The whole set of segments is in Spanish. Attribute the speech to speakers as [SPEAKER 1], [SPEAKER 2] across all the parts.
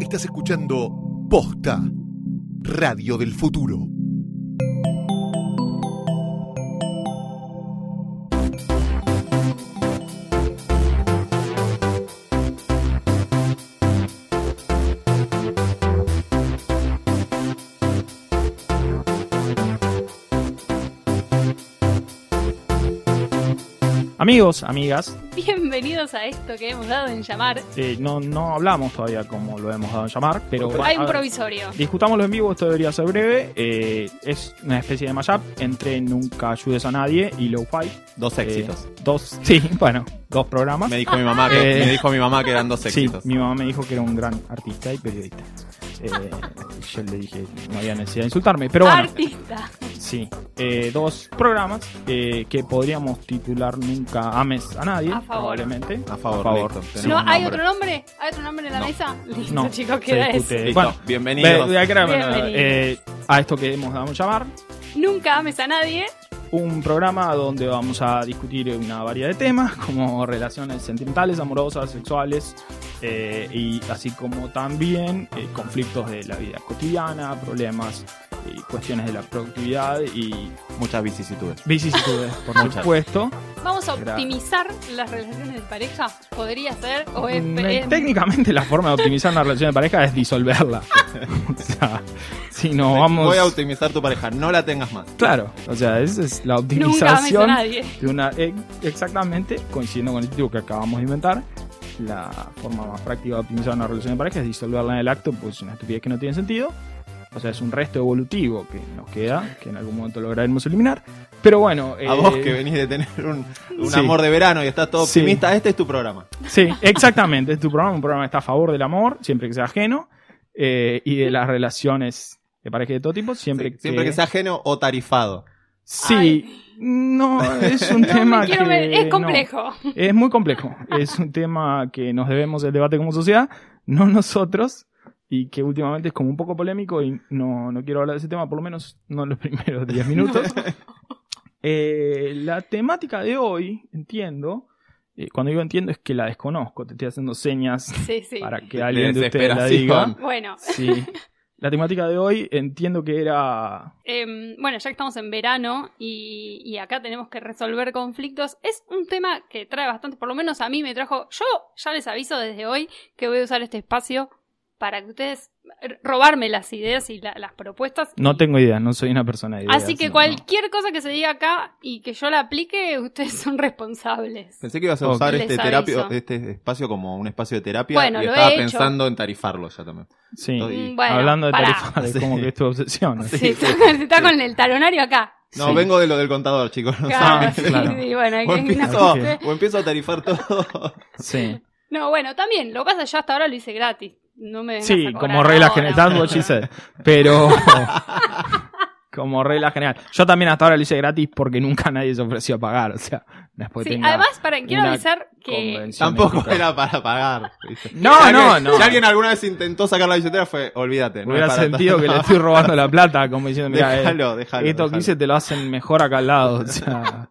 [SPEAKER 1] Estás escuchando Posta, Radio del Futuro.
[SPEAKER 2] Amigos, amigas,
[SPEAKER 3] Bienvenidos a esto que hemos dado en llamar.
[SPEAKER 2] eh, no, no hablamos todavía como lo hemos dado en llamar, pero
[SPEAKER 3] Hay
[SPEAKER 2] a
[SPEAKER 3] un
[SPEAKER 2] ver,
[SPEAKER 3] provisorio.
[SPEAKER 2] discutámoslo en vivo, esto debería ser breve. eh, es una especie de mashup entre Nunca ayudes a nadie y Lo-Fi.
[SPEAKER 4] Dos
[SPEAKER 2] eh,
[SPEAKER 4] éxitos.
[SPEAKER 2] dos, sí, bueno, dos programas.
[SPEAKER 4] Me dijo mi mamá que,
[SPEAKER 2] Eh,
[SPEAKER 4] me dijo mi mamá que eran dos
[SPEAKER 2] Sí,
[SPEAKER 4] éxitos.
[SPEAKER 2] mi mamá me dijo que era un gran artista y periodista. Eh, yo le dije, no había necesidad de insultarme, pero bueno.
[SPEAKER 3] Artista.
[SPEAKER 2] Sí, eh, dos programas eh, que podríamos titular Nunca ames a nadie,
[SPEAKER 3] A favor.
[SPEAKER 2] probablemente.
[SPEAKER 4] A favor, listo, tenemos
[SPEAKER 3] ¿No
[SPEAKER 4] un
[SPEAKER 3] hay
[SPEAKER 4] nombre.
[SPEAKER 3] otro nombre? ¿Hay otro nombre en la
[SPEAKER 4] No.
[SPEAKER 3] mesa? Listo,
[SPEAKER 2] No,
[SPEAKER 3] chicos,
[SPEAKER 2] se
[SPEAKER 3] queda
[SPEAKER 2] discute.
[SPEAKER 3] ese.
[SPEAKER 4] Listo,
[SPEAKER 2] Bueno,
[SPEAKER 4] bienvenidos.
[SPEAKER 2] Ve- ve- creo- bueno,
[SPEAKER 3] Bienvenidos.
[SPEAKER 2] eh, a esto que hemos dado en llamar,
[SPEAKER 3] Nunca ames a nadie.
[SPEAKER 2] un programa donde vamos a discutir una variedad de temas como relaciones sentimentales, amorosas, sexuales, eh, y así como también eh, conflictos de la vida cotidiana, problemas y cuestiones de la productividad y
[SPEAKER 4] Muchas vicisitudes.
[SPEAKER 2] vicisitudes, por supuesto.
[SPEAKER 3] Vamos a
[SPEAKER 2] Gra-
[SPEAKER 3] optimizar las relaciones de pareja. Podría ser o es.
[SPEAKER 2] Mm,
[SPEAKER 3] es-
[SPEAKER 2] Técnicamente la forma de optimizar una relación de pareja es disolverla. o sea, si no vamos...
[SPEAKER 4] Voy a optimizar tu pareja, no la tengas más.
[SPEAKER 2] Claro, o sea, esa es la
[SPEAKER 3] Nunca ames a
[SPEAKER 2] optimización
[SPEAKER 3] nadie.
[SPEAKER 2] de una eh, exactamente coincidiendo con el título que acabamos de inventar. La forma más práctica de optimizar una relación de pareja es disolverla en el acto, pues es una estupidez que no tiene sentido. O sea, es un resto evolutivo que nos queda, que en algún momento lograremos eliminar. Pero bueno, eh,
[SPEAKER 4] A vos que venís de tener un, un
[SPEAKER 2] sí.
[SPEAKER 4] amor de verano y estás todo
[SPEAKER 2] Sí.
[SPEAKER 4] optimista, este es tu programa.
[SPEAKER 2] sí, exactamente, es tu programa, un programa que está a favor del amor, siempre que sea ajeno, eh, y de las relaciones de pareja de todo tipo, siempre,
[SPEAKER 4] Sí, Siempre que sea ajeno o tarifado.
[SPEAKER 2] Sí,
[SPEAKER 3] Ay.
[SPEAKER 2] no, es un
[SPEAKER 3] No, me
[SPEAKER 2] tema
[SPEAKER 3] quiero
[SPEAKER 2] que...
[SPEAKER 3] ver. Es
[SPEAKER 2] no.
[SPEAKER 3] complejo.
[SPEAKER 2] Es muy complejo. Es un tema que nos debemos el debate como sociedad, no nosotros, y que últimamente es como un poco polémico y no, no quiero hablar de ese tema, por lo menos no en los primeros 10 minutos. Eh, la temática de hoy, entiendo, eh, cuando digo entiendo es que la desconozco, te estoy haciendo señas
[SPEAKER 3] Sí, sí.
[SPEAKER 2] para que
[SPEAKER 4] De
[SPEAKER 2] alguien de ustedes la diga.
[SPEAKER 4] desesperación.
[SPEAKER 3] Bueno,
[SPEAKER 2] Sí. La temática de hoy entiendo que era...
[SPEAKER 3] em, bueno, ya que estamos en verano y, y acá tenemos que resolver conflictos. Es un tema que trae bastante, por lo menos a mí me trajo. Yo ya les aviso desde hoy que voy a usar este espacio para que ustedes r- robarme las ideas y la- las propuestas.
[SPEAKER 2] No tengo idea, no soy una persona de ideas,
[SPEAKER 3] Así que
[SPEAKER 2] no, no.
[SPEAKER 3] cualquier cosa que se diga acá y que yo la aplique, ustedes son responsables.
[SPEAKER 2] Pues
[SPEAKER 4] Pensé que ibas a
[SPEAKER 2] Ok.
[SPEAKER 4] usar
[SPEAKER 3] Les
[SPEAKER 4] este,
[SPEAKER 3] aviso.
[SPEAKER 4] terapia, este espacio como un espacio de terapia
[SPEAKER 3] Bueno,
[SPEAKER 4] y
[SPEAKER 3] lo
[SPEAKER 4] estaba
[SPEAKER 3] he hecho.
[SPEAKER 4] pensando en tarifarlo ya también.
[SPEAKER 2] Sí.
[SPEAKER 4] Estoy-
[SPEAKER 3] Mm, Bueno,
[SPEAKER 2] Hablando de
[SPEAKER 3] pará.
[SPEAKER 2] tarifas, es como
[SPEAKER 4] Sí.
[SPEAKER 2] que es tu obsesión.
[SPEAKER 3] Sí, está, está con el talonario acá.
[SPEAKER 4] No,
[SPEAKER 2] Sí.
[SPEAKER 4] vengo de lo del contador, chicos. no
[SPEAKER 3] Claro,
[SPEAKER 4] saben.
[SPEAKER 3] sí,
[SPEAKER 2] Ah, claro.
[SPEAKER 3] sí, bueno, hay
[SPEAKER 4] O
[SPEAKER 3] que-
[SPEAKER 4] empiezo,
[SPEAKER 2] no
[SPEAKER 4] o empiezo a tarifar todo.
[SPEAKER 2] Sí,
[SPEAKER 3] No, bueno, también, lo que pasa es que yo hasta ahora lo hice gratis. No me vengas a
[SPEAKER 2] sí
[SPEAKER 3] cobrar
[SPEAKER 2] como regla
[SPEAKER 3] ahora.
[SPEAKER 2] general. eh, That's what she said. Pero. como regla general. Yo también hasta ahora lo hice gratis porque nunca nadie se ofreció a pagar. O sea, después
[SPEAKER 3] Sí, además, para, quiero
[SPEAKER 2] una
[SPEAKER 3] avisar que...
[SPEAKER 2] convención
[SPEAKER 4] Tampoco
[SPEAKER 2] ética.
[SPEAKER 4] era para pagar. ¿viste?
[SPEAKER 2] No,
[SPEAKER 4] Si
[SPEAKER 2] no,
[SPEAKER 4] alguien-
[SPEAKER 2] no.
[SPEAKER 4] Si alguien alguna vez intentó sacar la billetera fue, olvídate. no
[SPEAKER 2] Hubiera
[SPEAKER 4] es para
[SPEAKER 2] sentido
[SPEAKER 4] tanto.
[SPEAKER 2] que le estoy robando la plata, como diciendo, mira, eh,
[SPEAKER 4] Déjalo, déjalo.
[SPEAKER 2] esto que
[SPEAKER 4] déjalo.
[SPEAKER 2] hice te lo hacen mejor acá al lado. O sea,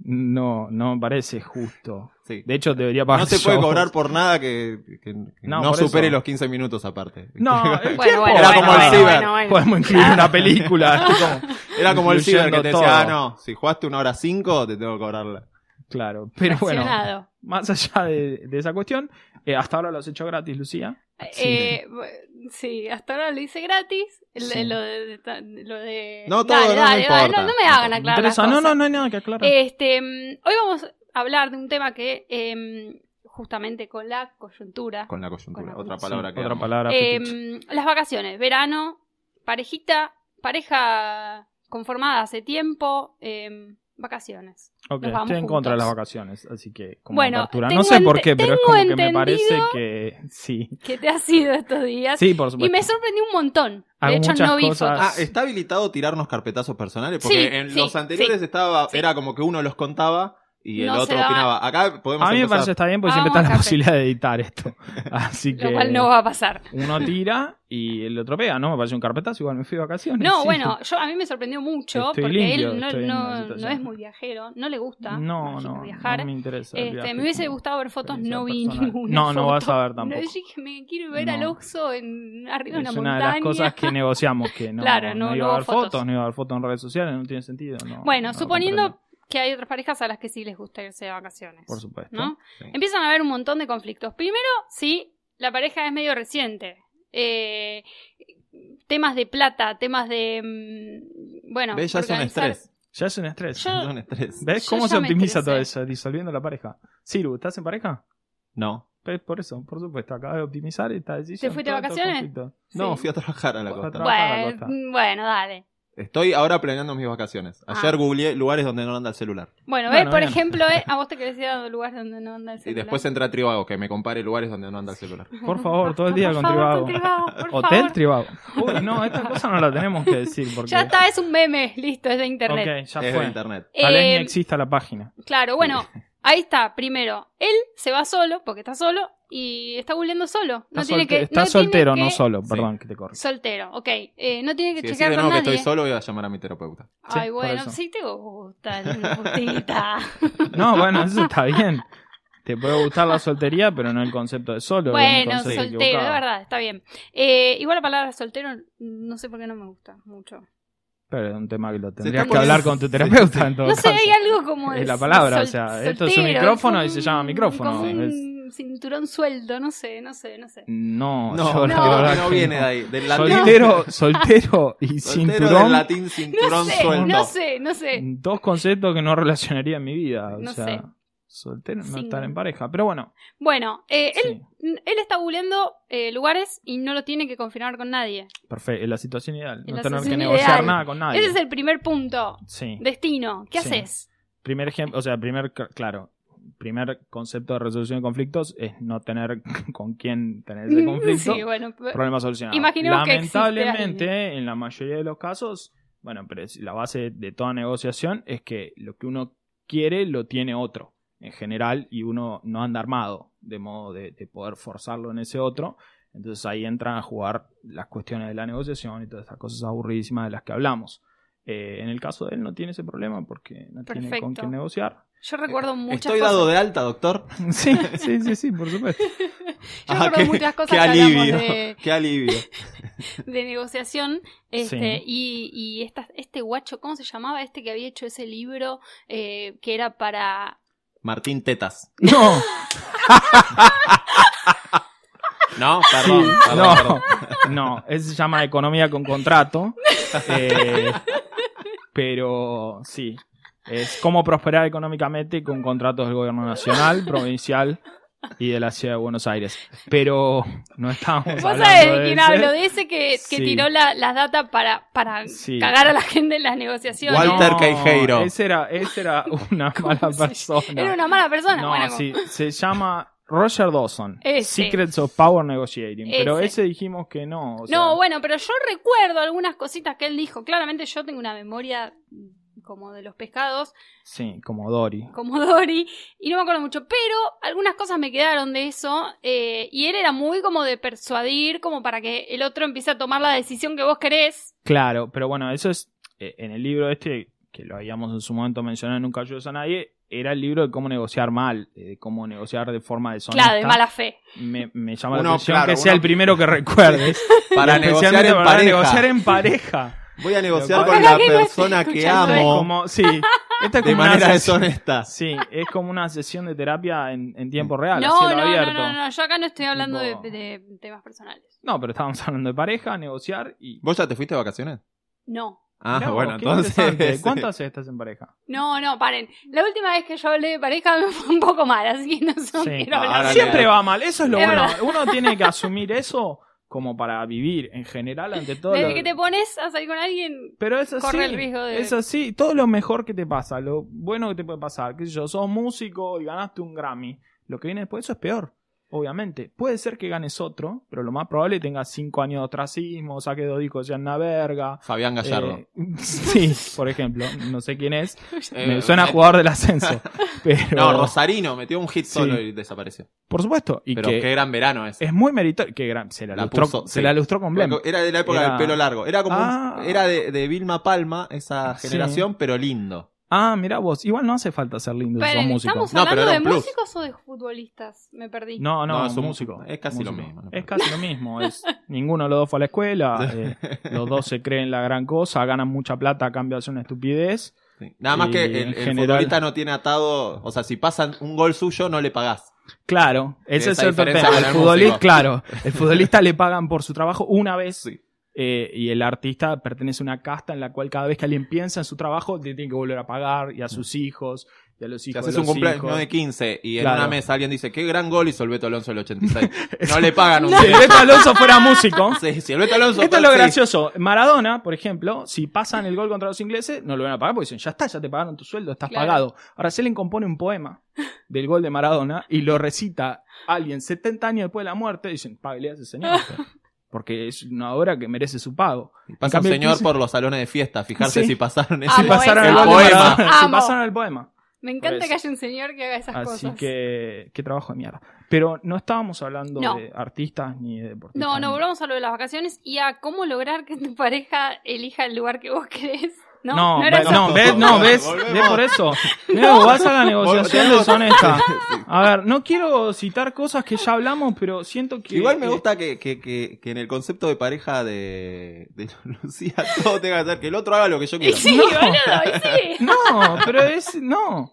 [SPEAKER 2] no, no me parece justo.
[SPEAKER 4] Sí.
[SPEAKER 2] De hecho, debería pagar
[SPEAKER 4] No se puede
[SPEAKER 2] yo.
[SPEAKER 4] cobrar por nada que, que- que
[SPEAKER 2] No,
[SPEAKER 4] no,
[SPEAKER 2] por
[SPEAKER 4] supere
[SPEAKER 2] eso.
[SPEAKER 4] los 15 minutos aparte.
[SPEAKER 2] No, eh, el
[SPEAKER 3] Bueno,
[SPEAKER 2] tiempo-
[SPEAKER 3] bueno,
[SPEAKER 4] Era
[SPEAKER 3] bueno,
[SPEAKER 4] como el
[SPEAKER 3] bueno,
[SPEAKER 4] ciber.
[SPEAKER 3] bueno, bueno.
[SPEAKER 2] Podemos incluir una película. así como-
[SPEAKER 4] Era como el ciber que te
[SPEAKER 2] Incluyendo
[SPEAKER 4] decía, ah,
[SPEAKER 2] todo.
[SPEAKER 4] no, si jugaste una hora cinco, te tengo que cobrarla.
[SPEAKER 2] Claro, pero bueno,
[SPEAKER 3] Fraccionado.
[SPEAKER 2] más allá de, de esa cuestión, eh, hasta ahora lo has hecho gratis, Lucía. Sí.
[SPEAKER 3] Eh, bu- sí, hasta ahora lo hice gratis. El-
[SPEAKER 2] Sí.
[SPEAKER 3] Lo, de, lo de-
[SPEAKER 4] No, todo, no, no importa.
[SPEAKER 3] no, no me hagan aclarar. las
[SPEAKER 2] Interesa- No,
[SPEAKER 3] cosas.
[SPEAKER 2] no, no hay nada que aclarar.
[SPEAKER 3] Este, mm, hoy vamos a hablar de un tema que, em, justamente con la coyuntura,
[SPEAKER 4] Con la coyuntura.
[SPEAKER 3] Con la
[SPEAKER 4] otra
[SPEAKER 3] coyuntura.
[SPEAKER 4] palabra
[SPEAKER 2] Sí,
[SPEAKER 4] que.
[SPEAKER 2] otra
[SPEAKER 4] amo.
[SPEAKER 2] palabra.
[SPEAKER 3] em,
[SPEAKER 2] fetiche.
[SPEAKER 3] las vacaciones, verano, parejita, pareja conformada hace tiempo, em, vacaciones.
[SPEAKER 2] Ok,
[SPEAKER 3] nos vamos
[SPEAKER 2] estoy en contra de
[SPEAKER 3] juntos.
[SPEAKER 2] las vacaciones, así que como
[SPEAKER 3] Bueno,
[SPEAKER 2] apertura.
[SPEAKER 3] tengo
[SPEAKER 2] No sé por
[SPEAKER 3] ente-
[SPEAKER 2] qué, pero es
[SPEAKER 3] tengo
[SPEAKER 2] como que me
[SPEAKER 3] entendido-
[SPEAKER 2] parece que sí.
[SPEAKER 3] ¿Qué te ha sido estos días?
[SPEAKER 2] Sí, por
[SPEAKER 3] y
[SPEAKER 2] supuesto.
[SPEAKER 3] me sorprendió un montón.
[SPEAKER 2] Hay
[SPEAKER 3] De hecho,
[SPEAKER 2] muchas
[SPEAKER 3] no vi
[SPEAKER 2] cosas-
[SPEAKER 3] fotos.
[SPEAKER 4] Ah, ¿está habilitado tirarnos carpetazos personales? Porque
[SPEAKER 3] Sí,
[SPEAKER 4] en
[SPEAKER 3] sí,
[SPEAKER 4] los anteriores estaba,
[SPEAKER 3] sí.
[SPEAKER 4] era como que uno los contaba Y el
[SPEAKER 3] No se
[SPEAKER 4] otro
[SPEAKER 3] daba-
[SPEAKER 4] opinaba. Acá podemos
[SPEAKER 2] A mí me
[SPEAKER 4] empezar.
[SPEAKER 2] parece está bien porque siempre
[SPEAKER 3] Vamos,
[SPEAKER 2] está la
[SPEAKER 3] café.
[SPEAKER 2] posibilidad de editar esto. Así que
[SPEAKER 3] Lo cual no va a pasar.
[SPEAKER 2] uno tira y el otro pega, ¿no? Me parece un carpetazo, igual me fui de vacaciones.
[SPEAKER 3] No,
[SPEAKER 2] sí.
[SPEAKER 3] bueno, yo a mí me sorprendió mucho
[SPEAKER 2] Estoy
[SPEAKER 3] porque
[SPEAKER 2] limpio,
[SPEAKER 3] él no,
[SPEAKER 2] estoy en
[SPEAKER 3] no-
[SPEAKER 2] una
[SPEAKER 3] no
[SPEAKER 2] situación.
[SPEAKER 3] es muy viajero, no le gusta
[SPEAKER 2] No,
[SPEAKER 3] imagino,
[SPEAKER 2] no,
[SPEAKER 3] viajar.
[SPEAKER 2] no me interesa. el
[SPEAKER 3] Este,
[SPEAKER 2] viaje
[SPEAKER 3] me hubiese
[SPEAKER 2] como
[SPEAKER 3] gustado ver fotos,
[SPEAKER 2] experiencia
[SPEAKER 3] no vi
[SPEAKER 2] personal.
[SPEAKER 3] ninguna.
[SPEAKER 2] No, no vas
[SPEAKER 3] foto.
[SPEAKER 2] a ver tampoco.
[SPEAKER 3] No, yo dije, me quiero ver
[SPEAKER 2] No.
[SPEAKER 3] al oso en, arriba de
[SPEAKER 2] es
[SPEAKER 3] una
[SPEAKER 2] una de
[SPEAKER 3] montaña.
[SPEAKER 2] las cosas que negociamos que no,
[SPEAKER 3] Claro,
[SPEAKER 2] no,
[SPEAKER 3] no-
[SPEAKER 2] iba
[SPEAKER 3] no
[SPEAKER 2] a haber
[SPEAKER 3] hubo
[SPEAKER 2] fotos.
[SPEAKER 3] fotos.
[SPEAKER 2] no iba a haber fotos en redes sociales, no tiene sentido. no-
[SPEAKER 3] bueno,
[SPEAKER 2] Ah, no lo
[SPEAKER 3] suponiendo
[SPEAKER 2] comprendo,
[SPEAKER 3] que hay otras parejas a las que sí les gusta irse de vacaciones.
[SPEAKER 2] por supuesto.
[SPEAKER 3] ¿no?
[SPEAKER 4] Sí.
[SPEAKER 3] Empiezan a haber un montón de conflictos. Primero, sí, la pareja es medio reciente. Eh, temas de plata, temas de. mm, Bueno,
[SPEAKER 4] ¿Ves? Ya es un
[SPEAKER 3] organizar-
[SPEAKER 4] estrés.
[SPEAKER 2] Ya es un estrés.
[SPEAKER 3] Yo-
[SPEAKER 4] Es un estrés.
[SPEAKER 2] ¿Ves
[SPEAKER 3] yo
[SPEAKER 2] cómo
[SPEAKER 3] ya
[SPEAKER 2] se
[SPEAKER 3] me
[SPEAKER 2] optimiza todo
[SPEAKER 3] estresé.
[SPEAKER 2] eso? Disolviendo la pareja. Siru, ¿estás en pareja?
[SPEAKER 4] No.
[SPEAKER 2] Pues por eso, por supuesto. Acabas de optimizar esta decisión.
[SPEAKER 3] ¿Te fuiste de
[SPEAKER 2] todo, todo
[SPEAKER 3] vacaciones?
[SPEAKER 2] conflicto.
[SPEAKER 4] No,
[SPEAKER 3] Sí.
[SPEAKER 4] fui a trabajar a la
[SPEAKER 2] Fue a
[SPEAKER 4] costa.
[SPEAKER 2] trabajar. Baja la
[SPEAKER 3] Bueno, mm,
[SPEAKER 2] costa.
[SPEAKER 3] bueno, dale.
[SPEAKER 4] Estoy ahora planeando mis vacaciones. Ayer
[SPEAKER 3] Ah.
[SPEAKER 4] googleé lugares donde no anda el celular.
[SPEAKER 3] Bueno,
[SPEAKER 2] Bueno,
[SPEAKER 3] ¿ves? Por
[SPEAKER 2] bien.
[SPEAKER 3] ejemplo, eh, a vos te querés ir a lugares donde no anda el
[SPEAKER 4] Y
[SPEAKER 3] celular.
[SPEAKER 4] después entra a Tribago, que me compare lugares donde no anda el celular.
[SPEAKER 2] Por favor, todo el día
[SPEAKER 3] Por
[SPEAKER 2] con Tribago.
[SPEAKER 3] favor, con Trivago, por
[SPEAKER 2] Hotel
[SPEAKER 3] favor.
[SPEAKER 2] Tribago. Uy, no, esta cosa no la tenemos que decir porque.
[SPEAKER 3] Ya está, es un meme, listo, es de internet.
[SPEAKER 2] Ok, ya
[SPEAKER 4] es de
[SPEAKER 2] fue.
[SPEAKER 4] internet.
[SPEAKER 2] Tal vez
[SPEAKER 3] Eh,
[SPEAKER 2] ni exista la página.
[SPEAKER 3] Claro, bueno, ahí está. Primero, él se va solo, porque está solo, y está googleando solo. No
[SPEAKER 2] Está,
[SPEAKER 3] tiene
[SPEAKER 2] solte-
[SPEAKER 3] que,
[SPEAKER 2] está
[SPEAKER 3] no tiene
[SPEAKER 2] soltero,
[SPEAKER 3] que-
[SPEAKER 2] no solo.
[SPEAKER 4] Sí.
[SPEAKER 2] Perdón que te corro.
[SPEAKER 3] Soltero, ok. Eh, no tiene
[SPEAKER 4] Si
[SPEAKER 3] que
[SPEAKER 4] decís
[SPEAKER 3] checar
[SPEAKER 4] de
[SPEAKER 3] con
[SPEAKER 4] nuevo que
[SPEAKER 3] nadie.
[SPEAKER 4] estoy solo, voy a llamar a mi terapeuta.
[SPEAKER 3] Ay,
[SPEAKER 2] Sí, por
[SPEAKER 3] bueno,
[SPEAKER 2] eso.
[SPEAKER 3] sí te gusta, la putita.
[SPEAKER 2] No, bueno, eso está bien. Te puede gustar la soltería, pero no el concepto de solo. es un
[SPEAKER 3] bueno,
[SPEAKER 2] concepto
[SPEAKER 3] soltero, de
[SPEAKER 2] equivocado.
[SPEAKER 3] verdad, está bien. Eh, igual la palabra soltero, no sé por qué no me gusta mucho.
[SPEAKER 2] Pero es un tema que lo
[SPEAKER 4] está
[SPEAKER 2] tendrías que
[SPEAKER 4] poniendo-
[SPEAKER 2] hablar con tu terapeuta en todo
[SPEAKER 3] No sé,
[SPEAKER 2] caso.
[SPEAKER 3] hay algo como
[SPEAKER 2] Es
[SPEAKER 3] de
[SPEAKER 2] la palabra,
[SPEAKER 3] sol-
[SPEAKER 2] o sea, esto es un
[SPEAKER 3] soltero,
[SPEAKER 2] micrófono
[SPEAKER 3] como
[SPEAKER 2] y se llama
[SPEAKER 3] un-
[SPEAKER 2] micrófono,
[SPEAKER 3] como
[SPEAKER 2] sí.
[SPEAKER 3] un cinturón sueldo, no sé, no sé, no sé.
[SPEAKER 2] No,
[SPEAKER 4] No,
[SPEAKER 2] yo
[SPEAKER 4] no,
[SPEAKER 2] la
[SPEAKER 4] no,
[SPEAKER 2] verdad que
[SPEAKER 4] viene
[SPEAKER 2] no.
[SPEAKER 4] de ahí. Del latín,
[SPEAKER 2] Soltero, soltero y
[SPEAKER 4] soltero
[SPEAKER 2] cinturón.
[SPEAKER 4] del latín cinturón
[SPEAKER 3] no sé,
[SPEAKER 4] sueldo.
[SPEAKER 3] no sé, no sé.
[SPEAKER 2] Dos conceptos que no relacionaría en mi vida. O
[SPEAKER 3] No
[SPEAKER 2] sea,
[SPEAKER 3] sé.
[SPEAKER 2] soltero no
[SPEAKER 3] Sí.
[SPEAKER 2] estar en pareja. Pero bueno,
[SPEAKER 3] Bueno, eh, él,
[SPEAKER 2] sí,
[SPEAKER 3] él está googleando eh, lugares y no lo tiene que confirmar con nadie.
[SPEAKER 2] perfecto. Es la situación ideal.
[SPEAKER 3] Es
[SPEAKER 2] No
[SPEAKER 3] la
[SPEAKER 2] tener que
[SPEAKER 3] situación
[SPEAKER 2] negociar
[SPEAKER 3] ideal.
[SPEAKER 2] nada con nadie.
[SPEAKER 3] Ese es el primer punto.
[SPEAKER 2] Sí.
[SPEAKER 3] Destino, ¿qué
[SPEAKER 2] Ah, Sí.
[SPEAKER 3] haces?
[SPEAKER 2] Primer ejemplo, o sea, primer, cl- claro, primer concepto de resolución de conflictos es no tener con quién tener ese conflicto.
[SPEAKER 3] Sí, bueno, pe-
[SPEAKER 2] Problema solucionado.
[SPEAKER 3] Imaginemos que existe
[SPEAKER 2] Lamentablemente, en la mayoría de los casos, bueno, pero es- la base de toda negociación es que lo que uno quiere lo tiene otro, en general, y uno no anda armado, de modo de, de poder forzarlo en ese otro. Entonces ahí entran a jugar las cuestiones de la negociación y todas estas cosas aburridísimas de las que hablamos. Eh, en el caso de él no tiene ese problema porque no tiene con
[SPEAKER 3] Perfecto.
[SPEAKER 2] quién negociar.
[SPEAKER 3] yo recuerdo muchas
[SPEAKER 4] Estoy
[SPEAKER 3] cosas.
[SPEAKER 4] dado de alta, doctor.
[SPEAKER 2] Sí, sí, sí, sí, por supuesto.
[SPEAKER 3] Yo
[SPEAKER 4] Ah,
[SPEAKER 3] recuerdo
[SPEAKER 4] qué-
[SPEAKER 3] muchas cosas
[SPEAKER 4] Qué
[SPEAKER 3] que hablamos
[SPEAKER 4] alivio.
[SPEAKER 3] de,
[SPEAKER 4] Qué alivio.
[SPEAKER 3] de negociación. Este,
[SPEAKER 2] Sí.
[SPEAKER 3] Y, y esta- este guacho, ¿cómo se llamaba? Este que había hecho ese libro eh, que era para.
[SPEAKER 4] Martín Tetas.
[SPEAKER 2] No,
[SPEAKER 4] No, perdón.
[SPEAKER 2] Sí,
[SPEAKER 4] perdón,
[SPEAKER 2] no,
[SPEAKER 4] perdón.
[SPEAKER 2] no, ese se llama economía con contrato. eh, pero sí, es cómo prosperar económicamente con contratos del gobierno nacional, provincial y de la ciudad de Buenos Aires. Pero no estábamos
[SPEAKER 3] ¿Vos
[SPEAKER 2] hablando
[SPEAKER 3] sabés de quién
[SPEAKER 2] ese.
[SPEAKER 3] hablo? De ese que, que
[SPEAKER 2] Sí.
[SPEAKER 3] tiró la- las datas para, para
[SPEAKER 2] Sí.
[SPEAKER 3] cagar a la gente en las negociaciones.
[SPEAKER 4] Walter
[SPEAKER 2] No,
[SPEAKER 4] Queijeiro.
[SPEAKER 2] Ese era, ese era una
[SPEAKER 3] ¿Cómo
[SPEAKER 2] mala
[SPEAKER 3] se llama?
[SPEAKER 2] persona.
[SPEAKER 3] Era una mala persona.
[SPEAKER 2] No,
[SPEAKER 3] bueno,
[SPEAKER 2] sí, se llama Roger Dawson.
[SPEAKER 3] Ese.
[SPEAKER 2] Secrets of Power Negotiating. Pero
[SPEAKER 3] Ese.
[SPEAKER 2] ese dijimos que no. o sea,
[SPEAKER 3] No, bueno, pero yo recuerdo algunas cositas que él dijo. Claramente yo tengo una memoria mm, como de los pescados,
[SPEAKER 2] Sí, como Dory.
[SPEAKER 3] como Dory, y no me acuerdo mucho, pero algunas cosas me quedaron de eso, eh, y él era muy como de persuadir, como para que el otro empiece a tomar la decisión que vos querés.
[SPEAKER 2] Claro, pero bueno, eso es eh, en el libro este que lo habíamos en su momento mencionado, en nunca ayudas a nadie, era el libro de cómo negociar mal, eh, de cómo negociar de forma deshonesta.
[SPEAKER 3] Claro, de mala fe.
[SPEAKER 2] Me, me llama la
[SPEAKER 4] Uno,
[SPEAKER 2] atención
[SPEAKER 4] claro,
[SPEAKER 2] que sea
[SPEAKER 4] uno-
[SPEAKER 2] el primero que recuerdes.
[SPEAKER 4] Para
[SPEAKER 2] Y
[SPEAKER 4] negociar
[SPEAKER 2] especialmente
[SPEAKER 4] en
[SPEAKER 2] para
[SPEAKER 4] pareja.
[SPEAKER 2] negociar en pareja.
[SPEAKER 4] Voy a negociar
[SPEAKER 2] Pero
[SPEAKER 4] con
[SPEAKER 3] para
[SPEAKER 4] la
[SPEAKER 3] que no estés
[SPEAKER 4] persona que
[SPEAKER 3] escuchando
[SPEAKER 4] amo
[SPEAKER 2] Como, sí, esta es
[SPEAKER 4] de
[SPEAKER 2] como una
[SPEAKER 4] manera
[SPEAKER 2] sesión-
[SPEAKER 4] deshonesta.
[SPEAKER 2] Sí, es como una sesión de terapia en, en tiempo real, a
[SPEAKER 3] no,
[SPEAKER 2] cielo
[SPEAKER 3] no,
[SPEAKER 2] abierto.
[SPEAKER 3] no, no, no, yo acá no estoy hablando de,
[SPEAKER 2] Tipo-
[SPEAKER 3] de temas personales.
[SPEAKER 2] No, pero estábamos hablando de pareja, negociar y...
[SPEAKER 4] ¿Vos ya te fuiste de vacaciones?
[SPEAKER 3] No.
[SPEAKER 4] Ah,
[SPEAKER 2] Mirá vos,
[SPEAKER 4] bueno,
[SPEAKER 2] qué
[SPEAKER 4] entonces. este,
[SPEAKER 2] interesante. ¿Cuánto hace que estás en pareja?
[SPEAKER 3] No, no, paren. La última vez que yo hablé de pareja me fue un poco mal, así que no sé.
[SPEAKER 2] Sí. ah,
[SPEAKER 3] quiero
[SPEAKER 4] Ahora
[SPEAKER 3] hablar.
[SPEAKER 4] Dale,
[SPEAKER 2] Siempre
[SPEAKER 4] dale.
[SPEAKER 2] va mal, eso es lo
[SPEAKER 3] Es
[SPEAKER 2] bueno.
[SPEAKER 3] verdad.
[SPEAKER 2] Uno tiene que asumir eso como para vivir en general ante todo.
[SPEAKER 3] Desde
[SPEAKER 2] lo-
[SPEAKER 3] que te pones a salir con alguien,
[SPEAKER 2] Pero es así.
[SPEAKER 3] corre el riesgo de-
[SPEAKER 2] Es así. Todo lo mejor que te pasa, lo bueno que te puede pasar, qué sé yo, sos músico y ganaste un Grammy. Lo que viene después, eso es peor. Obviamente, puede ser que ganes otro, pero lo más probable es que tengas cinco años de ostracismo, saques dos discos ya en la verga.
[SPEAKER 4] Fabián Gallardo.
[SPEAKER 2] Eh, sí, por ejemplo, no sé quién es.
[SPEAKER 4] Eh,
[SPEAKER 2] Me suena a
[SPEAKER 4] eh,
[SPEAKER 2] jugador del ascenso. Pero,
[SPEAKER 4] No, Rosarino metió un hit solo
[SPEAKER 2] Sí.
[SPEAKER 4] y desapareció.
[SPEAKER 2] Por supuesto. Y
[SPEAKER 4] Pero
[SPEAKER 2] que
[SPEAKER 4] qué gran verano ese.
[SPEAKER 2] es muy meritorio. Que gran- se la,
[SPEAKER 4] La
[SPEAKER 2] lustró,
[SPEAKER 4] puso,
[SPEAKER 2] se
[SPEAKER 4] sí.
[SPEAKER 2] la lustró con Blem.
[SPEAKER 4] Porque Era de la época
[SPEAKER 2] Era-
[SPEAKER 4] del pelo largo. Era como un-
[SPEAKER 2] Ah.
[SPEAKER 4] era de, de Vilma Palma esa
[SPEAKER 2] Sí.
[SPEAKER 4] generación, pero lindo.
[SPEAKER 2] Ah, mirá vos. Igual no hace falta ser lindo si
[SPEAKER 3] Esperen,
[SPEAKER 2] sos músico.
[SPEAKER 3] ¿estamos
[SPEAKER 4] No, pero
[SPEAKER 3] hablando
[SPEAKER 4] era
[SPEAKER 3] de
[SPEAKER 4] un plus.
[SPEAKER 3] músicos o de futbolistas? Me perdí.
[SPEAKER 2] No, no,
[SPEAKER 4] No, es un-
[SPEAKER 2] músico.
[SPEAKER 4] es casi lo
[SPEAKER 2] Músico.
[SPEAKER 4] mismo, no
[SPEAKER 2] Es casi lo mismo. es- ninguno de los dos fue a la escuela. eh, los dos se creen la gran cosa. Ganan mucha plata a cambio de hacer una estupidez.
[SPEAKER 4] Sí. Nada más
[SPEAKER 2] Y
[SPEAKER 4] que
[SPEAKER 2] en
[SPEAKER 4] el, el
[SPEAKER 2] general-
[SPEAKER 4] futbolista no tiene atado. O sea, si pasan un gol suyo, no le pagás.
[SPEAKER 2] Claro, ese es
[SPEAKER 4] Esa
[SPEAKER 2] el tema.
[SPEAKER 4] diferencia con
[SPEAKER 2] El
[SPEAKER 4] el
[SPEAKER 2] futbolista,
[SPEAKER 4] músico.
[SPEAKER 2] claro, el futbolista le pagan por su trabajo una vez
[SPEAKER 4] Sí.
[SPEAKER 2] eh, y el artista pertenece a una casta en la cual cada vez que alguien piensa en su trabajo le tiene que volver a pagar y a sus hijos y a los
[SPEAKER 4] Si
[SPEAKER 2] hijos.
[SPEAKER 4] haces
[SPEAKER 2] de
[SPEAKER 4] un
[SPEAKER 2] los
[SPEAKER 4] cumpleaños
[SPEAKER 2] hijos.
[SPEAKER 4] de 15 y en
[SPEAKER 2] Claro.
[SPEAKER 4] una mesa alguien dice, qué gran gol hizo el Beto Alonso el 86. no le pagan un
[SPEAKER 2] Si el
[SPEAKER 4] derecho.
[SPEAKER 2] Beto Alonso fuera músico.
[SPEAKER 4] Sí, si el Beto Alonso.
[SPEAKER 2] Esto es lo
[SPEAKER 4] sí.
[SPEAKER 2] gracioso. Maradona, por ejemplo, si pasan el gol contra los ingleses, no lo van a pagar porque dicen, ya está, ya te pagaron tu sueldo, estás
[SPEAKER 3] Claro.
[SPEAKER 2] pagado. Ahora Selen compone un poema del gol de Maradona y lo recita alguien 70 años después de la muerte, dicen, págale a ese señor. Porque es una obra que merece su pago. En
[SPEAKER 4] Pasa un
[SPEAKER 2] cambio, el
[SPEAKER 4] señor
[SPEAKER 2] 15
[SPEAKER 4] por los salones de fiesta,
[SPEAKER 2] Sí.
[SPEAKER 4] fijarse
[SPEAKER 2] pues.
[SPEAKER 4] si pasaron
[SPEAKER 3] Ah,
[SPEAKER 4] ese
[SPEAKER 2] Si pasaron el
[SPEAKER 3] ese.
[SPEAKER 2] gol de
[SPEAKER 4] poema.
[SPEAKER 2] Maradona, si
[SPEAKER 3] Amo.
[SPEAKER 2] pasaron el poema.
[SPEAKER 3] Me encanta
[SPEAKER 2] Por
[SPEAKER 3] que haya un señor que haga esas
[SPEAKER 2] Así
[SPEAKER 3] cosas.
[SPEAKER 2] que, qué trabajo de mierda. Pero no estábamos hablando
[SPEAKER 3] No.
[SPEAKER 2] de artistas ni de deportistas.
[SPEAKER 3] No, no,
[SPEAKER 2] ni-
[SPEAKER 3] volvamos a lo de las vacaciones y a cómo lograr que tu pareja elija el lugar que vos querés. No,
[SPEAKER 2] No,
[SPEAKER 3] era
[SPEAKER 2] ve-
[SPEAKER 3] eso.
[SPEAKER 2] no, ves, no, ves,
[SPEAKER 4] Volvemos.
[SPEAKER 2] ves por eso. Mira, vos vas a la negociación
[SPEAKER 4] Volvemos.
[SPEAKER 2] deshonesta.
[SPEAKER 4] Sí.
[SPEAKER 2] A ver, no quiero citar cosas que ya hablamos, pero siento que.
[SPEAKER 4] Igual me
[SPEAKER 2] eh,
[SPEAKER 4] gusta que, que, que, que en el concepto de pareja de, de Lucía todo tenga que hacer que el otro haga lo que yo
[SPEAKER 3] Y
[SPEAKER 4] quiero.
[SPEAKER 3] sí,
[SPEAKER 2] No.
[SPEAKER 3] boludo, y sí.
[SPEAKER 2] No, pero es. No.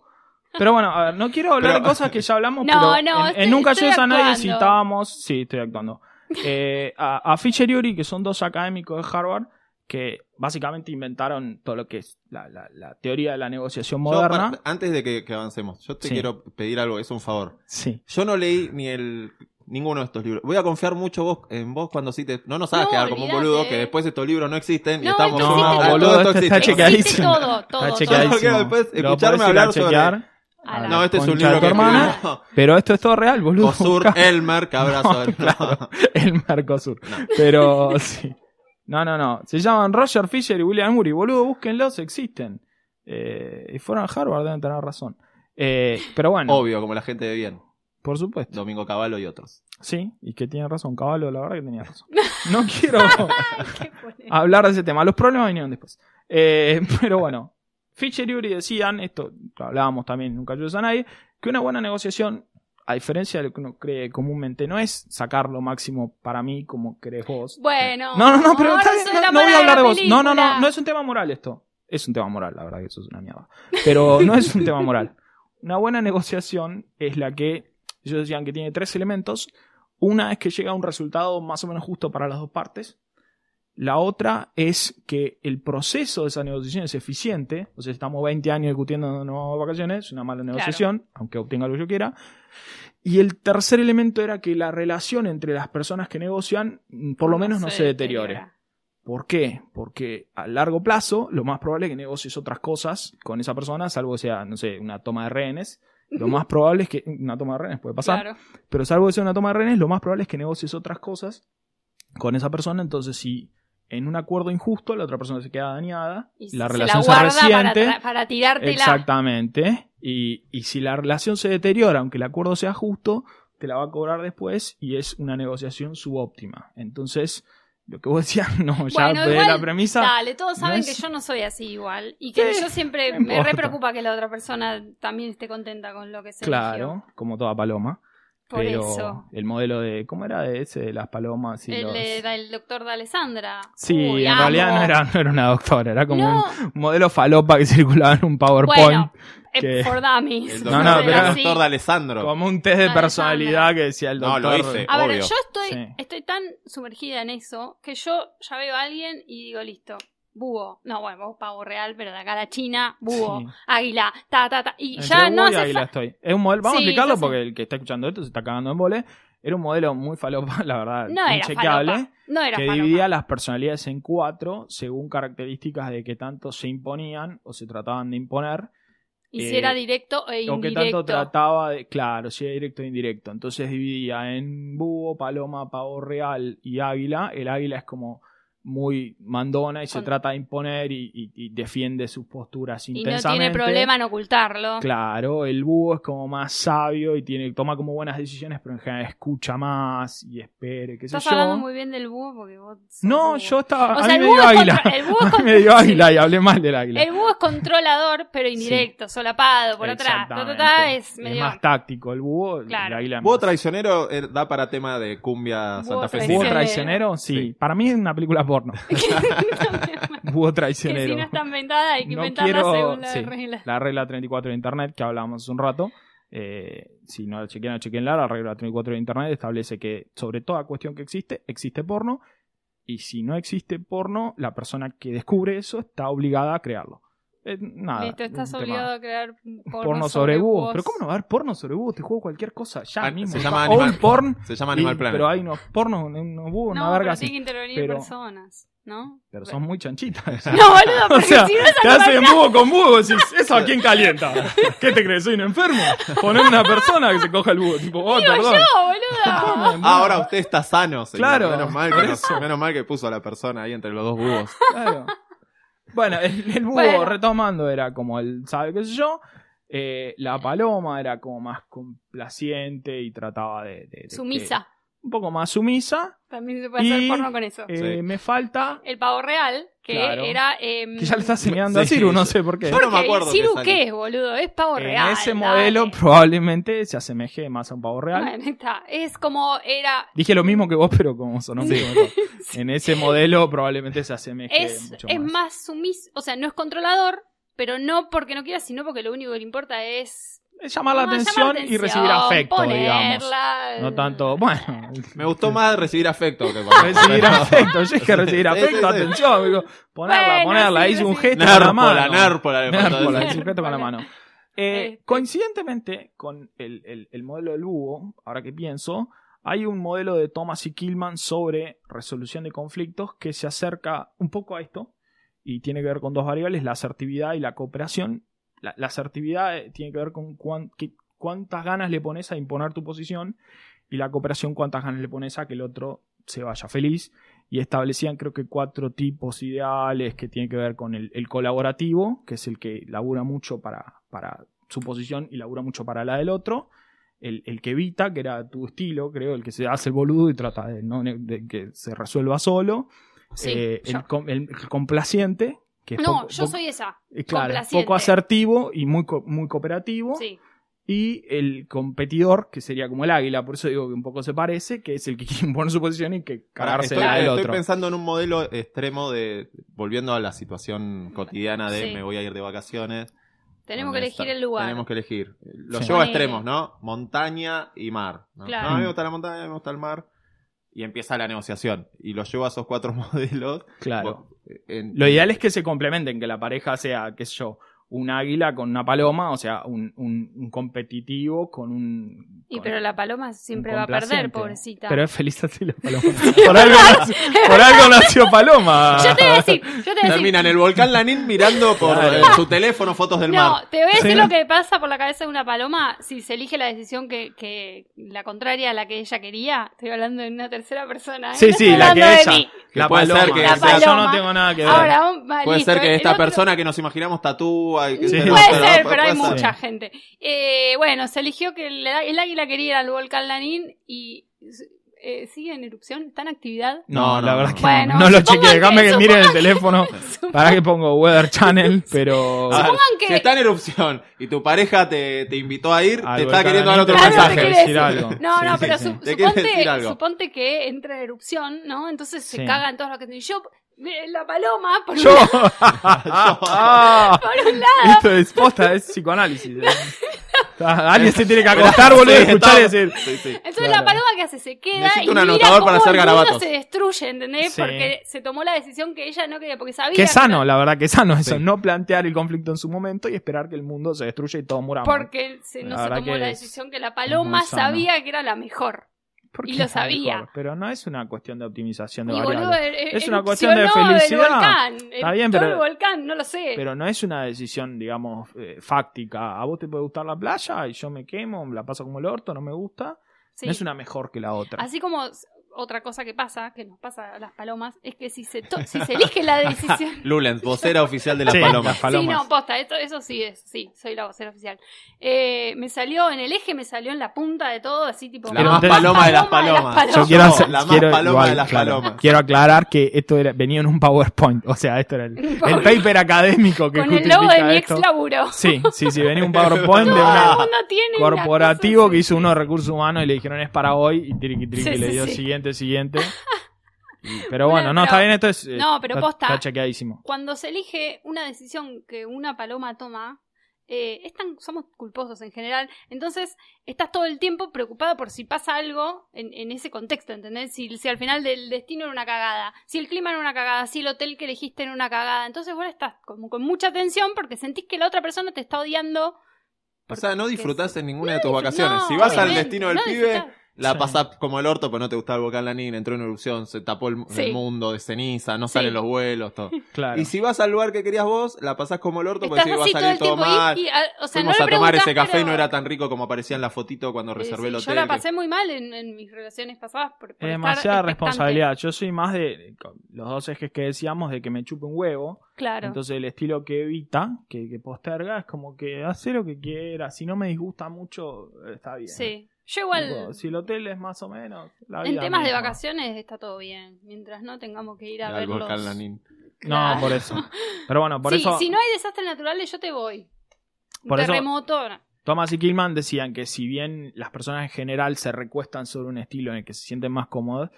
[SPEAKER 2] Pero bueno, a ver, no quiero hablar
[SPEAKER 4] Pero-
[SPEAKER 2] de cosas que ya hablamos,
[SPEAKER 3] No,
[SPEAKER 2] pero
[SPEAKER 3] no,
[SPEAKER 2] en,
[SPEAKER 3] estoy-
[SPEAKER 2] en Nunca
[SPEAKER 3] estoy
[SPEAKER 2] Ayudes a Nadie
[SPEAKER 3] actuando.
[SPEAKER 2] citábamos. Sí, estoy actuando. Eh, a, a Fisher y Uri, que son dos académicos de Harvard, que básicamente inventaron todo lo que es la, la- la teoría de la negociación
[SPEAKER 4] Yo,
[SPEAKER 2] moderna.
[SPEAKER 4] para- antes de que, que avancemos, yo te
[SPEAKER 2] Sí.
[SPEAKER 4] quiero pedir algo, es un favor.
[SPEAKER 2] Sí.
[SPEAKER 4] Yo no leí ni el ninguno de estos libros. Voy a confiar mucho vos en vos cuando cites. No nos hagas
[SPEAKER 3] No,
[SPEAKER 4] quedar como un
[SPEAKER 3] olvídate.
[SPEAKER 4] boludo que después estos libros no existen y
[SPEAKER 3] No,
[SPEAKER 2] este
[SPEAKER 4] estamos
[SPEAKER 3] esto
[SPEAKER 4] como,
[SPEAKER 3] existe.
[SPEAKER 4] ah,
[SPEAKER 2] boludo,
[SPEAKER 4] todo
[SPEAKER 2] esto está
[SPEAKER 4] existe.
[SPEAKER 2] chequeado.
[SPEAKER 3] Existe
[SPEAKER 2] Chequeadísimo.
[SPEAKER 3] todo, todo.
[SPEAKER 2] Está
[SPEAKER 3] todo. Ah,
[SPEAKER 4] chequeadísimo. Yo quiero después escucharme hablar sobre-
[SPEAKER 3] A la-
[SPEAKER 4] No, este es un
[SPEAKER 2] Concha de tu
[SPEAKER 4] libro que
[SPEAKER 2] hermana.
[SPEAKER 4] escribió
[SPEAKER 2] Pero esto es todo real, boludo.
[SPEAKER 4] Osur
[SPEAKER 2] Busca
[SPEAKER 4] Elmer, cabrazo.
[SPEAKER 2] El Mercosur. Pero sí. No, no, no. Se llaman Roger Fisher y William Murray. Boludo, búsquenlos, existen. Eh, y fueron a Harvard, deben tener razón. Eh, pero bueno,
[SPEAKER 4] Obvio, como la gente de bien.
[SPEAKER 2] por supuesto.
[SPEAKER 4] Domingo Cavallo y otros.
[SPEAKER 2] Sí, y que tiene razón, Caballo, la verdad que tenía razón. No quiero
[SPEAKER 3] Qué bueno.
[SPEAKER 2] hablar de ese tema. Los problemas vinieron después. Eh, pero bueno, Fisher y Uri decían, esto lo hablábamos también, nunca ayudas a nadie, que una buena negociación, a diferencia de lo que uno cree comúnmente, no es sacar lo máximo para mí como crees vos.
[SPEAKER 3] Bueno.
[SPEAKER 2] No, no, no, pero
[SPEAKER 3] ahora
[SPEAKER 2] está bien,
[SPEAKER 3] soy
[SPEAKER 2] no,
[SPEAKER 3] la
[SPEAKER 2] no voy
[SPEAKER 3] mala
[SPEAKER 2] a hablar de
[SPEAKER 3] la
[SPEAKER 2] vos. No, no, no,
[SPEAKER 3] película.
[SPEAKER 2] no es un tema moral esto. Es un tema moral, la verdad que eso es una mierda. Pero no es un tema moral. Una buena negociación es la que, ellos decían que tiene tres elementos. Una es que llega a un resultado más o menos justo para las dos partes. La otra es que el proceso de esa negociación es eficiente. O sea, estamos 20 años discutiendo nuevas vacaciones, es una mala negociación, aunque obtenga lo que yo quiera. Y el tercer elemento era que la relación entre las personas que negocian, mm, por lo menos no se deteriore.
[SPEAKER 3] deteriora.
[SPEAKER 2] ¿Por qué? Porque a largo plazo lo más probable es que negocies otras cosas con esa persona, salvo que sea, no sé, una toma de rehenes. Lo más probable es que una toma de rehenes puede pasar,
[SPEAKER 3] Claro.
[SPEAKER 2] pero salvo que sea una toma de rehenes, lo más probable es que negocies otras cosas con esa persona. Entonces, si en un acuerdo injusto la otra persona se queda dañada,
[SPEAKER 3] Y
[SPEAKER 2] la
[SPEAKER 3] se
[SPEAKER 2] relación se,
[SPEAKER 3] guarda para
[SPEAKER 2] resiente.
[SPEAKER 3] tra- Para tirártela.
[SPEAKER 2] Exactamente. Y, y si la relación se deteriora, aunque el acuerdo sea justo, te la va a cobrar después y es una negociación subóptima. Entonces, lo que vos decías, no, ya
[SPEAKER 3] Bueno,
[SPEAKER 2] de
[SPEAKER 3] igual,
[SPEAKER 2] la premisa.
[SPEAKER 3] Dale, todos
[SPEAKER 2] no
[SPEAKER 3] saben
[SPEAKER 2] es-
[SPEAKER 3] que yo no soy así igual. Y que
[SPEAKER 2] Sí,
[SPEAKER 3] yo siempre
[SPEAKER 2] no
[SPEAKER 3] me
[SPEAKER 2] importa.
[SPEAKER 3] re preocupa que la otra persona también esté contenta con lo que se eligió.
[SPEAKER 2] Claro, como toda paloma.
[SPEAKER 3] Por
[SPEAKER 2] pero
[SPEAKER 3] eso.
[SPEAKER 2] el modelo de. ¿Cómo era de ese de las palomas y
[SPEAKER 3] el,
[SPEAKER 2] los.?
[SPEAKER 3] de- da- el doctor de Alessandra.
[SPEAKER 2] Sí,
[SPEAKER 3] Uy,
[SPEAKER 2] en
[SPEAKER 3] amo.
[SPEAKER 2] realidad no era, no era una doctora, era como
[SPEAKER 3] No,
[SPEAKER 2] un modelo falopa que circulaba en un PowerPoint.
[SPEAKER 3] bueno, eh,
[SPEAKER 2] que-
[SPEAKER 3] for dummies.
[SPEAKER 4] El
[SPEAKER 2] No,
[SPEAKER 4] doctor,
[SPEAKER 2] no,
[SPEAKER 4] el
[SPEAKER 2] pero-
[SPEAKER 4] doctor de Alessandro.
[SPEAKER 2] como un test de
[SPEAKER 3] Ah,
[SPEAKER 2] personalidad
[SPEAKER 3] Alexander.
[SPEAKER 2] que decía el
[SPEAKER 4] No,
[SPEAKER 2] doctor.
[SPEAKER 4] lo hice.
[SPEAKER 3] A ver,
[SPEAKER 4] Obvio.
[SPEAKER 3] yo estoy,
[SPEAKER 2] Sí.
[SPEAKER 3] estoy tan sumergida en eso que yo ya veo a alguien y digo, listo, búho. No, bueno, vos pavo real, pero de acá a la China, búho,
[SPEAKER 2] Sí.
[SPEAKER 3] águila, ta, ta, ta. Y
[SPEAKER 2] Entre
[SPEAKER 3] ya no
[SPEAKER 2] Hugo y
[SPEAKER 3] hace
[SPEAKER 2] Águila
[SPEAKER 3] fa-
[SPEAKER 2] estoy. Es un modelo, vamos
[SPEAKER 3] Sí,
[SPEAKER 2] a explicarlo
[SPEAKER 3] ya sé.
[SPEAKER 2] porque el que está escuchando esto se está cagando en vole. Era un modelo muy falopa, la verdad,
[SPEAKER 3] No era
[SPEAKER 2] inchequeable,
[SPEAKER 3] falopa. No era
[SPEAKER 2] que
[SPEAKER 3] falopa.
[SPEAKER 2] dividía las personalidades en cuatro según características de que tanto se imponían o se trataban de imponer
[SPEAKER 3] Y si
[SPEAKER 2] eh,
[SPEAKER 3] era directo e indirecto.
[SPEAKER 2] o que tanto trataba de, claro, si era directo o indirecto. Entonces dividía en búho, paloma, pavo real y águila. El águila es como muy mandona y se
[SPEAKER 3] Con-
[SPEAKER 2] trata de imponer y, y- y defiende sus posturas
[SPEAKER 3] Y no
[SPEAKER 2] intensamente.
[SPEAKER 3] tiene problema en ocultarlo.
[SPEAKER 2] Claro, el búho es como más sabio y tiene, toma como buenas decisiones, pero en general escucha más y espere, qué sé
[SPEAKER 3] Estás
[SPEAKER 2] yo.
[SPEAKER 3] hablando muy bien del búho porque vos. sos
[SPEAKER 2] No,
[SPEAKER 3] búho.
[SPEAKER 2] yo estaba.
[SPEAKER 3] O
[SPEAKER 2] a
[SPEAKER 3] sea,
[SPEAKER 2] mí
[SPEAKER 3] el
[SPEAKER 2] me
[SPEAKER 3] búho,
[SPEAKER 2] dio
[SPEAKER 3] es
[SPEAKER 2] águila.
[SPEAKER 3] contra- el búho es
[SPEAKER 2] A mí
[SPEAKER 3] con-
[SPEAKER 2] me dio
[SPEAKER 3] sí.
[SPEAKER 2] águila y hablé mal del águila.
[SPEAKER 3] El búho es controlador, pero indirecto, solapado, por atrás. Ta, ta,
[SPEAKER 2] Exactamente.
[SPEAKER 3] ta, es
[SPEAKER 2] Es
[SPEAKER 3] medio.
[SPEAKER 2] más táctico el búho.
[SPEAKER 3] Claro.
[SPEAKER 2] El águila es
[SPEAKER 4] Búho
[SPEAKER 2] más-
[SPEAKER 4] traicionero eh, da para tema de cumbia
[SPEAKER 3] Búho
[SPEAKER 2] ¿Búho
[SPEAKER 3] traicionero.
[SPEAKER 4] santafesina.
[SPEAKER 2] traicionero? Sí.
[SPEAKER 4] Sí.
[SPEAKER 2] Para mí es una película porno. Búho
[SPEAKER 3] que si no
[SPEAKER 2] traicionero.
[SPEAKER 3] está inventada, hay que
[SPEAKER 2] No
[SPEAKER 3] inventarla
[SPEAKER 2] quiero-
[SPEAKER 3] según la
[SPEAKER 2] sí.
[SPEAKER 3] regla.
[SPEAKER 2] La regla 34 de internet que hablábamos hace un rato. eh, si no la chequean, chequenla. La regla 34 de internet establece que sobre toda cuestión que existe, existe porno. Y si no existe porno, la persona que descubre eso está obligada a crearlo. Eh, nada.
[SPEAKER 3] Listo, estás
[SPEAKER 2] un tema-
[SPEAKER 3] obligado a crear porno,
[SPEAKER 2] Porno sobre búhos.
[SPEAKER 3] búhos.
[SPEAKER 2] Pero ¿cómo no va a haber porno sobre búhos? Te juego cualquier cosa ya
[SPEAKER 4] Ah,
[SPEAKER 2] mismo.
[SPEAKER 4] se llama
[SPEAKER 2] Old
[SPEAKER 4] Animal-
[SPEAKER 2] porn.
[SPEAKER 4] Se llama
[SPEAKER 2] y-
[SPEAKER 4] Animal Planet.
[SPEAKER 2] pero hay unos pornos, unos búhos,
[SPEAKER 3] No,
[SPEAKER 2] una verga
[SPEAKER 3] pero
[SPEAKER 2] así.
[SPEAKER 3] tiene que intervenir
[SPEAKER 2] pero-
[SPEAKER 3] personas, ¿no?
[SPEAKER 2] Pero son muy chanchitas.
[SPEAKER 3] No, boludo,
[SPEAKER 2] O
[SPEAKER 3] porque
[SPEAKER 2] sea,
[SPEAKER 3] si no es
[SPEAKER 2] te hacen búho con búho, decís, ¿eso a quién calienta? ¿Qué te crees? ¿Soy un enfermo? Poner una persona que se coja el búho, tipo, oh,
[SPEAKER 3] amigo
[SPEAKER 2] perdón.
[SPEAKER 3] yo, boludo.
[SPEAKER 4] Ah, ahora usted está sano, señor.
[SPEAKER 2] Claro,
[SPEAKER 4] Menos mal,
[SPEAKER 2] por
[SPEAKER 4] que nos- menos mal que puso a la persona ahí entre los dos búhos.
[SPEAKER 2] Claro. Bueno, el, el búho,
[SPEAKER 3] Bueno.
[SPEAKER 2] retomando, era como el, ¿sabe qué sé yo? Eh, la paloma era como más complaciente y trataba de... de- de
[SPEAKER 3] Sumisa.
[SPEAKER 2] que- un poco más sumisa.
[SPEAKER 3] También se puede hacer
[SPEAKER 2] Y-
[SPEAKER 3] porno con eso.
[SPEAKER 2] Eh,
[SPEAKER 4] Sí.
[SPEAKER 2] Me falta...
[SPEAKER 3] el pavo real, que
[SPEAKER 2] Claro.
[SPEAKER 3] era. em,
[SPEAKER 2] Que ya le está señalando
[SPEAKER 4] Mm. Sí,
[SPEAKER 2] a Ciru, no
[SPEAKER 4] yo-
[SPEAKER 2] sé por qué.
[SPEAKER 4] yo no me
[SPEAKER 3] porque
[SPEAKER 4] acuerdo
[SPEAKER 3] el Ciru,
[SPEAKER 4] que salió.
[SPEAKER 3] ¿qué es, boludo? Es pavo
[SPEAKER 2] En
[SPEAKER 3] real.
[SPEAKER 2] ese
[SPEAKER 3] dale.
[SPEAKER 2] modelo probablemente se asemeje más a un pavo real.
[SPEAKER 3] Bueno, ahí está. Es como era.
[SPEAKER 2] Dije lo mismo que vos, pero como sonó
[SPEAKER 4] Sí.
[SPEAKER 2] mucho mejor. En ese modelo probablemente se asemeje
[SPEAKER 3] Es,
[SPEAKER 2] mucho
[SPEAKER 3] es
[SPEAKER 2] más.
[SPEAKER 3] más sumiso. O sea, no es controlador, pero no porque no quiera, sino porque lo único que le importa es.
[SPEAKER 2] Es llamar la
[SPEAKER 3] llamar
[SPEAKER 2] atención y recibir afecto, digamos.
[SPEAKER 3] ponerla.
[SPEAKER 2] No tanto, bueno,
[SPEAKER 4] Me gustó más recibir afecto que
[SPEAKER 2] recibir afecto. Yo es que recibir
[SPEAKER 4] Sí, sí,
[SPEAKER 2] afecto,
[SPEAKER 4] sí.
[SPEAKER 2] atención. digo, ponerla,
[SPEAKER 3] Bueno,
[SPEAKER 2] ponerla.
[SPEAKER 3] sí,
[SPEAKER 2] Hice un
[SPEAKER 3] sí.
[SPEAKER 2] gesto con la mano.
[SPEAKER 4] Nárpola, nárpola. le faltó
[SPEAKER 2] Nárpola,
[SPEAKER 4] decir.
[SPEAKER 2] el sujeto con la mano. Eh,
[SPEAKER 3] Este.
[SPEAKER 2] Coincidentemente con el, el- el modelo del búho, ahora que pienso, hay un modelo de Thomas y Killman sobre resolución de conflictos que se acerca un poco a esto y tiene que ver con dos variables, la asertividad y la cooperación. La, la asertividad eh, tiene que ver con cuán- qué- cuántas ganas le pones a imponer tu posición y la cooperación cuántas ganas le pones a que el otro se vaya feliz. Y establecían creo que cuatro tipos ideales que tienen que ver con el, el colaborativo, que es el que labura mucho para, para su posición y labura mucho para la del otro. El, el que evita, que era tu estilo, creo, el que se hace el boludo y trata de, no- de que se resuelva solo.
[SPEAKER 3] Sí,
[SPEAKER 2] Eh,
[SPEAKER 3] yo.
[SPEAKER 2] el, com- el complaciente, que es
[SPEAKER 3] No,
[SPEAKER 2] poco,
[SPEAKER 3] yo
[SPEAKER 2] poco-
[SPEAKER 3] soy esa.
[SPEAKER 2] eh, claro,
[SPEAKER 3] complaciente.
[SPEAKER 2] poco asertivo y muy, co- muy cooperativo.
[SPEAKER 3] Sí.
[SPEAKER 2] Y el competidor, que sería como el águila, por eso digo que un poco se parece, que es el que quiere imponer su posición y que
[SPEAKER 4] Pará,
[SPEAKER 2] cagarse
[SPEAKER 4] estoy,
[SPEAKER 2] la del
[SPEAKER 4] estoy
[SPEAKER 2] otro.
[SPEAKER 4] pensando en un modelo extremo de. Volviendo a la situación cotidiana de
[SPEAKER 3] Sí.
[SPEAKER 4] me voy a ir de vacaciones.
[SPEAKER 3] Tenemos que
[SPEAKER 4] ¿Dónde
[SPEAKER 3] elegir
[SPEAKER 4] está?
[SPEAKER 3] el lugar.
[SPEAKER 4] Tenemos que elegir. Los
[SPEAKER 2] Sí. Mm.
[SPEAKER 4] llevo
[SPEAKER 3] Ponele.
[SPEAKER 4] a extremos, ¿no? Montaña y mar. ¿no?
[SPEAKER 3] Claro.
[SPEAKER 4] No, a mí me gusta la montaña, a mí me gusta el mar. Y empieza la negociación. Y los llevo a esos cuatro modelos.
[SPEAKER 2] Claro.
[SPEAKER 4] En-
[SPEAKER 2] Lo ideal es que se complementen, que la pareja sea, qué sé yo, un águila con una paloma, o sea, un, un- un competitivo con un.
[SPEAKER 3] Y
[SPEAKER 2] con
[SPEAKER 3] pero la paloma
[SPEAKER 2] un
[SPEAKER 3] siempre va a
[SPEAKER 2] complaciente.
[SPEAKER 3] perder, pobrecita.
[SPEAKER 2] Pero es feliz así la paloma. por, algo nació, por algo nació paloma.
[SPEAKER 3] Yo te voy a decir, yo te voy a decir.
[SPEAKER 4] Termina en el volcán Lanín mirando por
[SPEAKER 2] Claro.
[SPEAKER 4] eh, su teléfono fotos del
[SPEAKER 3] No,
[SPEAKER 4] mar.
[SPEAKER 3] te voy a decir
[SPEAKER 2] Sí.
[SPEAKER 3] lo que pasa por la cabeza de una paloma si se elige la decisión que, que la contraria a la que ella quería. Estoy hablando en una tercera persona. ¿eh?
[SPEAKER 2] Sí,
[SPEAKER 3] No
[SPEAKER 2] sí,
[SPEAKER 3] estoy
[SPEAKER 2] la que
[SPEAKER 3] hablando de
[SPEAKER 2] ella.
[SPEAKER 3] mí.
[SPEAKER 4] Que
[SPEAKER 2] La
[SPEAKER 4] puede ser
[SPEAKER 2] paloma.
[SPEAKER 4] que
[SPEAKER 2] La
[SPEAKER 4] sea-
[SPEAKER 2] paloma. Yo no
[SPEAKER 3] paloma.
[SPEAKER 2] tengo nada que ver.
[SPEAKER 3] Ahora, vamos- va,
[SPEAKER 4] Puede
[SPEAKER 3] listo,
[SPEAKER 4] ser que
[SPEAKER 3] el
[SPEAKER 4] esta
[SPEAKER 3] otro-
[SPEAKER 4] persona que nos imaginamos tatúa y que
[SPEAKER 2] Sí.
[SPEAKER 4] se-
[SPEAKER 3] Puede
[SPEAKER 4] no,
[SPEAKER 3] ser,
[SPEAKER 4] no,
[SPEAKER 3] pero hay
[SPEAKER 4] puede ser.
[SPEAKER 3] mucha gente. Eh, bueno, se eligió que el, el águila quería ir al volcán Lanín y eh, sigue en erupción, está en actividad.
[SPEAKER 2] No,
[SPEAKER 4] No,
[SPEAKER 2] la
[SPEAKER 4] no,
[SPEAKER 2] verdad
[SPEAKER 4] no.
[SPEAKER 2] es que no,
[SPEAKER 3] Bueno,
[SPEAKER 2] no, lo
[SPEAKER 3] supongan
[SPEAKER 2] chequeé. Déjame
[SPEAKER 3] que-
[SPEAKER 2] que miren el teléfono. Para que pongo Weather Channel, pero.
[SPEAKER 4] Ah,
[SPEAKER 3] Supongan que-
[SPEAKER 4] Si está en erupción y tu pareja te, te invitó a ir, te
[SPEAKER 2] Algo
[SPEAKER 4] está queriendo dar
[SPEAKER 2] claramente
[SPEAKER 4] otro
[SPEAKER 3] Claro, te
[SPEAKER 4] mensaje.
[SPEAKER 3] quiere decir.
[SPEAKER 2] algo.
[SPEAKER 3] No,
[SPEAKER 2] Sí,
[SPEAKER 3] no,
[SPEAKER 2] sí,
[SPEAKER 3] pero
[SPEAKER 2] sí.
[SPEAKER 3] su-
[SPEAKER 4] Te quiere decir
[SPEAKER 3] suponte,
[SPEAKER 4] algo.
[SPEAKER 3] suponte que entra en erupción, ¿no? Entonces se
[SPEAKER 2] Sí.
[SPEAKER 3] cagan todos los que... Y yo, eh, la paloma, por,
[SPEAKER 2] Yo.
[SPEAKER 3] un,
[SPEAKER 2] Ah,
[SPEAKER 3] por un lado...
[SPEAKER 2] Esto es posta, es psicoanálisis. eh. Ah, Alguien se tiene que acostar,
[SPEAKER 4] Sí,
[SPEAKER 2] boludo, y escuchar y
[SPEAKER 4] está-
[SPEAKER 2] decir.
[SPEAKER 4] sí, sí.
[SPEAKER 3] Entonces
[SPEAKER 2] Claro.
[SPEAKER 3] la paloma que hace se queda
[SPEAKER 4] Necesito
[SPEAKER 3] y
[SPEAKER 4] un
[SPEAKER 3] mira
[SPEAKER 4] anotador para
[SPEAKER 3] cómo
[SPEAKER 4] hacer
[SPEAKER 3] el mundo
[SPEAKER 4] garabatos.
[SPEAKER 3] se destruye, ¿entendés?
[SPEAKER 2] Sí.
[SPEAKER 3] Porque se tomó la decisión que ella no quería, porque sabía
[SPEAKER 2] Qué
[SPEAKER 3] que-
[SPEAKER 2] sano, la verdad, que sano eso.
[SPEAKER 4] Sí.
[SPEAKER 2] No plantear el conflicto en su momento y esperar que el mundo se destruya y todos muramos.
[SPEAKER 3] porque se- no
[SPEAKER 2] La
[SPEAKER 3] se
[SPEAKER 2] verdad
[SPEAKER 3] tomó
[SPEAKER 2] que
[SPEAKER 3] la
[SPEAKER 2] es-
[SPEAKER 3] decisión que la paloma
[SPEAKER 2] muy sano.
[SPEAKER 3] sabía que era la mejor.
[SPEAKER 2] ¿Por
[SPEAKER 3] y
[SPEAKER 2] qué
[SPEAKER 3] lo
[SPEAKER 2] es la
[SPEAKER 3] sabía.
[SPEAKER 2] mejor? Pero no es una cuestión de optimización de
[SPEAKER 3] y
[SPEAKER 2] variables.
[SPEAKER 3] boludo, er-
[SPEAKER 2] Es
[SPEAKER 3] er-
[SPEAKER 2] una cuestión de
[SPEAKER 3] erupcionó el
[SPEAKER 2] felicidad.
[SPEAKER 3] volcán,
[SPEAKER 2] Está
[SPEAKER 3] el-
[SPEAKER 2] bien,
[SPEAKER 3] todo
[SPEAKER 2] pero-
[SPEAKER 3] el volcán, no lo sé.
[SPEAKER 2] Pero no es una decisión, digamos, eh, fáctica. A vos te puede gustar la playa y yo me quemo, la paso como el orto, no me gusta.
[SPEAKER 3] Sí.
[SPEAKER 2] No es una mejor que la otra.
[SPEAKER 3] Así como, otra cosa que pasa, que nos pasa a las palomas, es que si se, to- si se elige la decisión...
[SPEAKER 4] Lulens, vocera oficial de las
[SPEAKER 2] Sí,
[SPEAKER 4] palomas.
[SPEAKER 2] las palomas.
[SPEAKER 3] Sí, no, posta, esto- eso sí es, sí, soy la vocera oficial. Eh, me salió en el eje, me salió en la punta de todo, así tipo...
[SPEAKER 4] La
[SPEAKER 2] Pero
[SPEAKER 4] más
[SPEAKER 2] entonces-
[SPEAKER 4] paloma de las palomas.
[SPEAKER 2] Yo
[SPEAKER 3] No,
[SPEAKER 2] quiero,
[SPEAKER 4] no,
[SPEAKER 2] hacer-
[SPEAKER 4] la más
[SPEAKER 2] quiero-
[SPEAKER 4] paloma
[SPEAKER 2] igual,
[SPEAKER 4] de las
[SPEAKER 2] claro,
[SPEAKER 4] palomas.
[SPEAKER 2] quiero aclarar que esto era, venía en un PowerPoint. O sea, esto era el,
[SPEAKER 3] Un
[SPEAKER 2] el
[SPEAKER 3] PowerPoint.
[SPEAKER 2] paper académico que
[SPEAKER 3] Con el logo de
[SPEAKER 2] justifica
[SPEAKER 3] mi ex
[SPEAKER 2] esto.
[SPEAKER 3] laburo.
[SPEAKER 2] Sí, sí, sí, venía un PowerPoint de
[SPEAKER 3] Todo
[SPEAKER 2] una-
[SPEAKER 3] el mundo tiene una
[SPEAKER 2] corporativo
[SPEAKER 3] cosa
[SPEAKER 2] que
[SPEAKER 3] así.
[SPEAKER 2] hizo uno de recursos humanos y le dijeron es para hoy y triqui triqui
[SPEAKER 3] Sí,
[SPEAKER 2] le
[SPEAKER 3] sí,
[SPEAKER 2] dio
[SPEAKER 3] sí.
[SPEAKER 2] siguiente, siguiente. Y- Pero
[SPEAKER 3] Bueno,
[SPEAKER 2] bueno, no,
[SPEAKER 3] pero-
[SPEAKER 2] está bien, esto es. eh,
[SPEAKER 3] No, pero
[SPEAKER 2] está-
[SPEAKER 3] posta.
[SPEAKER 2] Está chequeadísimo.
[SPEAKER 3] Cuando se elige una decisión que una paloma toma, eh, es tan- somos culposos en general, entonces estás todo el tiempo preocupada por si pasa algo en, en ese contexto, ¿entendés? Si, si al final del destino era una cagada, si el clima era una cagada, si el hotel que elegiste era una cagada, entonces vos estás como con mucha tensión porque sentís que la otra persona te está odiando.
[SPEAKER 4] O sea, no disfrutás en ninguna de tus
[SPEAKER 3] No,
[SPEAKER 4] vacaciones. Si vas al
[SPEAKER 3] obviamente,
[SPEAKER 4] destino del
[SPEAKER 3] no
[SPEAKER 4] pibe,
[SPEAKER 3] disfrutás.
[SPEAKER 4] la
[SPEAKER 2] Sí.
[SPEAKER 4] pasás como el orto, pero no te gustaba el volcán Lanín, entró en erupción, se tapó el, el
[SPEAKER 3] Sí.
[SPEAKER 4] mundo de ceniza, no
[SPEAKER 3] Sí.
[SPEAKER 4] salen los vuelos, todo.
[SPEAKER 2] Claro.
[SPEAKER 4] Y si vas al lugar que querías vos, la pasás como el orto, porque
[SPEAKER 3] Estás
[SPEAKER 4] si va a
[SPEAKER 3] así todo
[SPEAKER 4] salir
[SPEAKER 3] el
[SPEAKER 4] todo
[SPEAKER 3] tiempo. y-
[SPEAKER 4] mal.
[SPEAKER 3] y, ah, o sea, no
[SPEAKER 4] Fuimos
[SPEAKER 3] le
[SPEAKER 4] a tomar ese
[SPEAKER 3] preguntás,
[SPEAKER 4] café y no
[SPEAKER 3] pero-
[SPEAKER 4] era tan rico como aparecía en la fotito cuando
[SPEAKER 3] Eh,
[SPEAKER 4] reservé
[SPEAKER 3] sí,
[SPEAKER 4] el hotel.
[SPEAKER 3] Yo la
[SPEAKER 4] que-
[SPEAKER 3] pasé muy mal en, en mis relaciones pasadas. Por, por
[SPEAKER 2] Es
[SPEAKER 3] estar
[SPEAKER 2] demasiada
[SPEAKER 3] expectante.
[SPEAKER 2] responsabilidad. Yo soy más de con los dos ejes que decíamos de que me chupe un huevo.
[SPEAKER 3] Claro.
[SPEAKER 2] Entonces el estilo que evita, que, que posterga, es como que hace lo que quiera. Si no me disgusta mucho, está bien.
[SPEAKER 3] sí. Yo
[SPEAKER 2] Tipo,
[SPEAKER 3] igual.
[SPEAKER 2] Si el hotel es más o menos. La
[SPEAKER 3] En
[SPEAKER 2] vida
[SPEAKER 3] temas de
[SPEAKER 2] misma.
[SPEAKER 3] vacaciones está todo bien. Mientras no tengamos que ir a
[SPEAKER 4] Al
[SPEAKER 3] verlos.
[SPEAKER 4] volcán Lanín.
[SPEAKER 2] No,
[SPEAKER 3] Claro.
[SPEAKER 2] por eso. Pero bueno, por
[SPEAKER 3] Sí,
[SPEAKER 2] eso.
[SPEAKER 3] Si no hay desastres naturales, yo te voy. Un
[SPEAKER 2] Por eso-
[SPEAKER 3] terremoto. no.
[SPEAKER 2] Thomas y Killman decían que si bien las personas en general se recuestan sobre un estilo en el que se sienten más cómodos,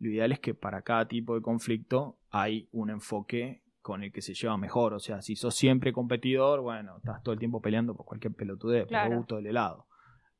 [SPEAKER 2] lo ideal es que para cada tipo de conflicto hay un enfoque con el que se lleva mejor. O sea, si sos siempre competidor, bueno, estás todo el tiempo peleando por cualquier pelotudez, por
[SPEAKER 3] Claro.
[SPEAKER 2] el gusto del helado.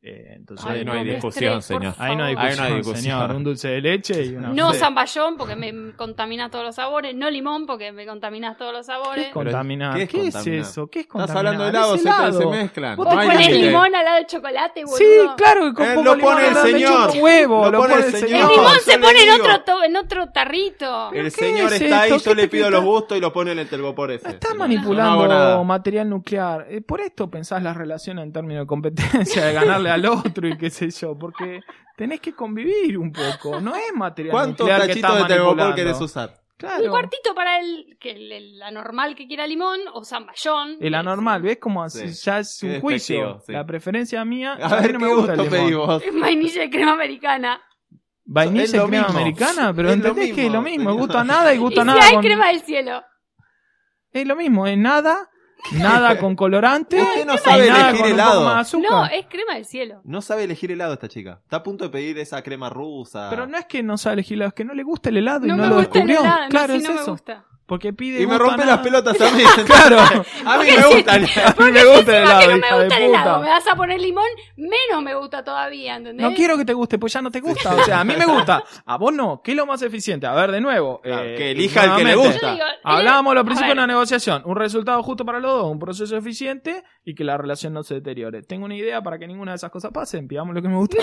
[SPEAKER 2] Eh, entonces,
[SPEAKER 4] Ahí
[SPEAKER 3] Ay,
[SPEAKER 4] no hay
[SPEAKER 3] me
[SPEAKER 4] discusión,
[SPEAKER 3] estrés, por
[SPEAKER 4] señor.
[SPEAKER 2] ahí no hay
[SPEAKER 3] favor.
[SPEAKER 2] discusión,
[SPEAKER 4] Ahí no hay discusión.
[SPEAKER 2] señor. Un dulce de leche y una...
[SPEAKER 3] No
[SPEAKER 2] Sí.
[SPEAKER 3] zamballón porque me contamina todos los sabores. No limón porque me contaminas todos los sabores.
[SPEAKER 2] ¿Qué es contaminar?
[SPEAKER 4] ¿Qué
[SPEAKER 2] ¿Qué
[SPEAKER 4] es
[SPEAKER 2] es,
[SPEAKER 4] contaminar?
[SPEAKER 2] eso? ¿Qué es contaminar?
[SPEAKER 4] Estás hablando de
[SPEAKER 2] Es
[SPEAKER 4] helado, se,
[SPEAKER 2] helado.
[SPEAKER 4] se mezclan.
[SPEAKER 2] Vos
[SPEAKER 3] Vos
[SPEAKER 4] No hay
[SPEAKER 3] pones
[SPEAKER 4] límite.
[SPEAKER 3] limón al lado del chocolate, boludo.
[SPEAKER 2] Sí, claro, que con
[SPEAKER 4] Eh,
[SPEAKER 2] poco
[SPEAKER 4] lo pone
[SPEAKER 2] limón
[SPEAKER 4] el
[SPEAKER 2] le chupa
[SPEAKER 4] señor.
[SPEAKER 2] un huevo,
[SPEAKER 4] Lo
[SPEAKER 2] lo,
[SPEAKER 4] pone
[SPEAKER 2] pone
[SPEAKER 4] el
[SPEAKER 2] el
[SPEAKER 4] señor.
[SPEAKER 2] señor.
[SPEAKER 3] El limón
[SPEAKER 4] No,
[SPEAKER 3] se
[SPEAKER 4] yo
[SPEAKER 3] pone
[SPEAKER 4] le
[SPEAKER 3] en
[SPEAKER 4] digo.
[SPEAKER 3] otro, to- en otro tarrito.
[SPEAKER 4] El
[SPEAKER 2] ¿Qué
[SPEAKER 4] señor
[SPEAKER 2] es
[SPEAKER 4] está ahí,
[SPEAKER 2] esto?
[SPEAKER 4] yo
[SPEAKER 2] ¿Qué
[SPEAKER 4] le
[SPEAKER 2] te
[SPEAKER 4] pido
[SPEAKER 2] pinta?
[SPEAKER 4] los gustos y lo pone en el telgopor ese.
[SPEAKER 2] Estás
[SPEAKER 4] No, no
[SPEAKER 2] manipulando
[SPEAKER 4] hago nada.
[SPEAKER 2] material nuclear. Eh, por esto pensás las relaciones en términos de competencia, de ganarle al otro y qué sé yo, porque tenés que convivir un poco. No es material
[SPEAKER 4] ¿Cuántos
[SPEAKER 2] nuclear que estás
[SPEAKER 4] cachitos de telgopor
[SPEAKER 2] manipulando.
[SPEAKER 4] querés usar?
[SPEAKER 2] Claro.
[SPEAKER 3] Un cuartito para el, que el, el anormal que quiera limón o zamballón.
[SPEAKER 2] El anormal, ¿ves? Como así,
[SPEAKER 4] Sí.
[SPEAKER 2] ya es
[SPEAKER 4] Qué
[SPEAKER 2] un
[SPEAKER 4] despectivo,
[SPEAKER 2] juicio.
[SPEAKER 4] sí.
[SPEAKER 2] La preferencia mía.
[SPEAKER 4] A ver
[SPEAKER 2] mí no
[SPEAKER 4] qué
[SPEAKER 2] me gusta el
[SPEAKER 4] gusto
[SPEAKER 2] limón.
[SPEAKER 4] pedís vos.
[SPEAKER 3] Es Vainilla de crema americana.
[SPEAKER 2] Vainilla
[SPEAKER 4] Es
[SPEAKER 2] y
[SPEAKER 4] lo
[SPEAKER 2] crema
[SPEAKER 4] mismo.
[SPEAKER 2] americana, pero
[SPEAKER 4] Es lo
[SPEAKER 2] entendés que es lo
[SPEAKER 4] mismo,
[SPEAKER 2] mismo.
[SPEAKER 4] señor.
[SPEAKER 2] Gusta nada y
[SPEAKER 3] Y
[SPEAKER 2] gusta
[SPEAKER 3] si
[SPEAKER 2] nada.
[SPEAKER 3] hay
[SPEAKER 2] con-
[SPEAKER 3] crema del cielo.
[SPEAKER 2] Es lo mismo, es nada, nada con colorante.
[SPEAKER 4] Usted no
[SPEAKER 2] y
[SPEAKER 4] sabe
[SPEAKER 2] nada
[SPEAKER 4] elegir
[SPEAKER 2] con un poco
[SPEAKER 4] helado.
[SPEAKER 2] más de azúcar.
[SPEAKER 3] No, es crema del cielo.
[SPEAKER 4] No sabe elegir helado esta chica. Está a punto de pedir esa crema rusa.
[SPEAKER 2] Pero no es que no sabe elegir helado, es que no le gusta el helado
[SPEAKER 3] No,
[SPEAKER 2] y no
[SPEAKER 3] me
[SPEAKER 2] lo
[SPEAKER 3] gusta el
[SPEAKER 2] descubrió.
[SPEAKER 3] helado,
[SPEAKER 2] claro,
[SPEAKER 3] no, si
[SPEAKER 2] es
[SPEAKER 3] no me
[SPEAKER 2] eso.
[SPEAKER 3] gusta.
[SPEAKER 2] Porque pide.
[SPEAKER 4] Y me
[SPEAKER 2] gusto a
[SPEAKER 4] rompe
[SPEAKER 2] nada.
[SPEAKER 4] las pelotas a mí.
[SPEAKER 2] Claro.
[SPEAKER 4] A mí
[SPEAKER 3] Porque
[SPEAKER 4] me
[SPEAKER 3] sí.
[SPEAKER 4] gusta. el-
[SPEAKER 2] A mí me gusta el
[SPEAKER 3] Encima
[SPEAKER 2] helado. hija
[SPEAKER 3] que no me
[SPEAKER 2] de
[SPEAKER 3] gusta el helado, me
[SPEAKER 2] puta.
[SPEAKER 3] vas a poner limón, menos me gusta todavía, ¿entendés?
[SPEAKER 2] No quiero que te guste, pues ya no te gusta. O sea, a mí me gusta. A vos no. ¿Qué es lo más eficiente? A ver, de nuevo.
[SPEAKER 4] Claro,
[SPEAKER 2] eh,
[SPEAKER 4] que elija el que le
[SPEAKER 2] nuevamente.
[SPEAKER 3] Yo
[SPEAKER 4] gusta.
[SPEAKER 3] digo, eh,
[SPEAKER 2] Hablábamos
[SPEAKER 3] a
[SPEAKER 2] al principio de
[SPEAKER 3] ver,
[SPEAKER 2] una negociación. Un resultado justo para los dos, un proceso eficiente y que la relación no se deteriore. Tengo una idea para que ninguna de esas cosas pasen. Pidamos lo que me gusta.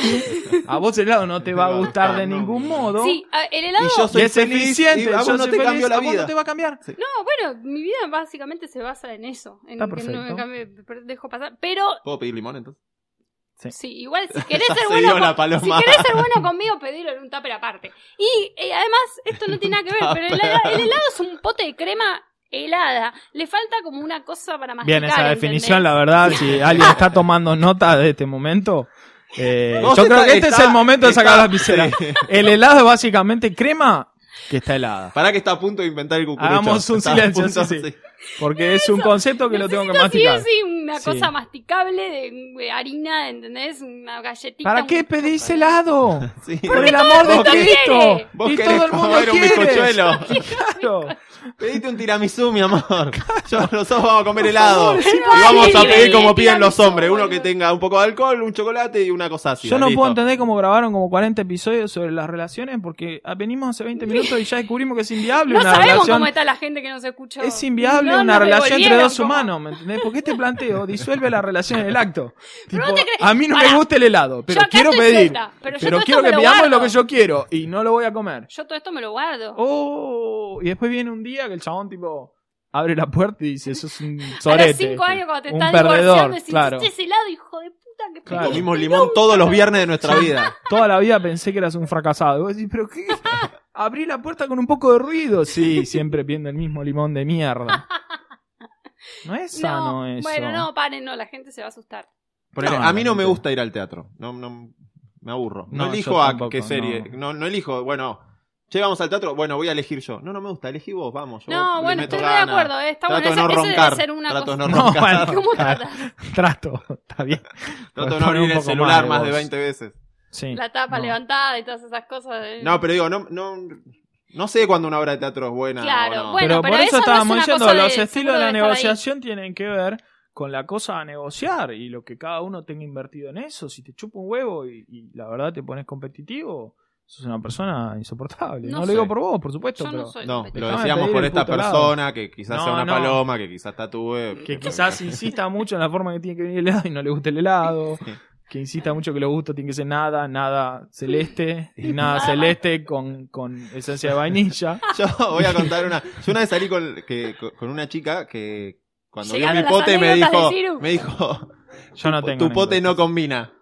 [SPEAKER 2] A vos el helado no te va a gustar de
[SPEAKER 4] No.
[SPEAKER 2] ningún modo.
[SPEAKER 3] Sí, a- el helado.
[SPEAKER 4] Y yo soy
[SPEAKER 2] y es
[SPEAKER 4] feliz,
[SPEAKER 2] eficiente.
[SPEAKER 4] y a vos
[SPEAKER 2] yo
[SPEAKER 4] no
[SPEAKER 2] soy
[SPEAKER 4] te
[SPEAKER 2] feliz,
[SPEAKER 4] cambió la
[SPEAKER 2] a vos
[SPEAKER 4] vida.
[SPEAKER 2] no te va a cambiar.
[SPEAKER 3] No, bueno, mi vida básicamente se basa en eso. En
[SPEAKER 2] Está
[SPEAKER 3] que no me
[SPEAKER 2] perfecto.
[SPEAKER 3] cambie- dejo pasar. Pero,
[SPEAKER 4] ¿Puedo pedir limón entonces?
[SPEAKER 3] sí, igual, si querés
[SPEAKER 4] Ya
[SPEAKER 3] ser
[SPEAKER 4] se
[SPEAKER 3] bueno.
[SPEAKER 4] dio
[SPEAKER 3] con-
[SPEAKER 4] la paloma.
[SPEAKER 3] Si querés ser bueno conmigo, pedilo en un tupper aparte. Y eh, además, esto no tiene nada que ver, pero el, hela- el helado es un pote de crema helada. Le falta como una cosa para masticar.
[SPEAKER 2] Bien, esa
[SPEAKER 3] ¿entendés?
[SPEAKER 2] definición, la verdad, si alguien está tomando nota de este momento, eh, yo
[SPEAKER 4] Vos
[SPEAKER 2] creo
[SPEAKER 4] está-
[SPEAKER 2] que este
[SPEAKER 4] está-
[SPEAKER 2] es el momento de sacar
[SPEAKER 4] está-
[SPEAKER 2] las piseras. El helado es básicamente crema que está helada.
[SPEAKER 4] Pará que está a punto de inventar el cucurucho.
[SPEAKER 2] Hagamos un
[SPEAKER 4] Está a
[SPEAKER 2] silencio,
[SPEAKER 4] punto-
[SPEAKER 2] sí, sí. Porque es un concepto que lo tengo que
[SPEAKER 3] Sí,
[SPEAKER 2] masticar.
[SPEAKER 3] sí, una
[SPEAKER 2] Sí.
[SPEAKER 3] cosa masticable de, de harina, ¿entendés? Una galletita.
[SPEAKER 2] ¿Para
[SPEAKER 3] un-
[SPEAKER 2] qué pedís helado?
[SPEAKER 4] Sí.
[SPEAKER 2] Por el amor de
[SPEAKER 4] mundo
[SPEAKER 2] Cristo.
[SPEAKER 3] quiere.
[SPEAKER 4] Vos
[SPEAKER 2] Y
[SPEAKER 4] querés
[SPEAKER 2] todo el mundo
[SPEAKER 4] comer un
[SPEAKER 2] quiere.
[SPEAKER 4] bizcochuelo.
[SPEAKER 2] Claro.
[SPEAKER 4] Pedite un tiramisú, mi amor. Yo, nosotros vamos a comer helado.
[SPEAKER 3] sí,
[SPEAKER 4] Y
[SPEAKER 3] por
[SPEAKER 4] vamos a
[SPEAKER 3] favor.
[SPEAKER 4] pedir como piden los
[SPEAKER 3] Tiramisú,
[SPEAKER 4] hombres. Uno
[SPEAKER 3] boludo.
[SPEAKER 4] que tenga un poco de alcohol, un chocolate y una cosa así.
[SPEAKER 2] Yo no
[SPEAKER 4] Listo.
[SPEAKER 2] puedo entender cómo grabaron como 40 episodios sobre las relaciones porque ah, venimos hace 20 minutos y ya descubrimos que es inviable
[SPEAKER 3] No
[SPEAKER 2] una
[SPEAKER 3] sabemos
[SPEAKER 2] relación
[SPEAKER 3] cómo está la gente que nos escuchó.
[SPEAKER 2] Es inviable
[SPEAKER 3] No,
[SPEAKER 2] una
[SPEAKER 3] nos
[SPEAKER 2] relación entre
[SPEAKER 3] devolvieron
[SPEAKER 2] dos
[SPEAKER 3] como-
[SPEAKER 2] humanos, ¿me entendés? Porque este planteo disuelve la relación en el acto. Tipo,
[SPEAKER 3] no te crees-
[SPEAKER 2] a mí no
[SPEAKER 3] Pará.
[SPEAKER 2] me gusta el helado, pero
[SPEAKER 3] Yo acá
[SPEAKER 2] quiero
[SPEAKER 3] estoy
[SPEAKER 2] pedir.
[SPEAKER 3] suelta, pero
[SPEAKER 2] pero
[SPEAKER 3] yo todo
[SPEAKER 2] quiero
[SPEAKER 3] esto
[SPEAKER 2] que
[SPEAKER 3] me lo
[SPEAKER 2] pidamos
[SPEAKER 3] guardo.
[SPEAKER 2] lo que yo quiero y no lo voy a comer.
[SPEAKER 3] Yo todo esto me lo guardo.
[SPEAKER 2] Oh, y después viene un día que el chabón tipo, abre la puerta y dice, eso es un
[SPEAKER 3] a los
[SPEAKER 2] sorete. este".
[SPEAKER 3] cinco años cuando te
[SPEAKER 2] Un
[SPEAKER 3] estás
[SPEAKER 2] perdedor,
[SPEAKER 3] divorciando decís,
[SPEAKER 2] claro.
[SPEAKER 3] "Este es helado, hijo de puta, que
[SPEAKER 2] Claro.
[SPEAKER 4] Comimos limón todos los viernes de nuestra vida.
[SPEAKER 2] Toda la vida pensé que eras un fracasado. Y vos decís, pero ¿qué? Abrí la puerta con un poco de ruido. Sí, siempre viendo el mismo limón de mierda. No es sano
[SPEAKER 3] No,
[SPEAKER 2] eso.
[SPEAKER 3] bueno, no, paren, no, la gente se va a asustar.
[SPEAKER 4] Ponele,
[SPEAKER 2] No,
[SPEAKER 4] a mí no me
[SPEAKER 2] realmente.
[SPEAKER 4] gusta ir al teatro. No, no, me aburro. No,
[SPEAKER 2] No,
[SPEAKER 4] elijo
[SPEAKER 2] yo
[SPEAKER 4] a
[SPEAKER 2] tampoco,
[SPEAKER 4] qué serie. No. No, elijo, bueno, llegamos al teatro, bueno, voy a elegir yo. No, no me gusta, elegí vos, vamos. Yo
[SPEAKER 3] No,
[SPEAKER 4] le
[SPEAKER 3] bueno,
[SPEAKER 4] meto
[SPEAKER 3] estoy re de
[SPEAKER 4] gana.
[SPEAKER 3] acuerdo, eh, está
[SPEAKER 4] Trato
[SPEAKER 3] bueno.
[SPEAKER 4] de no
[SPEAKER 3] Esa- ese debe
[SPEAKER 4] roncar.
[SPEAKER 3] ser una
[SPEAKER 4] Trato de
[SPEAKER 3] cosa.
[SPEAKER 4] no
[SPEAKER 2] No,
[SPEAKER 4] roncar.
[SPEAKER 2] bueno.
[SPEAKER 3] ¿Cómo
[SPEAKER 2] Claro.
[SPEAKER 3] tratas?
[SPEAKER 2] Trato, está bien.
[SPEAKER 4] Trato de
[SPEAKER 2] Poner
[SPEAKER 4] no
[SPEAKER 2] un
[SPEAKER 4] abrir el
[SPEAKER 2] poco
[SPEAKER 4] celular
[SPEAKER 2] más de
[SPEAKER 4] más de
[SPEAKER 2] voz.
[SPEAKER 4] 20 veces.
[SPEAKER 2] Sí.
[SPEAKER 3] La tapa
[SPEAKER 2] No.
[SPEAKER 3] levantada y todas esas cosas. eh.
[SPEAKER 4] No, pero digo, no, no, no sé cuándo una obra de teatro es buena.
[SPEAKER 3] Claro,
[SPEAKER 4] o no.
[SPEAKER 3] bueno,
[SPEAKER 2] pero,
[SPEAKER 3] pero
[SPEAKER 2] por
[SPEAKER 3] eso
[SPEAKER 2] eso
[SPEAKER 3] no es
[SPEAKER 2] estábamos
[SPEAKER 3] una
[SPEAKER 2] diciendo,
[SPEAKER 3] cosa de
[SPEAKER 2] los
[SPEAKER 3] seguro
[SPEAKER 2] estilos de
[SPEAKER 3] de
[SPEAKER 2] la
[SPEAKER 3] estar ahí.
[SPEAKER 2] negociación tienen que ver con la cosa a negociar y lo que cada uno tenga invertido en eso. Si te chupa un huevo y, y la verdad te pones competitivo, sos una persona insoportable.
[SPEAKER 3] No
[SPEAKER 2] No, lo digo
[SPEAKER 4] sé.
[SPEAKER 2] por vos, por supuesto,
[SPEAKER 3] Yo
[SPEAKER 2] pero
[SPEAKER 3] no soy.
[SPEAKER 4] No,
[SPEAKER 3] competitiva.
[SPEAKER 4] lo
[SPEAKER 2] Ah,
[SPEAKER 4] decíamos
[SPEAKER 2] pedir
[SPEAKER 4] por
[SPEAKER 2] el
[SPEAKER 4] esta
[SPEAKER 2] puto lado.
[SPEAKER 4] persona que quizás sea
[SPEAKER 2] No,
[SPEAKER 4] una
[SPEAKER 2] no.
[SPEAKER 4] paloma, que quizás tatúe.
[SPEAKER 2] que quizás insista mucho en la forma que tiene que venir el helado y no le gusta el helado. Que insista mucho que los gustos tienen que ser nada, nada celeste y nada celeste con, con esencia de vainilla.
[SPEAKER 4] Yo voy a contar una. Yo una vez salí con, que- con una chica que cuando
[SPEAKER 3] Llegando
[SPEAKER 4] vio
[SPEAKER 3] las
[SPEAKER 4] mi pote me
[SPEAKER 3] anécdotas
[SPEAKER 4] dijo,
[SPEAKER 3] de Ciru.
[SPEAKER 4] me dijo,
[SPEAKER 2] Yo no
[SPEAKER 4] "Tu-
[SPEAKER 2] tengo
[SPEAKER 4] tu pote
[SPEAKER 2] ningún-
[SPEAKER 4] no combina.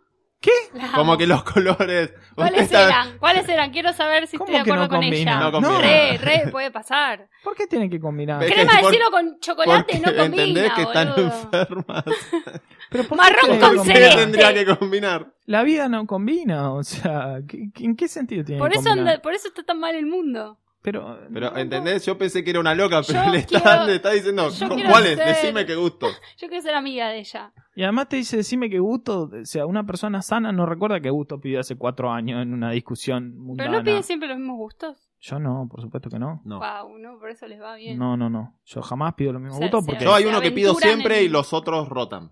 [SPEAKER 3] La-
[SPEAKER 4] Como que los colores. usted
[SPEAKER 3] ¿Cuáles
[SPEAKER 4] está-
[SPEAKER 3] eran? ¿Cuáles eran? Quiero saber si estoy
[SPEAKER 2] ¿Cómo
[SPEAKER 3] de
[SPEAKER 2] que
[SPEAKER 3] acuerdo
[SPEAKER 2] no
[SPEAKER 3] con
[SPEAKER 2] combina?
[SPEAKER 3] ella.
[SPEAKER 4] No combina.
[SPEAKER 3] Re, re, puede pasar.
[SPEAKER 2] ¿Por qué tienen que combinar?
[SPEAKER 4] Es que
[SPEAKER 3] Crema de
[SPEAKER 4] por-
[SPEAKER 3] cielo con chocolate
[SPEAKER 4] porque
[SPEAKER 3] no combina,
[SPEAKER 4] entendés que están
[SPEAKER 3] boludo.
[SPEAKER 4] enfermas.
[SPEAKER 2] Pero ¿por qué
[SPEAKER 3] Marrón
[SPEAKER 2] tienen que
[SPEAKER 3] con
[SPEAKER 4] ¿Por qué
[SPEAKER 2] combinar?
[SPEAKER 3] celeste.
[SPEAKER 4] tendría que combinar?
[SPEAKER 2] La vida no combina, o sea, ¿qué- qué- ¿en qué sentido tiene
[SPEAKER 3] Por
[SPEAKER 2] que
[SPEAKER 3] eso,
[SPEAKER 2] combinar?
[SPEAKER 3] anda- por eso está tan mal el mundo.
[SPEAKER 2] Pero,
[SPEAKER 4] Pero, ¿entendés? Yo pensé que era una loca, pero
[SPEAKER 3] Yo
[SPEAKER 4] le, está,
[SPEAKER 3] quiero-
[SPEAKER 4] le está diciendo,
[SPEAKER 3] yo
[SPEAKER 4] "No,
[SPEAKER 3] quiero
[SPEAKER 4] ¿cuáles?
[SPEAKER 3] ser-
[SPEAKER 4] Decime qué gusto.
[SPEAKER 3] Yo quiero ser amiga de ella.
[SPEAKER 2] Y además te dice, decime qué gusto, o sea, una persona sana no recuerda qué gusto pidió hace cuatro años en una discusión
[SPEAKER 3] Pero
[SPEAKER 2] mundana.
[SPEAKER 3] no piden siempre los mismos gustos.
[SPEAKER 2] Yo no, por supuesto que no.
[SPEAKER 4] No.
[SPEAKER 3] Wow, no, por eso les va bien.
[SPEAKER 2] No, no, no. Yo jamás pido los mismos
[SPEAKER 3] O sea,
[SPEAKER 2] gustos
[SPEAKER 3] se
[SPEAKER 2] porque,
[SPEAKER 4] Yo hay uno
[SPEAKER 3] Se
[SPEAKER 4] que pido
[SPEAKER 3] aventuran
[SPEAKER 4] siempre
[SPEAKER 3] en-
[SPEAKER 4] y los otros rotan.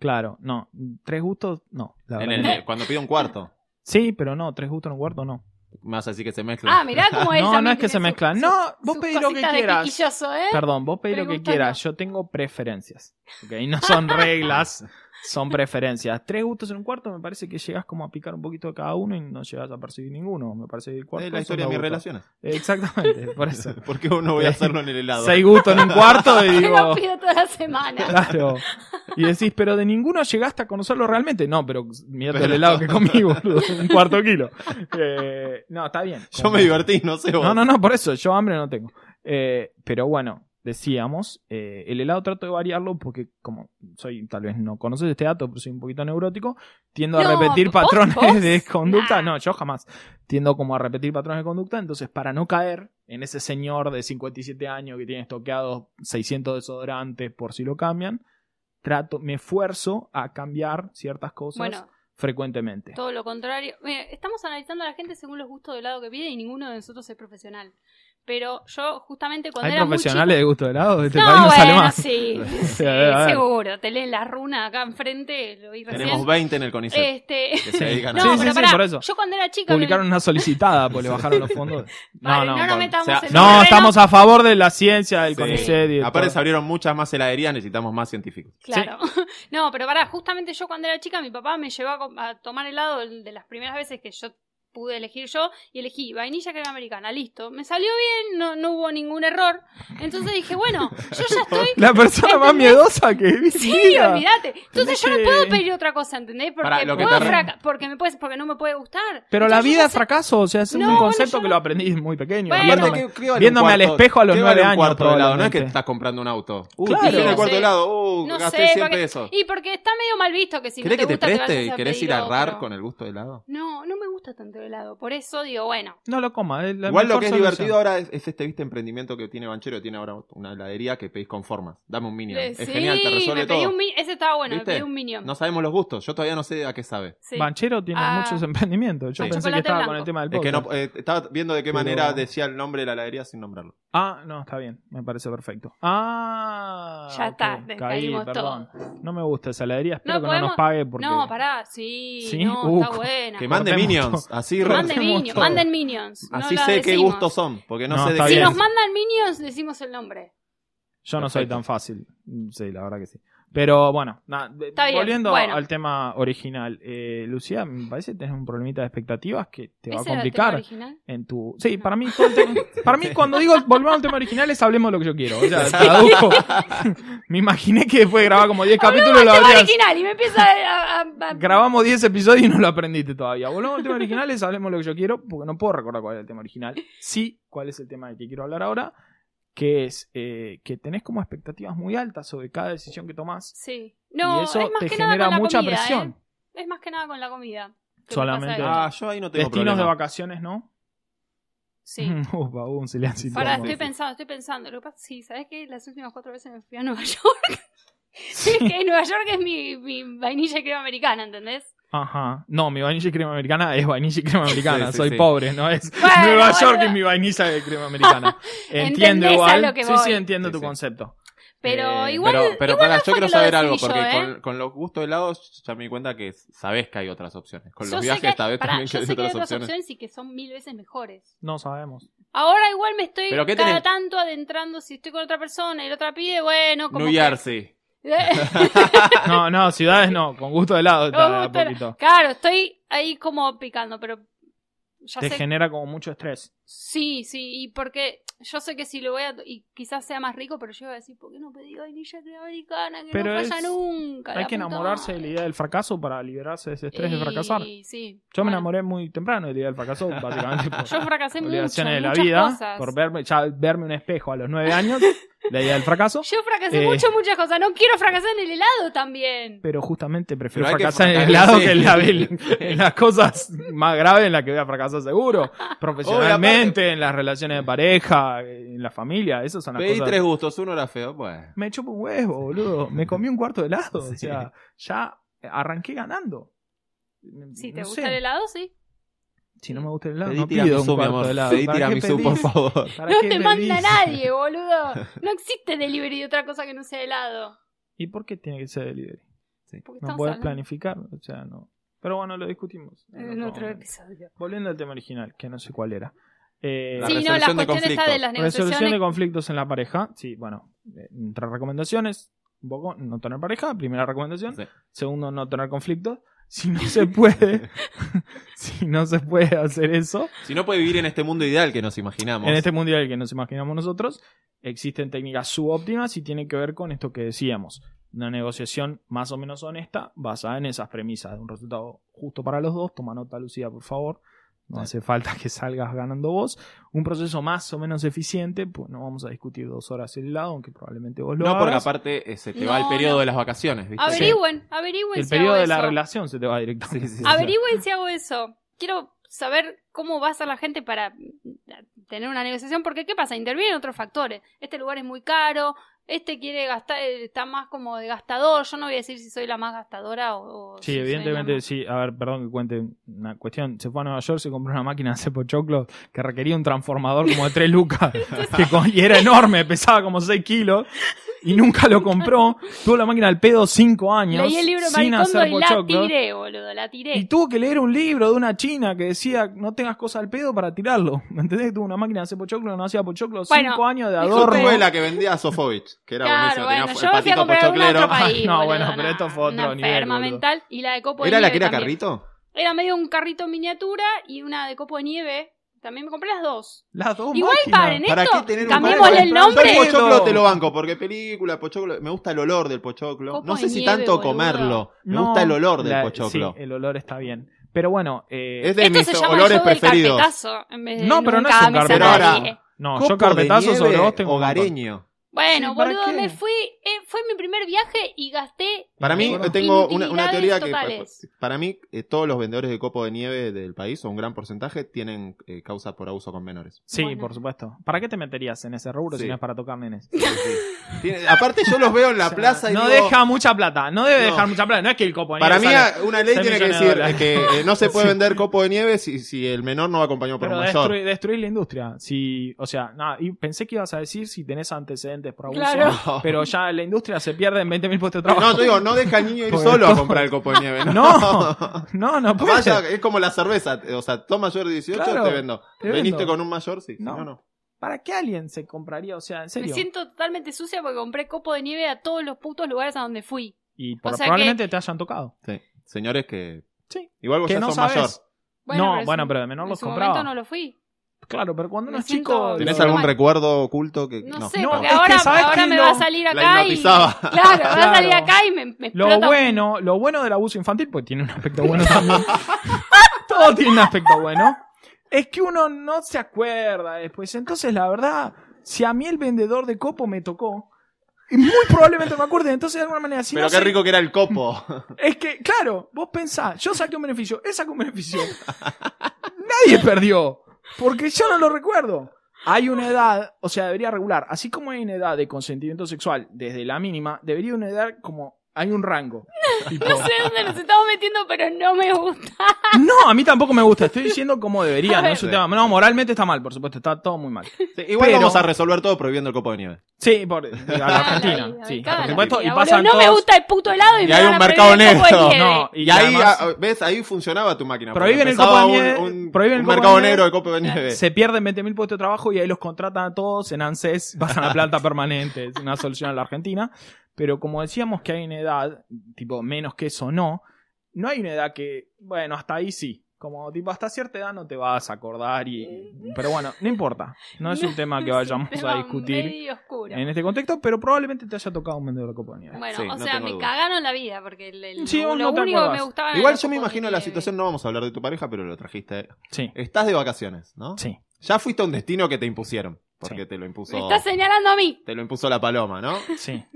[SPEAKER 2] claro, no. Tres gustos, no. la
[SPEAKER 4] En
[SPEAKER 2] verdad
[SPEAKER 4] el-
[SPEAKER 2] que no.
[SPEAKER 4] cuando pido un cuarto.
[SPEAKER 2] Sí, pero no, tres gustos en un cuarto no.
[SPEAKER 4] Más así que se mezclan.
[SPEAKER 3] Ah, mirá cómo él
[SPEAKER 2] No,
[SPEAKER 3] también
[SPEAKER 2] no es que
[SPEAKER 3] tiene
[SPEAKER 2] se
[SPEAKER 3] su-
[SPEAKER 2] mezclan.
[SPEAKER 3] su-
[SPEAKER 2] No, vos
[SPEAKER 3] sus
[SPEAKER 2] pedís lo que
[SPEAKER 3] cositas de
[SPEAKER 2] quieras.
[SPEAKER 3] quisquilloso, ¿eh?
[SPEAKER 2] Perdón, vos pedís lo que
[SPEAKER 3] Preguntando.
[SPEAKER 2] quieras. Yo tengo preferencias. ¿ok? No son reglas, son preferencias. Tres gustos en un cuarto me parece que llegas como a picar un poquito de cada uno y no llegas a percibir ninguno. Me parece que el cuarto
[SPEAKER 4] es la historia de
[SPEAKER 2] son dos
[SPEAKER 4] mis
[SPEAKER 2] gustos.
[SPEAKER 4] relaciones.
[SPEAKER 2] Exactamente, por eso.
[SPEAKER 4] ¿Por qué uno voy a hacerlo en el helado?
[SPEAKER 2] Seis gustos en un cuarto y
[SPEAKER 3] Que lo
[SPEAKER 2] digo...
[SPEAKER 3] pido toda la semana.
[SPEAKER 2] Claro. Y decís, pero de ninguno llegaste a conocerlo realmente. No, pero mira el
[SPEAKER 4] Pero-
[SPEAKER 2] helado que comí, boludo. Un cuarto kilo. Eh, no, está bien.
[SPEAKER 4] Yo me divertí, no sé vos.
[SPEAKER 2] No, no, no, por eso, yo hambre no tengo. Eh, pero bueno, decíamos, eh, el helado trato de variarlo porque como soy, tal vez no conoces este dato, pero soy un poquito neurótico, tiendo a
[SPEAKER 3] No,
[SPEAKER 2] repetir
[SPEAKER 3] ¿vos,
[SPEAKER 2] patrones
[SPEAKER 3] vos?
[SPEAKER 2] de conducta.
[SPEAKER 3] Nah.
[SPEAKER 2] No, yo jamás. Tiendo como a repetir patrones de conducta, entonces para no caer en ese señor de 57 años que tiene estoqueados 600 desodorantes por si lo cambian, trato, me esfuerzo a cambiar ciertas cosas
[SPEAKER 3] Bueno,
[SPEAKER 2] frecuentemente.
[SPEAKER 3] todo lo contrario. Mira, estamos analizando a la gente según los gustos del lado que pide y ninguno de nosotros es profesional. Pero yo, justamente cuando
[SPEAKER 2] Hay
[SPEAKER 3] era muy
[SPEAKER 2] profesionales
[SPEAKER 3] chico-
[SPEAKER 2] de gusto de helado, de este
[SPEAKER 3] no,
[SPEAKER 2] país no
[SPEAKER 3] bueno,
[SPEAKER 2] sale más.
[SPEAKER 3] sí, sí,
[SPEAKER 2] Sí, a ver, a ver.
[SPEAKER 3] seguro. Te leen la runa acá enfrente, lo vi recién.
[SPEAKER 4] Tenemos 20 en el CONICET.
[SPEAKER 3] Este,
[SPEAKER 4] que se dedican
[SPEAKER 3] no,
[SPEAKER 4] a
[SPEAKER 2] Sí,
[SPEAKER 3] pero
[SPEAKER 2] sí, sí,
[SPEAKER 3] pará,
[SPEAKER 2] por eso.
[SPEAKER 3] yo cuando era chica... me-
[SPEAKER 2] Publicaron una solicitada, pues le bajaron los fondos.
[SPEAKER 3] Vale, no, nos
[SPEAKER 2] vale.
[SPEAKER 3] metamos
[SPEAKER 4] o sea,
[SPEAKER 3] en
[SPEAKER 2] No,
[SPEAKER 3] terreno.
[SPEAKER 2] estamos a favor de la ciencia, del
[SPEAKER 4] Sí.
[SPEAKER 2] CONICET y de
[SPEAKER 4] Aparte se
[SPEAKER 2] todo.
[SPEAKER 4] abrieron muchas más heladerías, necesitamos más científicos.
[SPEAKER 3] Claro. No, pero pará, justamente yo cuando era chica, mi papá me llevó a, com- a tomar helado el- de las primeras veces que yo pude elegir yo y elegí vainilla crema americana, listo. Me salió bien, no, no hubo ningún error. Entonces dije, bueno, yo ya estoy.
[SPEAKER 2] La persona más
[SPEAKER 3] ¿Entendés?
[SPEAKER 2] miedosa que vi.
[SPEAKER 3] Sí,
[SPEAKER 2] mira.
[SPEAKER 3] olvídate. Entonces
[SPEAKER 2] Tenés
[SPEAKER 3] yo no
[SPEAKER 2] que-
[SPEAKER 3] puedo pedir otra cosa, ¿entendés? Porque,
[SPEAKER 4] Pará, lo que
[SPEAKER 3] puedo
[SPEAKER 4] te-
[SPEAKER 3] fraca- porque, me puede, porque no me puede gustar.
[SPEAKER 2] Pero la
[SPEAKER 3] Entonces yo
[SPEAKER 2] vida
[SPEAKER 3] ya
[SPEAKER 2] es fracaso, o sea, es
[SPEAKER 3] No,
[SPEAKER 2] un
[SPEAKER 3] bueno,
[SPEAKER 2] concepto
[SPEAKER 3] yo
[SPEAKER 2] que
[SPEAKER 3] no-
[SPEAKER 2] lo aprendí desde muy pequeño.
[SPEAKER 3] Bueno.
[SPEAKER 2] viéndome-
[SPEAKER 4] Aparte, ¿qué- qué vale un
[SPEAKER 2] viéndome al
[SPEAKER 4] cuarto?
[SPEAKER 2] especho a los
[SPEAKER 4] ¿Qué vale
[SPEAKER 2] nueve
[SPEAKER 4] un
[SPEAKER 2] años,
[SPEAKER 4] cuarto de helado? No es que
[SPEAKER 2] probablemente.
[SPEAKER 4] estás comprando un auto. Uh,
[SPEAKER 2] Claro.
[SPEAKER 4] te fui en el
[SPEAKER 2] No
[SPEAKER 4] cuarto
[SPEAKER 3] sé.
[SPEAKER 4] de helado. Uh,
[SPEAKER 3] No
[SPEAKER 4] gasté
[SPEAKER 3] sé,
[SPEAKER 4] siempre
[SPEAKER 3] porque-
[SPEAKER 4] eso.
[SPEAKER 3] Y porque está medio mal visto que si no
[SPEAKER 4] ¿Querés
[SPEAKER 3] te
[SPEAKER 4] que te
[SPEAKER 3] gusta te
[SPEAKER 4] preste
[SPEAKER 3] vayas
[SPEAKER 4] y
[SPEAKER 3] a
[SPEAKER 4] querés
[SPEAKER 3] pedir
[SPEAKER 4] ir a RAR
[SPEAKER 3] otro.
[SPEAKER 4] con el gusto de helado?
[SPEAKER 3] No, no me gusta tanto el helado. Por eso digo, bueno,
[SPEAKER 2] No lo coma. es la
[SPEAKER 4] Igual
[SPEAKER 2] mejor
[SPEAKER 4] lo que es
[SPEAKER 2] solución.
[SPEAKER 4] divertido ahora es, es este viste emprendimiento que tiene Banchero, tiene ahora una heladería que pedís con formas. Dame un minion.
[SPEAKER 3] Le-
[SPEAKER 4] es
[SPEAKER 3] Eh, sí,
[SPEAKER 4] genial, te resuelve
[SPEAKER 3] me pedí
[SPEAKER 4] todo.
[SPEAKER 3] un minion. Ese estaba bueno,
[SPEAKER 4] ¿Viste?
[SPEAKER 3] me pedí un minion.
[SPEAKER 4] No sabemos los gustos, yo todavía no sé a qué sabe.
[SPEAKER 3] Sí.
[SPEAKER 2] Banchero tiene
[SPEAKER 3] Ah.
[SPEAKER 2] muchos emprendimientos. Yo
[SPEAKER 4] Sí.
[SPEAKER 2] pensé que
[SPEAKER 3] Chocolate
[SPEAKER 2] estaba
[SPEAKER 3] blanco.
[SPEAKER 2] con el tema del
[SPEAKER 4] Es que
[SPEAKER 2] podcast.
[SPEAKER 4] no, eh, estaba viendo de qué
[SPEAKER 2] Pero-
[SPEAKER 4] manera decía el nombre de la heladería sin nombrarlo.
[SPEAKER 2] Ah, no, está bien. Me parece perfecto. Ah.
[SPEAKER 3] Ya
[SPEAKER 2] ok,
[SPEAKER 3] está, te
[SPEAKER 2] Caí,
[SPEAKER 3] caímos
[SPEAKER 2] perdón. No me gusta esa heladería. Espero
[SPEAKER 3] No,
[SPEAKER 2] que no
[SPEAKER 3] podemos-
[SPEAKER 2] nos pague porque...
[SPEAKER 3] No, pará, sí,
[SPEAKER 2] Sí,
[SPEAKER 3] no,
[SPEAKER 2] uh,
[SPEAKER 3] está buena.
[SPEAKER 4] Que mande
[SPEAKER 2] Cortemos
[SPEAKER 4] minions, así,
[SPEAKER 3] Que
[SPEAKER 4] re-
[SPEAKER 3] manden
[SPEAKER 2] Hacemos
[SPEAKER 3] minions,
[SPEAKER 2] todo.
[SPEAKER 3] manden minions. no
[SPEAKER 4] así
[SPEAKER 3] la
[SPEAKER 4] sé qué
[SPEAKER 3] decimos.
[SPEAKER 4] gustos son, porque no,
[SPEAKER 2] No,
[SPEAKER 4] sé de
[SPEAKER 2] está
[SPEAKER 4] qué
[SPEAKER 3] Si
[SPEAKER 2] bien.
[SPEAKER 4] es.
[SPEAKER 3] nos mandan minions, decimos el nombre.
[SPEAKER 2] Yo no soy
[SPEAKER 4] Perfecto.
[SPEAKER 2] tan fácil. Mm, Sí, la verdad que sí. Pero bueno, nada, de-
[SPEAKER 3] Está bien,
[SPEAKER 2] volviendo
[SPEAKER 3] bueno.
[SPEAKER 2] al tema original. Eh, Lucía, me parece que tenés un problemita de expectativas que te va a
[SPEAKER 3] ¿Ese era el tema
[SPEAKER 2] complicar
[SPEAKER 3] original?
[SPEAKER 2] en tu... Sí, para mí, todo el tema- para mí cuando digo volvemos al tema original es hablemos de lo que yo quiero. O sea, traduzco. me imaginé que después de grabar como 10 capítulos
[SPEAKER 3] Hablamos
[SPEAKER 2] lo
[SPEAKER 3] del tema
[SPEAKER 2] habrías...
[SPEAKER 3] original y me empieza a... a- a- a-
[SPEAKER 2] Grabamos 10 episodios y no lo aprendiste todavía. Volvamos al tema original, es hablemos lo que yo quiero, porque no puedo recordar cuál es el tema original. Sí, cuál es el tema del que quiero hablar ahora, que es eh, que tenés como expectativas muy altas sobre cada decisión que tomás.
[SPEAKER 3] Sí. No,
[SPEAKER 2] y eso
[SPEAKER 3] es más
[SPEAKER 2] te
[SPEAKER 3] que
[SPEAKER 2] genera
[SPEAKER 3] nada con la
[SPEAKER 2] mucha
[SPEAKER 3] comida, ¿eh?
[SPEAKER 2] presión.
[SPEAKER 3] Es más que nada con la comida. que me
[SPEAKER 2] Solamente-
[SPEAKER 3] pasa
[SPEAKER 4] Ah,
[SPEAKER 3] eso.
[SPEAKER 4] yo ahí no tengo
[SPEAKER 2] Destinos de
[SPEAKER 4] problema.
[SPEAKER 2] vacaciones, ¿no?
[SPEAKER 3] Sí.
[SPEAKER 2] Upa, un silencio
[SPEAKER 3] Pará,
[SPEAKER 2] incómodo.
[SPEAKER 3] estoy pensando, estoy pensando. Lo que pasa, sí, ¿sabes qué? Las últimas cuatro veces me fui a Nueva York. es que Nueva York es mi, mi vainilla y crema americana, ¿entendés?
[SPEAKER 2] Ajá. No, mi vainilla y crema americana es vainilla y crema americana.
[SPEAKER 4] Sí, sí,
[SPEAKER 2] Soy
[SPEAKER 4] sí.
[SPEAKER 2] pobre, no es
[SPEAKER 3] Bueno,
[SPEAKER 2] Nueva York
[SPEAKER 3] boludo.
[SPEAKER 2] y mi vainilla de crema americana. Entiendo
[SPEAKER 3] Entendés a
[SPEAKER 2] igual.
[SPEAKER 3] lo que
[SPEAKER 2] sí,
[SPEAKER 3] voy.
[SPEAKER 2] sí, entiendo
[SPEAKER 4] Sí,
[SPEAKER 2] tu
[SPEAKER 4] sí.
[SPEAKER 2] concepto.
[SPEAKER 3] Pero
[SPEAKER 2] Eh,
[SPEAKER 3] igual.
[SPEAKER 4] pero pero
[SPEAKER 3] igual
[SPEAKER 4] pará,
[SPEAKER 3] no
[SPEAKER 4] yo
[SPEAKER 3] fue
[SPEAKER 4] quiero
[SPEAKER 3] que lo
[SPEAKER 4] saber algo,
[SPEAKER 3] decidí
[SPEAKER 4] porque
[SPEAKER 3] yo, ¿eh?
[SPEAKER 4] con, con los gustos helados ya me di cuenta que sabés que hay otras opciones. Con
[SPEAKER 3] Yo
[SPEAKER 4] los
[SPEAKER 3] sé
[SPEAKER 4] viajes
[SPEAKER 3] que hay-
[SPEAKER 4] esta vez
[SPEAKER 3] pará,
[SPEAKER 4] también
[SPEAKER 3] yo
[SPEAKER 4] que hay
[SPEAKER 3] sé que hay
[SPEAKER 4] otras
[SPEAKER 3] otras
[SPEAKER 4] opciones.
[SPEAKER 3] opciones y que son mil veces mejores.
[SPEAKER 2] No sabemos.
[SPEAKER 3] Ahora igual me estoy
[SPEAKER 4] ¿Pero qué
[SPEAKER 3] cada
[SPEAKER 4] tenés?
[SPEAKER 3] tanto adentrando. Si estoy con otra persona y la otra pide, bueno, como.
[SPEAKER 4] New
[SPEAKER 3] que-
[SPEAKER 4] Jersey.
[SPEAKER 2] No, no, ciudades no. Con gusto de helado.
[SPEAKER 3] Con
[SPEAKER 2] está,
[SPEAKER 3] gusto de
[SPEAKER 2] poquito.
[SPEAKER 3] claro, estoy ahí como picando, pero. Ya
[SPEAKER 2] Te
[SPEAKER 3] sé
[SPEAKER 2] genera como mucho estrés.
[SPEAKER 3] Sí, sí, y porque yo sé que si lo voy a. y quizás sea más rico, pero yo iba a decir, ¿por qué no pedí vainilla crema americana? Que
[SPEAKER 2] Pero
[SPEAKER 3] no
[SPEAKER 2] es-
[SPEAKER 3] falla nunca.
[SPEAKER 2] Hay que enamorarse de la idea del fracaso para liberarse de ese estrés de fracasar. Yo
[SPEAKER 3] Sí, sí.
[SPEAKER 2] me
[SPEAKER 3] Bueno,
[SPEAKER 2] enamoré muy temprano de la idea del fracaso, básicamente. por-
[SPEAKER 3] Yo fracasé mucho.
[SPEAKER 2] obligaciones
[SPEAKER 3] en
[SPEAKER 2] de la
[SPEAKER 3] muchas
[SPEAKER 2] vida,
[SPEAKER 3] cosas.
[SPEAKER 2] por verme, ya verme un espejo a los nueve años, la idea del fracaso.
[SPEAKER 3] Yo fracasé
[SPEAKER 2] Eh.
[SPEAKER 3] mucho, muchas cosas. No quiero fracasar en el helado también.
[SPEAKER 2] Pero justamente prefiero
[SPEAKER 4] Pero hay que
[SPEAKER 2] fracasar en el
[SPEAKER 4] fracasar,
[SPEAKER 2] lado
[SPEAKER 4] sí.
[SPEAKER 2] que en, la- en las cosas más graves en las que voy a fracasar seguro. Profesionalmente, en las relaciones de pareja, en la familia, esas son las
[SPEAKER 4] Pedí
[SPEAKER 2] cosas.
[SPEAKER 4] tres gustos, uno era feo, pues.
[SPEAKER 2] Me chupo un huevo, boludo. Me comí un cuarto de helado. O
[SPEAKER 4] Sí.
[SPEAKER 2] sea, ya arranqué ganando.
[SPEAKER 3] Si te
[SPEAKER 2] No
[SPEAKER 3] gusta
[SPEAKER 2] sé,
[SPEAKER 3] el helado, sí.
[SPEAKER 2] Si no me gusta el helado,
[SPEAKER 4] Pedí
[SPEAKER 2] no pido un
[SPEAKER 4] tiramisú, mi
[SPEAKER 2] cuarto
[SPEAKER 4] amor.
[SPEAKER 2] de helado.
[SPEAKER 4] Pedí
[SPEAKER 2] ¿Para qué
[SPEAKER 4] tiramisú,
[SPEAKER 2] pedís?
[SPEAKER 4] por favor.
[SPEAKER 2] ¿Para
[SPEAKER 3] No
[SPEAKER 2] qué
[SPEAKER 3] te manda
[SPEAKER 2] pedís?
[SPEAKER 3] nadie, boludo. No existe delivery de otra cosa que no sea helado.
[SPEAKER 2] ¿Y por qué tiene que ser delivery?
[SPEAKER 3] Porque
[SPEAKER 2] No
[SPEAKER 3] estamos
[SPEAKER 2] puedes
[SPEAKER 3] hablando
[SPEAKER 2] planificar, o sea, no. Pero bueno, lo discutimos. en
[SPEAKER 3] en
[SPEAKER 2] otro
[SPEAKER 3] otro
[SPEAKER 2] momento.
[SPEAKER 3] episodio.
[SPEAKER 2] Volviendo al tema original, que no sé cuál era. Eh,
[SPEAKER 4] La
[SPEAKER 3] sí, no,
[SPEAKER 4] resolución
[SPEAKER 3] la
[SPEAKER 4] de
[SPEAKER 3] cuestión está de
[SPEAKER 4] conflictos.
[SPEAKER 3] las negociaciones
[SPEAKER 2] resolución de conflictos en la pareja. Sí, bueno, eh, entre recomendaciones, un poco no tener pareja, primera recomendación.
[SPEAKER 4] Sí.
[SPEAKER 2] Segundo, no tener conflictos. Si no se puede, si no se puede hacer eso,
[SPEAKER 4] Si no puede vivir en este mundo ideal que nos imaginamos.
[SPEAKER 2] en este mundial que nos imaginamos nosotros, existen técnicas subóptimas y tienen que ver con esto que decíamos. Una negociación más o menos honesta basada en esas premisas de un resultado justo para los dos. Toma nota, Lucía, por favor. No
[SPEAKER 4] Sí.
[SPEAKER 2] hace falta que salgas ganando vos. Un proceso más o menos eficiente, pues no vamos a discutir dos horas el lado, aunque probablemente vos lo
[SPEAKER 4] No, porque
[SPEAKER 2] hagas.
[SPEAKER 4] aparte eh, se te
[SPEAKER 3] No,
[SPEAKER 4] va el periodo
[SPEAKER 3] no.
[SPEAKER 4] de las vacaciones, ¿viste?
[SPEAKER 3] Averigüen, averigüen
[SPEAKER 2] el
[SPEAKER 3] si Pues hago
[SPEAKER 2] periodo de la
[SPEAKER 3] eso.
[SPEAKER 2] relación se te va directamente.
[SPEAKER 4] Sí, sí, sí.
[SPEAKER 3] Averigüen si hago eso. Quiero saber cómo va a ser la gente para mm, tener una negociación, porque ¿qué pasa? Intervienen otros factores. Este lugar es muy caro, este quiere gastar, eh, está más como de gastador. Yo no voy a decir si soy la más gastadora o. o si
[SPEAKER 2] Sí,
[SPEAKER 3] soy la
[SPEAKER 2] evidentemente,
[SPEAKER 3] más-
[SPEAKER 2] sí. A ver, perdón que cuente una cuestión. Se fue a Nueva York, se compró una máquina de hacer pochoclos que requería un transformadador como de 3 lucas. que con- y era enorme, pesaba como 6 kilos. Y nunca lo compró. Tuvo la máquina al pedo 5 años.
[SPEAKER 3] Leí el libro de
[SPEAKER 2] sin
[SPEAKER 3] Maricondo
[SPEAKER 2] hacer
[SPEAKER 3] y la
[SPEAKER 2] pochoclos.
[SPEAKER 3] tiré, boludo, la tiré.
[SPEAKER 2] Y tuvo que leer un libro de una china que decía no tengas cosas al pedo para tirarlo. ¿Me entendés? Tuvo una máquina de hacer pochoclos, no hacía pochoclos. 5
[SPEAKER 3] Bueno,
[SPEAKER 2] años de
[SPEAKER 4] Yo
[SPEAKER 2] adorno.
[SPEAKER 4] tuve la que vendía a Sofovich, que era
[SPEAKER 3] Claro,
[SPEAKER 4] buenísimo.
[SPEAKER 3] bueno, yo
[SPEAKER 4] tenía el
[SPEAKER 3] me fui a
[SPEAKER 4] patito
[SPEAKER 3] comprar una a otro
[SPEAKER 4] pochoclero.
[SPEAKER 2] Ay,
[SPEAKER 3] país.
[SPEAKER 2] no,
[SPEAKER 3] boludo,
[SPEAKER 2] bueno, pero esto fue
[SPEAKER 3] una
[SPEAKER 2] otro nivel,
[SPEAKER 3] enferma
[SPEAKER 2] boludo.
[SPEAKER 3] mental y la de copo de
[SPEAKER 4] ¿Era la
[SPEAKER 3] nieve
[SPEAKER 4] que era
[SPEAKER 3] también.
[SPEAKER 4] carrito?
[SPEAKER 3] Era medio un carrito en miniatura y una de copo de nieve. También me compré las dos.
[SPEAKER 2] Las dos
[SPEAKER 3] Igual
[SPEAKER 2] máquinas.
[SPEAKER 3] paren,
[SPEAKER 4] ¿Para
[SPEAKER 3] esto,
[SPEAKER 4] qué tener un
[SPEAKER 3] cambiémosle
[SPEAKER 4] barco?
[SPEAKER 3] el
[SPEAKER 2] Yo
[SPEAKER 3] nombre.
[SPEAKER 4] Yo el pochoclo
[SPEAKER 2] Pero-
[SPEAKER 4] te lo banco, porque película, pochoclo, me gusta el olor del pochoclo.
[SPEAKER 3] Copo
[SPEAKER 4] no sé
[SPEAKER 3] de
[SPEAKER 4] si
[SPEAKER 3] nieve,
[SPEAKER 4] tanto
[SPEAKER 3] boludo.
[SPEAKER 4] comerlo, me
[SPEAKER 2] No,
[SPEAKER 4] gusta el olor del
[SPEAKER 2] la-
[SPEAKER 4] pochoclo.
[SPEAKER 2] Sí, el olor está bien. Pero bueno, eh,
[SPEAKER 4] Es de
[SPEAKER 3] Esto
[SPEAKER 4] mis
[SPEAKER 3] se llama
[SPEAKER 4] olores
[SPEAKER 3] yo del
[SPEAKER 4] preferidos.
[SPEAKER 3] carpetazo. En vez de
[SPEAKER 2] No, pero no
[SPEAKER 3] nunca
[SPEAKER 2] es un
[SPEAKER 3] ames a
[SPEAKER 2] carpetazo.
[SPEAKER 3] nadie.
[SPEAKER 2] No,
[SPEAKER 4] Copo
[SPEAKER 2] yo
[SPEAKER 4] de
[SPEAKER 2] carpetazo
[SPEAKER 4] nieve
[SPEAKER 2] sobre vos tengo un montón.
[SPEAKER 4] hogareño.
[SPEAKER 3] Bueno,
[SPEAKER 2] Sí, ¿para
[SPEAKER 3] boludo,
[SPEAKER 2] qué?
[SPEAKER 3] me fui. eh, fue mi primer viaje y gasté.
[SPEAKER 4] Para mí, este-
[SPEAKER 2] Bueno.
[SPEAKER 4] tengo una, una teoría que.
[SPEAKER 3] Totales.
[SPEAKER 4] Para mí, eh, todos los vendedores de copo de nieve del país, o un gran porcentaje, tienen eh, causa por abuso con menores.
[SPEAKER 2] Sí,
[SPEAKER 3] Bueno.
[SPEAKER 2] por supuesto. ¿Para qué te meterías en ese rubro si
[SPEAKER 4] Sí.
[SPEAKER 2] no es para tocar nenes?
[SPEAKER 4] Tiene- aparte, yo los veo en la
[SPEAKER 2] O sea,
[SPEAKER 4] plaza y
[SPEAKER 2] no
[SPEAKER 4] digo,
[SPEAKER 2] deja mucha plata, no debe
[SPEAKER 4] No.
[SPEAKER 2] dejar mucha plata, no es que el copo de
[SPEAKER 4] Para mí, ah,
[SPEAKER 2] nieve sale-
[SPEAKER 4] una ley
[SPEAKER 2] seis
[SPEAKER 4] tiene que
[SPEAKER 2] millones
[SPEAKER 4] decir
[SPEAKER 2] de dólares.
[SPEAKER 4] que eh, no se puede
[SPEAKER 2] Sí.
[SPEAKER 4] vender copo de nieve si, si el menor no va acompañado por
[SPEAKER 2] pero
[SPEAKER 4] un mayor.
[SPEAKER 2] destruir, destruir la industria. Si, o sea, nada, y pensé que ibas a decir si tenés antecedentes por abuso,
[SPEAKER 3] Claro.
[SPEAKER 4] No.
[SPEAKER 2] pero ya la industria se pierde en 20.000 puestos de trabajo.
[SPEAKER 4] No, te digo, no deja al niño ir
[SPEAKER 2] Porque
[SPEAKER 4] solo a
[SPEAKER 2] todo-
[SPEAKER 4] comprar el copo de nieve. No.
[SPEAKER 2] No, no, no puede
[SPEAKER 4] Vaya,
[SPEAKER 2] ser.
[SPEAKER 4] es como la cerveza. O sea, toma mayor de 18,
[SPEAKER 2] Claro,
[SPEAKER 4] te vendo.
[SPEAKER 2] te
[SPEAKER 4] Veniste
[SPEAKER 2] vendo.
[SPEAKER 4] con un mayor, sí.
[SPEAKER 2] No.
[SPEAKER 4] No, no.
[SPEAKER 2] ¿Para qué alguien se compraría? O sea, en
[SPEAKER 3] Me
[SPEAKER 2] serio.
[SPEAKER 3] siento totalmente sucia porque compré copo de nieve a todos los putos lugares a donde fui.
[SPEAKER 2] Y por-
[SPEAKER 3] o sea
[SPEAKER 2] probablemente te hayan tocado.
[SPEAKER 4] Sí. Señores que.
[SPEAKER 2] Sí.
[SPEAKER 4] Igual vos
[SPEAKER 2] Que
[SPEAKER 4] ya
[SPEAKER 2] no
[SPEAKER 4] sos
[SPEAKER 2] sabes.
[SPEAKER 4] mayor.
[SPEAKER 2] no,
[SPEAKER 3] en
[SPEAKER 2] bueno,
[SPEAKER 3] su-
[SPEAKER 2] pero de menor los
[SPEAKER 3] en su
[SPEAKER 2] compraba.
[SPEAKER 3] momento no lo fui.
[SPEAKER 2] Claro, pero cuando uno
[SPEAKER 3] Me
[SPEAKER 2] es chico.
[SPEAKER 3] siento-
[SPEAKER 4] ¿Tenés
[SPEAKER 3] Lo-
[SPEAKER 4] algún
[SPEAKER 3] Mal.
[SPEAKER 4] recuerdo oculto que.?
[SPEAKER 3] No, sé,
[SPEAKER 2] no,
[SPEAKER 3] porque
[SPEAKER 2] es que
[SPEAKER 3] ahora,
[SPEAKER 2] sabes
[SPEAKER 3] ahora
[SPEAKER 2] que
[SPEAKER 3] me
[SPEAKER 2] lo-
[SPEAKER 3] va a salir
[SPEAKER 4] La
[SPEAKER 3] acá y... Claro,
[SPEAKER 4] hipnotizaba.
[SPEAKER 3] me va a salir
[SPEAKER 2] Claro.
[SPEAKER 3] acá y me, me
[SPEAKER 2] Lo
[SPEAKER 3] explota.
[SPEAKER 2] bueno, lo bueno del abuso infantil, pues tiene un aspecto bueno también. Todo tiene un aspecto bueno. Es que uno no se acuerda después. Entonces, la verdad, si a mí el vendedor de copo me tocó, muy probablemente me acuerde. Entonces, de alguna manera, si
[SPEAKER 4] Pero
[SPEAKER 2] no
[SPEAKER 4] qué
[SPEAKER 2] sé-
[SPEAKER 4] rico que era el copo.
[SPEAKER 2] Es que, claro, vos pensás, yo saqué un beneficio, él sacó un beneficio. Nadie perdió, porque yo no lo recuerdo. Hay una edad, o sea, debería regular, así como hay una edad de consentimiento sexual desde la mínima, debería una edad como hay un rango. Tipo,
[SPEAKER 3] No sé dónde nos estamos metiendo, pero no me gusta.
[SPEAKER 2] no, a mí tampoco me gusta, estoy diciendo como debería,
[SPEAKER 3] A
[SPEAKER 2] no
[SPEAKER 3] ver.
[SPEAKER 2] es un tema. No, moralmente está mal, por supuesto, está todo muy mal.
[SPEAKER 4] Sí, igual
[SPEAKER 2] Pero-
[SPEAKER 4] vamos a resolver todo prohibiendo el copo de nieve.
[SPEAKER 2] Sí, por, a la Argentina,
[SPEAKER 3] Ay,
[SPEAKER 2] sí,
[SPEAKER 3] ay,
[SPEAKER 2] por
[SPEAKER 3] cara,
[SPEAKER 2] supuesto, y
[SPEAKER 3] mira,
[SPEAKER 2] pasan
[SPEAKER 3] boludo, No me
[SPEAKER 2] todos-
[SPEAKER 3] gusta el puto helado y,
[SPEAKER 4] Y
[SPEAKER 3] me
[SPEAKER 4] hay
[SPEAKER 3] van
[SPEAKER 4] un
[SPEAKER 3] a
[SPEAKER 4] mercado
[SPEAKER 3] prohibir el copo de
[SPEAKER 4] negro.
[SPEAKER 3] nieve.
[SPEAKER 2] No,
[SPEAKER 4] Y,
[SPEAKER 2] y
[SPEAKER 4] ahí,
[SPEAKER 2] además-
[SPEAKER 4] ah, ¿ves? Ahí funcionaba tu máquina. porque
[SPEAKER 2] Prohíben el
[SPEAKER 4] empezaba
[SPEAKER 2] copo de nieve,
[SPEAKER 4] Un, un-
[SPEAKER 2] prohíben el
[SPEAKER 4] un
[SPEAKER 2] copo de
[SPEAKER 4] mercado
[SPEAKER 2] nieve.
[SPEAKER 4] negro de copo de nieve.
[SPEAKER 2] Se pierden 20.000 puestos de trabajo y ahí los contratan a todos en ANSES, pasan a planta permanente. Es una solución a la Argentina. Pero como decíamos que hay una edad, tipo menos que eso no, no hay una edad que, bueno, hasta ahí sí. Como tipo, hasta cierta edad no te vas a acordar y... Pero bueno, no importa. No es un tema que
[SPEAKER 3] es un
[SPEAKER 2] vayamos
[SPEAKER 3] tema
[SPEAKER 2] a discutir
[SPEAKER 3] medio oscuro.
[SPEAKER 2] en este contexto, pero probablemente te haya tocado un vendedor de copa de nieve.
[SPEAKER 3] Bueno,
[SPEAKER 4] Sí,
[SPEAKER 3] o
[SPEAKER 4] no
[SPEAKER 3] sea,
[SPEAKER 4] tengo
[SPEAKER 3] me
[SPEAKER 4] duda.
[SPEAKER 3] cagaron la vida porque el, el-
[SPEAKER 2] Sí, vos
[SPEAKER 3] lo
[SPEAKER 2] no te
[SPEAKER 3] único que me
[SPEAKER 2] acordás.
[SPEAKER 3] gustaba era
[SPEAKER 4] Igual
[SPEAKER 3] los
[SPEAKER 4] yo me
[SPEAKER 3] copos de
[SPEAKER 4] imagino la
[SPEAKER 3] nieve.
[SPEAKER 4] situación, no vamos a hablar de tu pareja, pero lo trajiste.
[SPEAKER 2] Sí,
[SPEAKER 4] Estás de vacaciones, ¿no?
[SPEAKER 2] sí.
[SPEAKER 4] Ya fuiste a un destino que te impusieron. Porque te lo
[SPEAKER 3] Me
[SPEAKER 4] impuso.
[SPEAKER 3] está señalando a mí.
[SPEAKER 4] Te lo impuso la paloma, ¿no?
[SPEAKER 2] Sí.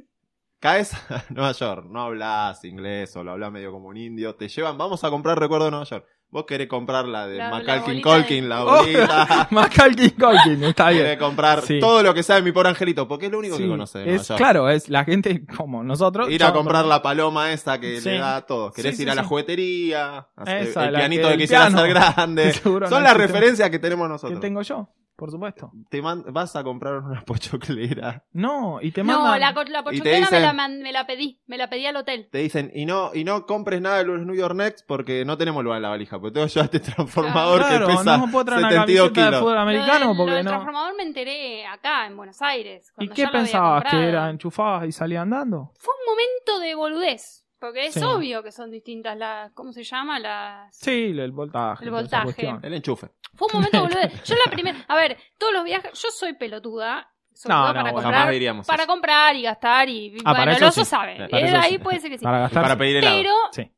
[SPEAKER 4] Caes a Nueva York, no hablas inglés o lo hablas medio como un indio. Te llevan, vamos a comprar recuerdo de Nueva York. Vos querés comprar la de
[SPEAKER 3] La- la
[SPEAKER 4] Macalkin
[SPEAKER 3] bolita de-
[SPEAKER 4] Colkin, la bolita.
[SPEAKER 2] Macaulay Culkin, está bien.
[SPEAKER 4] Querés comprar
[SPEAKER 2] Oh. Sí.
[SPEAKER 4] todo lo que sabe mi pobre angelito, porque es lo único
[SPEAKER 2] Sí,
[SPEAKER 4] que conoce de Nueva
[SPEAKER 2] es,
[SPEAKER 4] York.
[SPEAKER 2] claro, es la gente como nosotros.
[SPEAKER 4] Ir a
[SPEAKER 2] son-
[SPEAKER 4] comprar la paloma esa que
[SPEAKER 2] Sí.
[SPEAKER 4] le da a todos. Querés
[SPEAKER 2] Sí,
[SPEAKER 4] ir
[SPEAKER 2] sí,
[SPEAKER 4] a la
[SPEAKER 2] sí.
[SPEAKER 4] juguetería, hacer-
[SPEAKER 2] Esa,
[SPEAKER 4] el
[SPEAKER 2] la
[SPEAKER 4] pianito
[SPEAKER 2] que-
[SPEAKER 4] que,
[SPEAKER 2] el
[SPEAKER 4] quisiera
[SPEAKER 2] piano.
[SPEAKER 4] ser grande.
[SPEAKER 2] que seguro
[SPEAKER 4] Son
[SPEAKER 2] no
[SPEAKER 4] las
[SPEAKER 2] existe.
[SPEAKER 4] referencias que tenemos
[SPEAKER 2] que
[SPEAKER 4] nosotros.
[SPEAKER 2] tengo yo, por supuesto.
[SPEAKER 4] Te man- vas a comprar una pochoclera.
[SPEAKER 2] No, y te
[SPEAKER 3] No,
[SPEAKER 2] mandan.
[SPEAKER 3] la, co- la pochoclera me,
[SPEAKER 4] dicen-
[SPEAKER 3] la, man- me la pedí. Me la pedí al hotel.
[SPEAKER 4] Te dicen, y no, y no compres nada de los New York Next porque no tenemos lugar en la valija, porque tengo que llevar este transformador
[SPEAKER 2] Claro,
[SPEAKER 4] que pesa
[SPEAKER 2] no puedo traer una
[SPEAKER 4] 72
[SPEAKER 2] camiseta de
[SPEAKER 4] kilos.
[SPEAKER 2] fútbol
[SPEAKER 3] lo
[SPEAKER 2] americano
[SPEAKER 3] del, lo
[SPEAKER 2] porque
[SPEAKER 3] del
[SPEAKER 2] no.
[SPEAKER 3] transformador me enteré acá, en Buenos Aires.
[SPEAKER 2] ¿Y
[SPEAKER 3] cuando
[SPEAKER 2] qué
[SPEAKER 3] ya lo había
[SPEAKER 2] pensabas? ¿Que
[SPEAKER 3] comprado.
[SPEAKER 2] era enchufada y salía andando?
[SPEAKER 3] Fue un momento de boludez. Porque es
[SPEAKER 2] Sí.
[SPEAKER 3] obvio que son distintas las. ¿Cómo se llama? Las.
[SPEAKER 2] Sí, el voltaje.
[SPEAKER 3] El
[SPEAKER 2] toda esa
[SPEAKER 3] voltaje.
[SPEAKER 2] cuestión.
[SPEAKER 4] El enchufe.
[SPEAKER 3] Fue un momento de boludez. Yo la primera. A ver, todos los viajes. Yo soy pelotuda. sobre
[SPEAKER 2] No,
[SPEAKER 3] todo
[SPEAKER 2] no,
[SPEAKER 3] para
[SPEAKER 2] bueno.
[SPEAKER 3] comprar
[SPEAKER 4] Jamás diríamos
[SPEAKER 3] para
[SPEAKER 4] eso.
[SPEAKER 3] comprar y gastar y
[SPEAKER 2] Ah, para
[SPEAKER 3] bueno, el
[SPEAKER 2] eso
[SPEAKER 3] oso
[SPEAKER 2] sí.
[SPEAKER 3] sabe.
[SPEAKER 4] Para
[SPEAKER 3] Eh,
[SPEAKER 2] eso
[SPEAKER 3] ahí
[SPEAKER 2] sí.
[SPEAKER 3] puede ser que sí.
[SPEAKER 2] Para
[SPEAKER 4] Y
[SPEAKER 2] gastar. pues
[SPEAKER 4] para pedir helado.
[SPEAKER 3] Pero
[SPEAKER 2] Sí.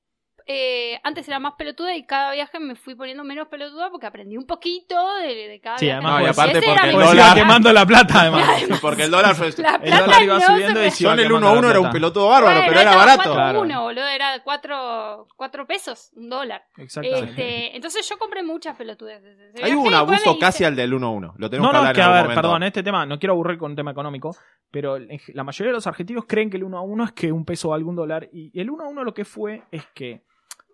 [SPEAKER 3] eh, antes era más pelotuda y cada viaje me fui poniendo menos pelotuda porque aprendí un poquito de, de cada
[SPEAKER 2] Sí,
[SPEAKER 3] viaje.
[SPEAKER 2] además, No, y
[SPEAKER 3] Ese
[SPEAKER 4] aparte
[SPEAKER 3] era
[SPEAKER 4] porque
[SPEAKER 3] mi
[SPEAKER 4] el
[SPEAKER 2] Pues
[SPEAKER 3] plan.
[SPEAKER 4] dólar-
[SPEAKER 2] iba quemando la plata, además.
[SPEAKER 4] Porque el dólar fue...
[SPEAKER 3] La
[SPEAKER 2] El
[SPEAKER 3] plata
[SPEAKER 2] dólar iba
[SPEAKER 3] no
[SPEAKER 2] subiendo
[SPEAKER 3] se-
[SPEAKER 2] y si
[SPEAKER 4] Yo en el 1-1 era un pelotudo bárbaro,
[SPEAKER 3] Bueno,
[SPEAKER 4] pero era
[SPEAKER 3] estaba
[SPEAKER 4] barato.
[SPEAKER 2] cuatro.
[SPEAKER 3] Cuatro,
[SPEAKER 2] Claro.
[SPEAKER 3] uno, boludo, era cuatro, cuatro pesos, un dólar.
[SPEAKER 2] Exactamente.
[SPEAKER 3] Este, entonces yo compré muchas pelotudes. desde ese
[SPEAKER 4] Hay
[SPEAKER 3] viaje,
[SPEAKER 4] hubo un
[SPEAKER 3] después me
[SPEAKER 4] abuso
[SPEAKER 3] hice-
[SPEAKER 4] casi al del 1-1. Lo tenemos
[SPEAKER 2] No,
[SPEAKER 4] que
[SPEAKER 2] no,
[SPEAKER 4] hablar
[SPEAKER 2] es que,
[SPEAKER 4] en
[SPEAKER 2] a ver,
[SPEAKER 4] algún momento.
[SPEAKER 2] perdón, este tema, no quiero aburrir con un tema económico, pero en ge- la mayoría de los argentinos creen que el 1 a 1 es que un peso vale un dólar, y el 1 a 1 lo que fue es que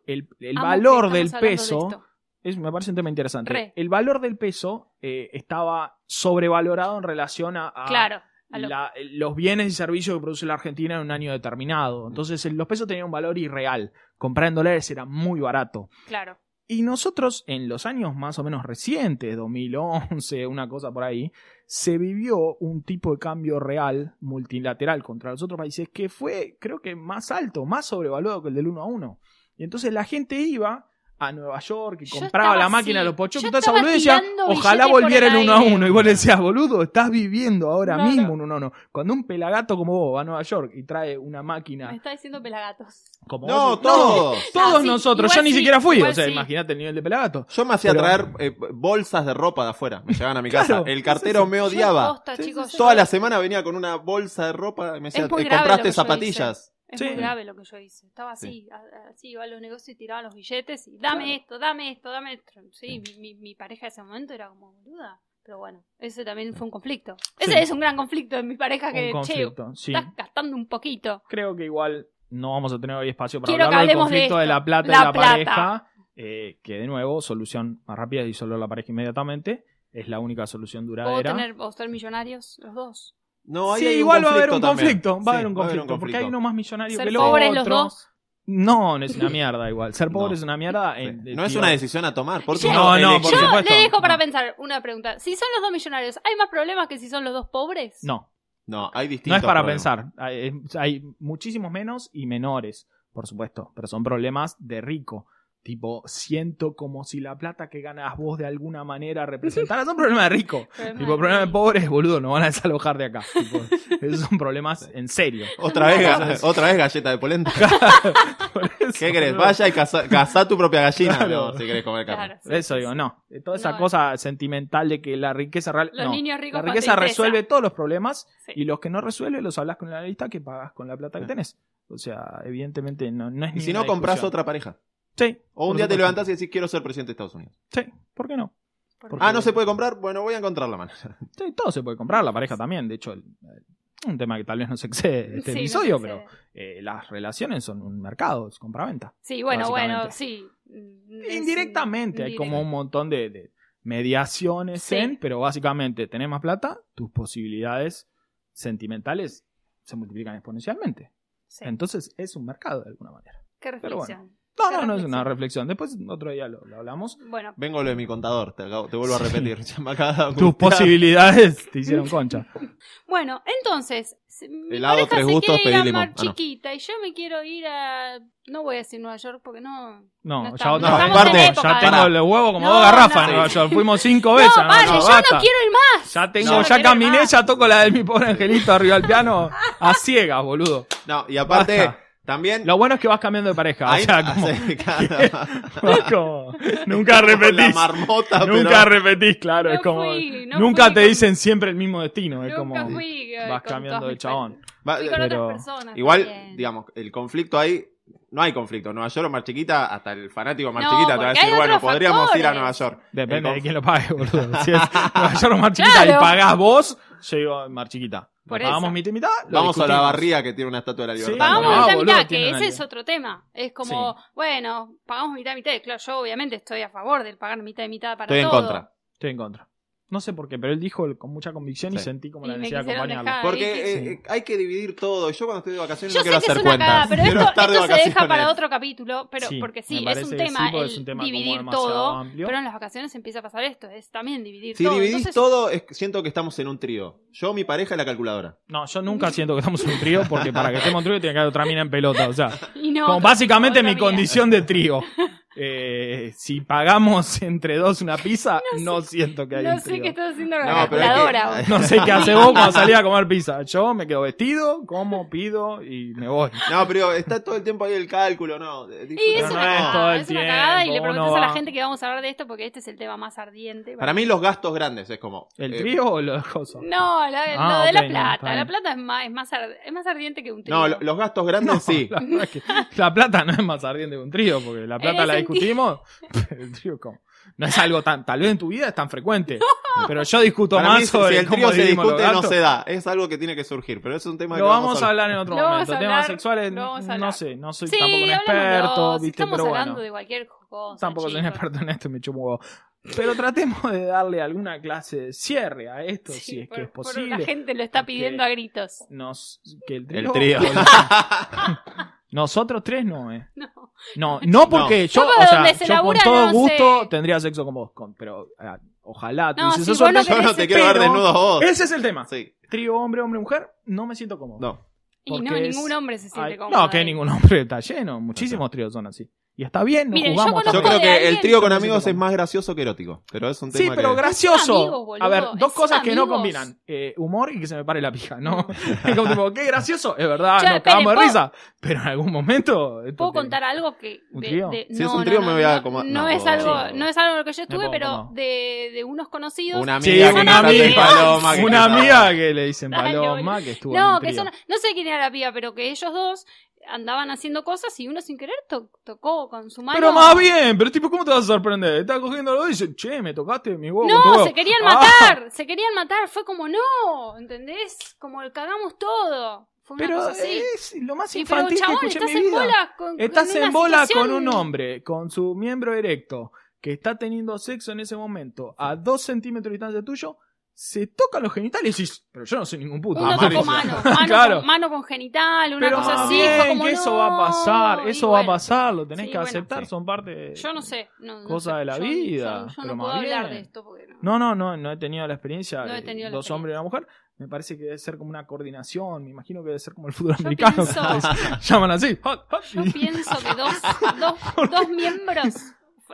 [SPEAKER 2] el, el
[SPEAKER 3] Amo que
[SPEAKER 2] valor
[SPEAKER 3] estamos
[SPEAKER 2] del
[SPEAKER 3] hablando de
[SPEAKER 2] peso,
[SPEAKER 3] esto.
[SPEAKER 2] es, me parece un tema interesante,
[SPEAKER 3] Re.
[SPEAKER 2] el valor del peso eh, estaba sobrevalorado en relación a, a
[SPEAKER 3] Claro. a lo-
[SPEAKER 2] la- los bienes y servicios que produce la Argentina en un año determinado. Entonces el- los pesos tenían un valor irreal, comprar en dólares era muy barato.
[SPEAKER 3] Claro.
[SPEAKER 2] Y nosotros, en los años más o menos recientes, 2011, una cosa por ahí, se vivió un tipo de cambio real multilateral contra los otros países que fue, creo que, más alto, más sobrevaluado que el del 1 a 1. Y entonces la gente iba a Nueva York y
[SPEAKER 3] Yo
[SPEAKER 2] compraba
[SPEAKER 3] estaba
[SPEAKER 2] la máquina de
[SPEAKER 3] así.
[SPEAKER 2] los pochos
[SPEAKER 3] Yo
[SPEAKER 2] y toda esa
[SPEAKER 3] estaba
[SPEAKER 2] boludez y decía,
[SPEAKER 3] tirando
[SPEAKER 2] ojalá
[SPEAKER 3] billete por
[SPEAKER 2] volviera
[SPEAKER 3] el
[SPEAKER 2] el 1 a
[SPEAKER 3] aire".
[SPEAKER 2] 1. Y vos le decías, boludo, estás viviendo ahora
[SPEAKER 3] No,
[SPEAKER 2] mismo
[SPEAKER 3] no.
[SPEAKER 2] un 1 a 1. Cuando un pelagato como vos va a Nueva York y trae una máquina
[SPEAKER 3] Me está diciendo pelagatos.
[SPEAKER 2] como
[SPEAKER 4] No,
[SPEAKER 2] vos-
[SPEAKER 4] todos.
[SPEAKER 2] todos
[SPEAKER 3] Ah, sí,
[SPEAKER 2] nosotros,
[SPEAKER 3] igual
[SPEAKER 2] yo ni
[SPEAKER 3] sí,
[SPEAKER 2] siquiera fui,
[SPEAKER 3] igual
[SPEAKER 2] o sea,
[SPEAKER 3] sí.
[SPEAKER 2] imagínate el nivel de pelagato.
[SPEAKER 4] Yo me hacía
[SPEAKER 2] Pero-
[SPEAKER 4] traer eh, bolsas de ropa de afuera. Me llegaban a mi casa.
[SPEAKER 2] Claro,
[SPEAKER 4] el
[SPEAKER 2] es
[SPEAKER 4] cartero
[SPEAKER 2] eso.
[SPEAKER 4] me
[SPEAKER 3] Yo
[SPEAKER 4] odiaba.
[SPEAKER 3] posta,
[SPEAKER 2] Sí, sí,
[SPEAKER 3] chicos, yo
[SPEAKER 4] Toda
[SPEAKER 3] no-
[SPEAKER 4] la semana venía con una bolsa de ropa y me decía,
[SPEAKER 3] Es muy
[SPEAKER 4] "Eh,
[SPEAKER 3] grave lo que
[SPEAKER 4] compraste
[SPEAKER 3] yo
[SPEAKER 4] zapatillas.
[SPEAKER 3] Es
[SPEAKER 2] Sí.
[SPEAKER 3] muy grave lo que yo hice. Estaba así, a- así iba a los negocios y tiraba los billetes y dame esto, dame esto, dame esto. Sí, mi, mi- mi pareja en ese momento era como boluda. Pero bueno, ese también fue un conflicto. Ese
[SPEAKER 2] Sí.
[SPEAKER 3] es un gran conflicto en mi pareja que,
[SPEAKER 2] Un
[SPEAKER 3] che,
[SPEAKER 2] conflicto, sí.
[SPEAKER 3] estás gastando un poquito.
[SPEAKER 2] Creo que igual no vamos a tener hoy espacio para
[SPEAKER 3] Quiero que
[SPEAKER 2] hablar del
[SPEAKER 3] hablemos de
[SPEAKER 2] conflicto de,
[SPEAKER 3] esto.
[SPEAKER 2] la plata
[SPEAKER 3] La
[SPEAKER 2] y la
[SPEAKER 3] plata.
[SPEAKER 2] pareja, eh, que de nuevo, solución más rápida es disolver la pareja inmediatamente, es la única solución
[SPEAKER 3] Puedo
[SPEAKER 2] duradera.
[SPEAKER 3] tener, o ser millonarios los dos.
[SPEAKER 4] No, ahí
[SPEAKER 2] sí,
[SPEAKER 4] hay un
[SPEAKER 2] igual va a haber un
[SPEAKER 4] también.
[SPEAKER 2] conflicto, va a
[SPEAKER 4] Sí,
[SPEAKER 2] haber un conflicto, porque hay uno más millonario
[SPEAKER 3] Ser
[SPEAKER 2] que el
[SPEAKER 3] pobres
[SPEAKER 2] otro.
[SPEAKER 3] los dos.
[SPEAKER 2] No, no es una mierda igual. Ser pobre
[SPEAKER 4] No.
[SPEAKER 2] es una mierda. en-
[SPEAKER 4] Sí.
[SPEAKER 2] de-
[SPEAKER 4] No es
[SPEAKER 2] tío,
[SPEAKER 4] una decisión a tomar, porque
[SPEAKER 3] Yo-
[SPEAKER 4] uno
[SPEAKER 2] No, no,
[SPEAKER 4] elige-
[SPEAKER 2] por
[SPEAKER 3] Yo
[SPEAKER 2] supuesto.
[SPEAKER 3] le dejo para
[SPEAKER 2] No.
[SPEAKER 3] pensar una pregunta. Si son los dos millonarios, ¿hay más problemas que si son los dos pobres?
[SPEAKER 2] No,
[SPEAKER 4] No, hay distintos.
[SPEAKER 2] no es para
[SPEAKER 4] problemas.
[SPEAKER 2] pensar. Hay, es- hay muchísimos menos y menores, por supuesto, pero son problemas de rico. Tipo, siento como si la plata que ganas vos de alguna manera representara. Son problemas de rico.
[SPEAKER 3] Problema
[SPEAKER 2] Tipo,
[SPEAKER 3] de-
[SPEAKER 2] problemas de pobres, boludo, no van a desalojar de acá. Tipo, esos son problemas en serio.
[SPEAKER 4] Otra vez, ga- otra vez galleta de polenta.
[SPEAKER 2] Por eso,
[SPEAKER 4] ¿Qué querés?
[SPEAKER 2] boludo.
[SPEAKER 4] Vaya y caza, cazá tu propia gallina
[SPEAKER 2] Claro.
[SPEAKER 4] no, si querés comer carne.
[SPEAKER 3] Claro, sí,
[SPEAKER 2] Por eso
[SPEAKER 3] sí,
[SPEAKER 2] digo,
[SPEAKER 3] sí.
[SPEAKER 2] no. Toda esa
[SPEAKER 3] No. eh.
[SPEAKER 2] cosa sentimental de que la riqueza real.
[SPEAKER 3] Los
[SPEAKER 2] no.
[SPEAKER 3] niños ricos
[SPEAKER 2] La riqueza
[SPEAKER 3] con tristeza.
[SPEAKER 2] resuelve todos los problemas
[SPEAKER 3] Sí.
[SPEAKER 2] Y los que no resuelves los hablas con la analista que pagas con la plata que
[SPEAKER 4] Ah.
[SPEAKER 2] tenés. O sea, evidentemente no, no es
[SPEAKER 4] Y
[SPEAKER 2] ni
[SPEAKER 4] si
[SPEAKER 2] una
[SPEAKER 4] no, compras
[SPEAKER 2] discusión.
[SPEAKER 4] otra pareja.
[SPEAKER 2] Sí.
[SPEAKER 4] O
[SPEAKER 2] por
[SPEAKER 4] un día te
[SPEAKER 2] supuesto.
[SPEAKER 4] levantás y decís, quiero ser presidente de Estados Unidos.
[SPEAKER 2] Sí, ¿por qué no?
[SPEAKER 3] Porque-
[SPEAKER 4] Ah, no se puede comprar. Bueno, voy a encontrar la manera.
[SPEAKER 2] Sí, todo se puede comprar, la pareja también. De hecho, el- el- un tema que tal vez no se excede este
[SPEAKER 3] Sí, no
[SPEAKER 2] episodio,
[SPEAKER 3] sé,
[SPEAKER 2] pero
[SPEAKER 3] sí.
[SPEAKER 2] eh, las relaciones son un mercado, es compra-venta.
[SPEAKER 3] Sí, bueno, bueno,
[SPEAKER 2] básicamente.
[SPEAKER 3] sí. Mm, es-
[SPEAKER 2] Indirectamente, hay como un montón de, de mediaciones
[SPEAKER 3] Sí.
[SPEAKER 2] en, pero básicamente tenés más plata, tus posibilidades sentimentales se multiplican exponencialmente.
[SPEAKER 3] Sí.
[SPEAKER 2] Entonces es un mercado de alguna manera.
[SPEAKER 3] Qué
[SPEAKER 2] pero bueno.
[SPEAKER 3] reflexión.
[SPEAKER 2] No,
[SPEAKER 3] Qué
[SPEAKER 2] no, no es una
[SPEAKER 3] reflexión.
[SPEAKER 2] reflexión. Después otro día lo- lo hablamos.
[SPEAKER 3] Bueno,
[SPEAKER 4] Vengo lo de mi contador, te, acabo- te vuelvo
[SPEAKER 2] Sí.
[SPEAKER 4] a repetir. Ya me acaba de dar
[SPEAKER 2] Tus
[SPEAKER 4] cuenta.
[SPEAKER 2] posibilidades te hicieron concha.
[SPEAKER 3] bueno, entonces, si mi
[SPEAKER 4] Helado,
[SPEAKER 3] pareja
[SPEAKER 4] tres
[SPEAKER 3] se
[SPEAKER 4] gustos,
[SPEAKER 3] quiere ir a
[SPEAKER 4] pedí
[SPEAKER 3] Mar
[SPEAKER 4] limón. Ah, no.
[SPEAKER 3] Chiquita y yo me quiero ir a... No voy a decir Nueva York porque no...
[SPEAKER 2] No,
[SPEAKER 3] No
[SPEAKER 2] ya
[SPEAKER 3] estamos-
[SPEAKER 2] otra
[SPEAKER 4] no
[SPEAKER 2] vez.
[SPEAKER 4] estamos en
[SPEAKER 2] ya
[SPEAKER 3] época,
[SPEAKER 2] tengo
[SPEAKER 4] ¿verdad?
[SPEAKER 2] el huevo como
[SPEAKER 3] No,
[SPEAKER 2] dos garrafas
[SPEAKER 3] no.
[SPEAKER 2] en Nueva York. Fuimos cinco
[SPEAKER 3] No,
[SPEAKER 2] veces.
[SPEAKER 3] vale,
[SPEAKER 2] no,
[SPEAKER 3] yo
[SPEAKER 2] basta.
[SPEAKER 3] no quiero ir más.
[SPEAKER 2] Ya tengo,
[SPEAKER 4] No, no
[SPEAKER 2] ya
[SPEAKER 3] quiero
[SPEAKER 2] caminé,
[SPEAKER 3] más.
[SPEAKER 2] ya toco la de mi pobre angelito arriba del piano a ciegas, boludo.
[SPEAKER 4] No, y aparte,
[SPEAKER 2] Basta.
[SPEAKER 4] también.
[SPEAKER 2] Lo bueno es que vas cambiando de pareja.
[SPEAKER 4] ahí-
[SPEAKER 2] o sea, como,
[SPEAKER 4] sí, claro.
[SPEAKER 2] es como- nunca
[SPEAKER 4] Como La
[SPEAKER 2] repetís.
[SPEAKER 4] marmota,
[SPEAKER 2] Nunca
[SPEAKER 4] pero-
[SPEAKER 2] repetís, claro.
[SPEAKER 3] No
[SPEAKER 2] es como,
[SPEAKER 3] fui, no
[SPEAKER 2] nunca
[SPEAKER 3] fui
[SPEAKER 2] te
[SPEAKER 3] con-
[SPEAKER 2] dicen siempre el mismo destino. Es
[SPEAKER 3] Nunca
[SPEAKER 2] como
[SPEAKER 3] fui, eh,
[SPEAKER 2] vas
[SPEAKER 3] con
[SPEAKER 2] cambiando
[SPEAKER 3] todas
[SPEAKER 2] de
[SPEAKER 3] mis
[SPEAKER 2] chabón.
[SPEAKER 4] Va-
[SPEAKER 3] Fui con
[SPEAKER 2] Pero-
[SPEAKER 3] otras personas.
[SPEAKER 4] Igual,
[SPEAKER 3] también.
[SPEAKER 4] digamos, el conflicto ahí. No hay conflicto. Nueva York o Mar Chiquita, hasta el fanático Mar
[SPEAKER 3] No,
[SPEAKER 4] Chiquita te va a
[SPEAKER 3] porque
[SPEAKER 4] decir,
[SPEAKER 3] hay
[SPEAKER 4] bueno,
[SPEAKER 3] otros
[SPEAKER 4] podríamos ir a Nueva
[SPEAKER 3] factores.
[SPEAKER 4] York. El
[SPEAKER 2] Depende
[SPEAKER 4] conf-
[SPEAKER 2] de quién lo pague, boludo. Si es Nueva York o Mar Chiquita
[SPEAKER 3] Claro.
[SPEAKER 2] y pagás vos, yo digo Mar Chiquita. Lo
[SPEAKER 3] Por
[SPEAKER 2] pagamos
[SPEAKER 3] eso.
[SPEAKER 2] mitad y mitad. lo
[SPEAKER 4] Vamos a la
[SPEAKER 2] discutimos.
[SPEAKER 4] barría que tiene una estatua de la libertad.
[SPEAKER 2] Vamos
[SPEAKER 3] Pagamos
[SPEAKER 2] Ah,
[SPEAKER 3] mitad
[SPEAKER 2] boludo,
[SPEAKER 3] mitad,
[SPEAKER 2] tiene
[SPEAKER 3] que
[SPEAKER 2] una
[SPEAKER 3] ese
[SPEAKER 2] idea.
[SPEAKER 3] es otro tema. Es como,
[SPEAKER 2] Sí.
[SPEAKER 3] bueno, pagamos mitad mitad. Claro, yo obviamente estoy a favor del pagar mitad y mitad para
[SPEAKER 4] Estoy en
[SPEAKER 3] todo.
[SPEAKER 4] contra.
[SPEAKER 2] Estoy en contra. No sé por qué, pero él dijo el- con mucha convicción y
[SPEAKER 4] Sí.
[SPEAKER 2] sentí como
[SPEAKER 3] Y
[SPEAKER 2] la
[SPEAKER 3] me
[SPEAKER 2] necesidad de
[SPEAKER 3] quisieron
[SPEAKER 2] acompañarlo.
[SPEAKER 3] dejar.
[SPEAKER 4] Porque
[SPEAKER 3] Ahí
[SPEAKER 2] sí.
[SPEAKER 4] eh, eh, hay que dividir todo. Yo cuando estoy de vacaciones
[SPEAKER 3] Yo
[SPEAKER 4] no
[SPEAKER 3] sé
[SPEAKER 4] quiero
[SPEAKER 3] que es
[SPEAKER 4] hacer
[SPEAKER 3] una
[SPEAKER 4] cuentas.
[SPEAKER 3] cagada, pero
[SPEAKER 4] Quiero
[SPEAKER 3] esto,
[SPEAKER 4] estar de
[SPEAKER 3] esto se deja
[SPEAKER 4] vacaciones.
[SPEAKER 3] para otro capítulo, pero
[SPEAKER 2] Sí,
[SPEAKER 3] porque
[SPEAKER 2] me
[SPEAKER 3] sí, es
[SPEAKER 2] parece
[SPEAKER 3] un
[SPEAKER 2] que
[SPEAKER 3] tema
[SPEAKER 2] sí, porque
[SPEAKER 3] el
[SPEAKER 2] es un tema como
[SPEAKER 3] dividir
[SPEAKER 2] demasiado
[SPEAKER 3] todo,
[SPEAKER 2] amplio.
[SPEAKER 3] pero en las vacaciones empieza a pasar esto, es también dividir
[SPEAKER 4] Si
[SPEAKER 3] todo.
[SPEAKER 4] dividís
[SPEAKER 3] Entonces,
[SPEAKER 4] todo, es- siento que estamos en un trío. Yo, mi pareja y la calculadora.
[SPEAKER 2] No, yo nunca siento que estamos en un trío porque para que estemos en un trío tiene que haber otra mina en pelota. O sea,
[SPEAKER 3] y no,
[SPEAKER 2] como
[SPEAKER 3] otra-
[SPEAKER 2] básicamente
[SPEAKER 3] otra
[SPEAKER 2] mi
[SPEAKER 3] mina.
[SPEAKER 2] condición de trío. Eh, si pagamos entre dos una pizza, no, siento que hay
[SPEAKER 3] No
[SPEAKER 2] un
[SPEAKER 3] sé
[SPEAKER 2] trío.
[SPEAKER 3] qué estás haciendo con
[SPEAKER 4] No,
[SPEAKER 3] la
[SPEAKER 4] pero es que-
[SPEAKER 3] calculadora. vos.
[SPEAKER 2] No sé qué hace vos cuando salís a comer pizza. Yo me quedo vestido, como, pido y me voy.
[SPEAKER 4] No, pero está todo el tiempo ahí el cálculo, ¿no? eh,
[SPEAKER 3] Y
[SPEAKER 4] disfrutar.
[SPEAKER 3] es
[SPEAKER 2] Pero
[SPEAKER 3] una
[SPEAKER 2] no es todo
[SPEAKER 3] cagada,
[SPEAKER 2] el
[SPEAKER 3] es una cagada y le
[SPEAKER 2] tiempo,
[SPEAKER 3] preguntas
[SPEAKER 2] uno
[SPEAKER 3] a la
[SPEAKER 2] va-
[SPEAKER 3] gente que vamos a hablar de esto porque este es el tema más ardiente.
[SPEAKER 4] Para mí, los gastos grandes es como.
[SPEAKER 2] ¿El
[SPEAKER 4] eh,
[SPEAKER 2] trío o los cosas?
[SPEAKER 3] No, la-
[SPEAKER 2] Ah,
[SPEAKER 3] lo de
[SPEAKER 2] ok,
[SPEAKER 3] la
[SPEAKER 2] no, está
[SPEAKER 3] plata.
[SPEAKER 2] bien.
[SPEAKER 3] la plata es más, es más, ar- es más ardiente que un trío.
[SPEAKER 4] No, lo- los gastos grandes sí.
[SPEAKER 2] La, verdad es que la plata no es más ardiente que un trío, porque la plata
[SPEAKER 3] En
[SPEAKER 2] la
[SPEAKER 3] ese
[SPEAKER 2] discutimos, pero el trío como- No es algo tan, tal vez en tu vida es tan frecuente, pero yo discuto
[SPEAKER 4] Para
[SPEAKER 2] más
[SPEAKER 4] mí, si
[SPEAKER 2] sobre
[SPEAKER 4] si el
[SPEAKER 2] cómo
[SPEAKER 4] trío se
[SPEAKER 2] dividimos los
[SPEAKER 4] discute, no
[SPEAKER 2] gastos.
[SPEAKER 4] se da. Es algo que tiene que surgir, pero es un tema que
[SPEAKER 2] Lo vamos a
[SPEAKER 4] hablar.
[SPEAKER 2] hablar en otro
[SPEAKER 3] Lo vamos
[SPEAKER 2] momento.
[SPEAKER 3] a
[SPEAKER 2] Temas
[SPEAKER 3] hablar,
[SPEAKER 2] sexuales,
[SPEAKER 3] lo vamos a
[SPEAKER 2] no
[SPEAKER 3] hablar.
[SPEAKER 2] sé, no soy
[SPEAKER 3] sí,
[SPEAKER 2] tampoco un
[SPEAKER 3] hablamos los
[SPEAKER 2] experto,
[SPEAKER 3] dos,
[SPEAKER 2] ¿viste?
[SPEAKER 3] Estamos
[SPEAKER 2] Pero
[SPEAKER 3] hablando
[SPEAKER 2] bueno,
[SPEAKER 3] de cualquier cosa.
[SPEAKER 2] tampoco soy un
[SPEAKER 3] chicos.
[SPEAKER 2] experto en esto, me chupo un huevo. Pero tratemos de darle alguna clase de cierre a esto,
[SPEAKER 3] Sí,
[SPEAKER 2] si es
[SPEAKER 3] por-
[SPEAKER 2] que es
[SPEAKER 3] por-
[SPEAKER 2] posible.
[SPEAKER 3] la gente lo está
[SPEAKER 2] porque-
[SPEAKER 3] pidiendo a gritos.
[SPEAKER 2] Nos, que el trío.
[SPEAKER 4] El trío.
[SPEAKER 2] Nosotros tres no, eh.
[SPEAKER 3] No.
[SPEAKER 2] No, no porque yo,
[SPEAKER 3] Yo por
[SPEAKER 2] o sea,
[SPEAKER 3] donde se
[SPEAKER 2] yo con
[SPEAKER 3] labura,
[SPEAKER 2] todo
[SPEAKER 3] no
[SPEAKER 2] gusto
[SPEAKER 3] sé.
[SPEAKER 2] tendría sexo con vos, con- pero ah, ojalá
[SPEAKER 3] No,
[SPEAKER 2] tuvieses
[SPEAKER 3] si
[SPEAKER 2] esa
[SPEAKER 3] vos no
[SPEAKER 2] suerte.
[SPEAKER 4] Yo no te quiero ver
[SPEAKER 2] Pero-
[SPEAKER 4] desnudo a vos. Ah,
[SPEAKER 2] Ese es el tema.
[SPEAKER 4] Sí,
[SPEAKER 2] Trío hombre, hombre, mujer, no me siento cómodo.
[SPEAKER 4] no.
[SPEAKER 3] Y no,
[SPEAKER 2] Porque es-
[SPEAKER 3] ningún hombre se siente
[SPEAKER 2] Ay,
[SPEAKER 3] cómodo.
[SPEAKER 2] no, que
[SPEAKER 3] ahí.
[SPEAKER 2] ningún hombre está lleno. Muchísimos tríos son así. Y está bien, no
[SPEAKER 3] Miren, yo
[SPEAKER 2] jugamos.
[SPEAKER 4] Yo
[SPEAKER 3] conozco-
[SPEAKER 2] tampoco.
[SPEAKER 3] de
[SPEAKER 4] creo que el
[SPEAKER 3] alguien-
[SPEAKER 4] trío con
[SPEAKER 2] No sé
[SPEAKER 4] amigos
[SPEAKER 2] cómo.
[SPEAKER 4] es más gracioso que erótico, pero es un
[SPEAKER 2] Sí,
[SPEAKER 4] tema
[SPEAKER 2] pero
[SPEAKER 4] que...
[SPEAKER 2] gracioso.
[SPEAKER 3] amigos, boludo,
[SPEAKER 2] a ver, dos
[SPEAKER 3] son
[SPEAKER 2] cosas que no
[SPEAKER 3] amigos.
[SPEAKER 2] combinan. Eh, humor y que se me pare la pija, ¿no? Es como tipo, qué gracioso. Es verdad,
[SPEAKER 3] Ya,
[SPEAKER 2] nos
[SPEAKER 3] pero
[SPEAKER 2] cagamos de
[SPEAKER 3] ¿puedo-
[SPEAKER 2] risa. Pero en algún momento... esto
[SPEAKER 3] ¿Puedo
[SPEAKER 2] te-
[SPEAKER 3] contar algo que.?
[SPEAKER 2] ¿Un
[SPEAKER 3] de-
[SPEAKER 2] trío?
[SPEAKER 3] de-
[SPEAKER 4] Si es
[SPEAKER 3] no,
[SPEAKER 4] un trío,
[SPEAKER 3] no,
[SPEAKER 4] me
[SPEAKER 3] no,
[SPEAKER 4] voy a
[SPEAKER 3] no,
[SPEAKER 4] como-
[SPEAKER 3] No,
[SPEAKER 4] no,
[SPEAKER 3] es algo,
[SPEAKER 4] sí.
[SPEAKER 3] no es algo en lo que yo estuve,
[SPEAKER 2] pongo,
[SPEAKER 3] pero
[SPEAKER 2] no.
[SPEAKER 3] de, de unos conocidos.
[SPEAKER 4] Una
[SPEAKER 2] Sí,
[SPEAKER 4] amiga que
[SPEAKER 2] una
[SPEAKER 4] está
[SPEAKER 2] amiga,
[SPEAKER 4] en paloma. que
[SPEAKER 2] una
[SPEAKER 4] está-
[SPEAKER 2] amiga que le dicen
[SPEAKER 3] Dale,
[SPEAKER 2] paloma, que estuvo en
[SPEAKER 3] No,
[SPEAKER 2] un
[SPEAKER 3] que
[SPEAKER 2] trío.
[SPEAKER 3] son, no sé quién era la piba, pero que ellos dos andaban haciendo cosas y uno sin querer to- tocó con su mano.
[SPEAKER 2] Pero más bien, pero tipo, ¿cómo te vas a sorprender? Estás cogiendo algo y dice, che, me tocaste mi huevo. con tu
[SPEAKER 3] No,
[SPEAKER 2] huevo".
[SPEAKER 3] se querían
[SPEAKER 2] Ah,
[SPEAKER 3] matar, se querían matar, fue como no, ¿entendés? Como el cagamos todo. Fue una
[SPEAKER 2] pero
[SPEAKER 3] cosa así.
[SPEAKER 2] es lo más
[SPEAKER 3] Y pero
[SPEAKER 2] infantil que
[SPEAKER 3] chabón,
[SPEAKER 2] escuché en
[SPEAKER 3] estás
[SPEAKER 2] mi
[SPEAKER 3] en
[SPEAKER 2] vida.
[SPEAKER 3] bola con
[SPEAKER 2] Estás
[SPEAKER 3] con una
[SPEAKER 2] en bola
[SPEAKER 3] situación-
[SPEAKER 2] con un hombre, con su miembro erecto, que está teniendo sexo en ese momento, a dos centímetros de distancia tuyo, se tocan los genitales y decís, pero yo no soy ningún puto.
[SPEAKER 3] Uno
[SPEAKER 4] Amarilla.
[SPEAKER 3] tocó mano, mano,
[SPEAKER 2] Claro.
[SPEAKER 3] con, mano con genital, una
[SPEAKER 2] pero
[SPEAKER 3] cosa
[SPEAKER 2] está
[SPEAKER 3] así.
[SPEAKER 2] bien,
[SPEAKER 3] fue como,
[SPEAKER 2] que eso
[SPEAKER 3] "No".
[SPEAKER 2] va a pasar,
[SPEAKER 3] Y
[SPEAKER 2] eso
[SPEAKER 3] bueno,
[SPEAKER 2] va a pasar, lo tenés
[SPEAKER 3] Sí,
[SPEAKER 2] que
[SPEAKER 3] bueno.
[SPEAKER 2] aceptar,
[SPEAKER 4] Sí.
[SPEAKER 2] son parte de-
[SPEAKER 3] Yo no sé. No, no
[SPEAKER 2] Cosa
[SPEAKER 3] sé,
[SPEAKER 2] de la
[SPEAKER 3] yo-
[SPEAKER 2] vida,
[SPEAKER 3] Yo, yo
[SPEAKER 2] pero
[SPEAKER 3] no
[SPEAKER 2] más
[SPEAKER 3] puedo hablar
[SPEAKER 2] bien.
[SPEAKER 3] de esto porque
[SPEAKER 2] No,
[SPEAKER 3] no.
[SPEAKER 2] no, no, no he tenido la experiencia
[SPEAKER 3] No he
[SPEAKER 2] de
[SPEAKER 3] tenido la
[SPEAKER 2] dos
[SPEAKER 3] experiencia.
[SPEAKER 2] hombres y una mujer. Me parece que debe ser como una coordinación. Me imagino que debe ser como el fútbol
[SPEAKER 3] Yo
[SPEAKER 2] americano.
[SPEAKER 3] pienso-
[SPEAKER 2] que les llaman así. hot, hot,
[SPEAKER 3] Yo
[SPEAKER 2] y-
[SPEAKER 3] pienso que dos, dos, dos miembros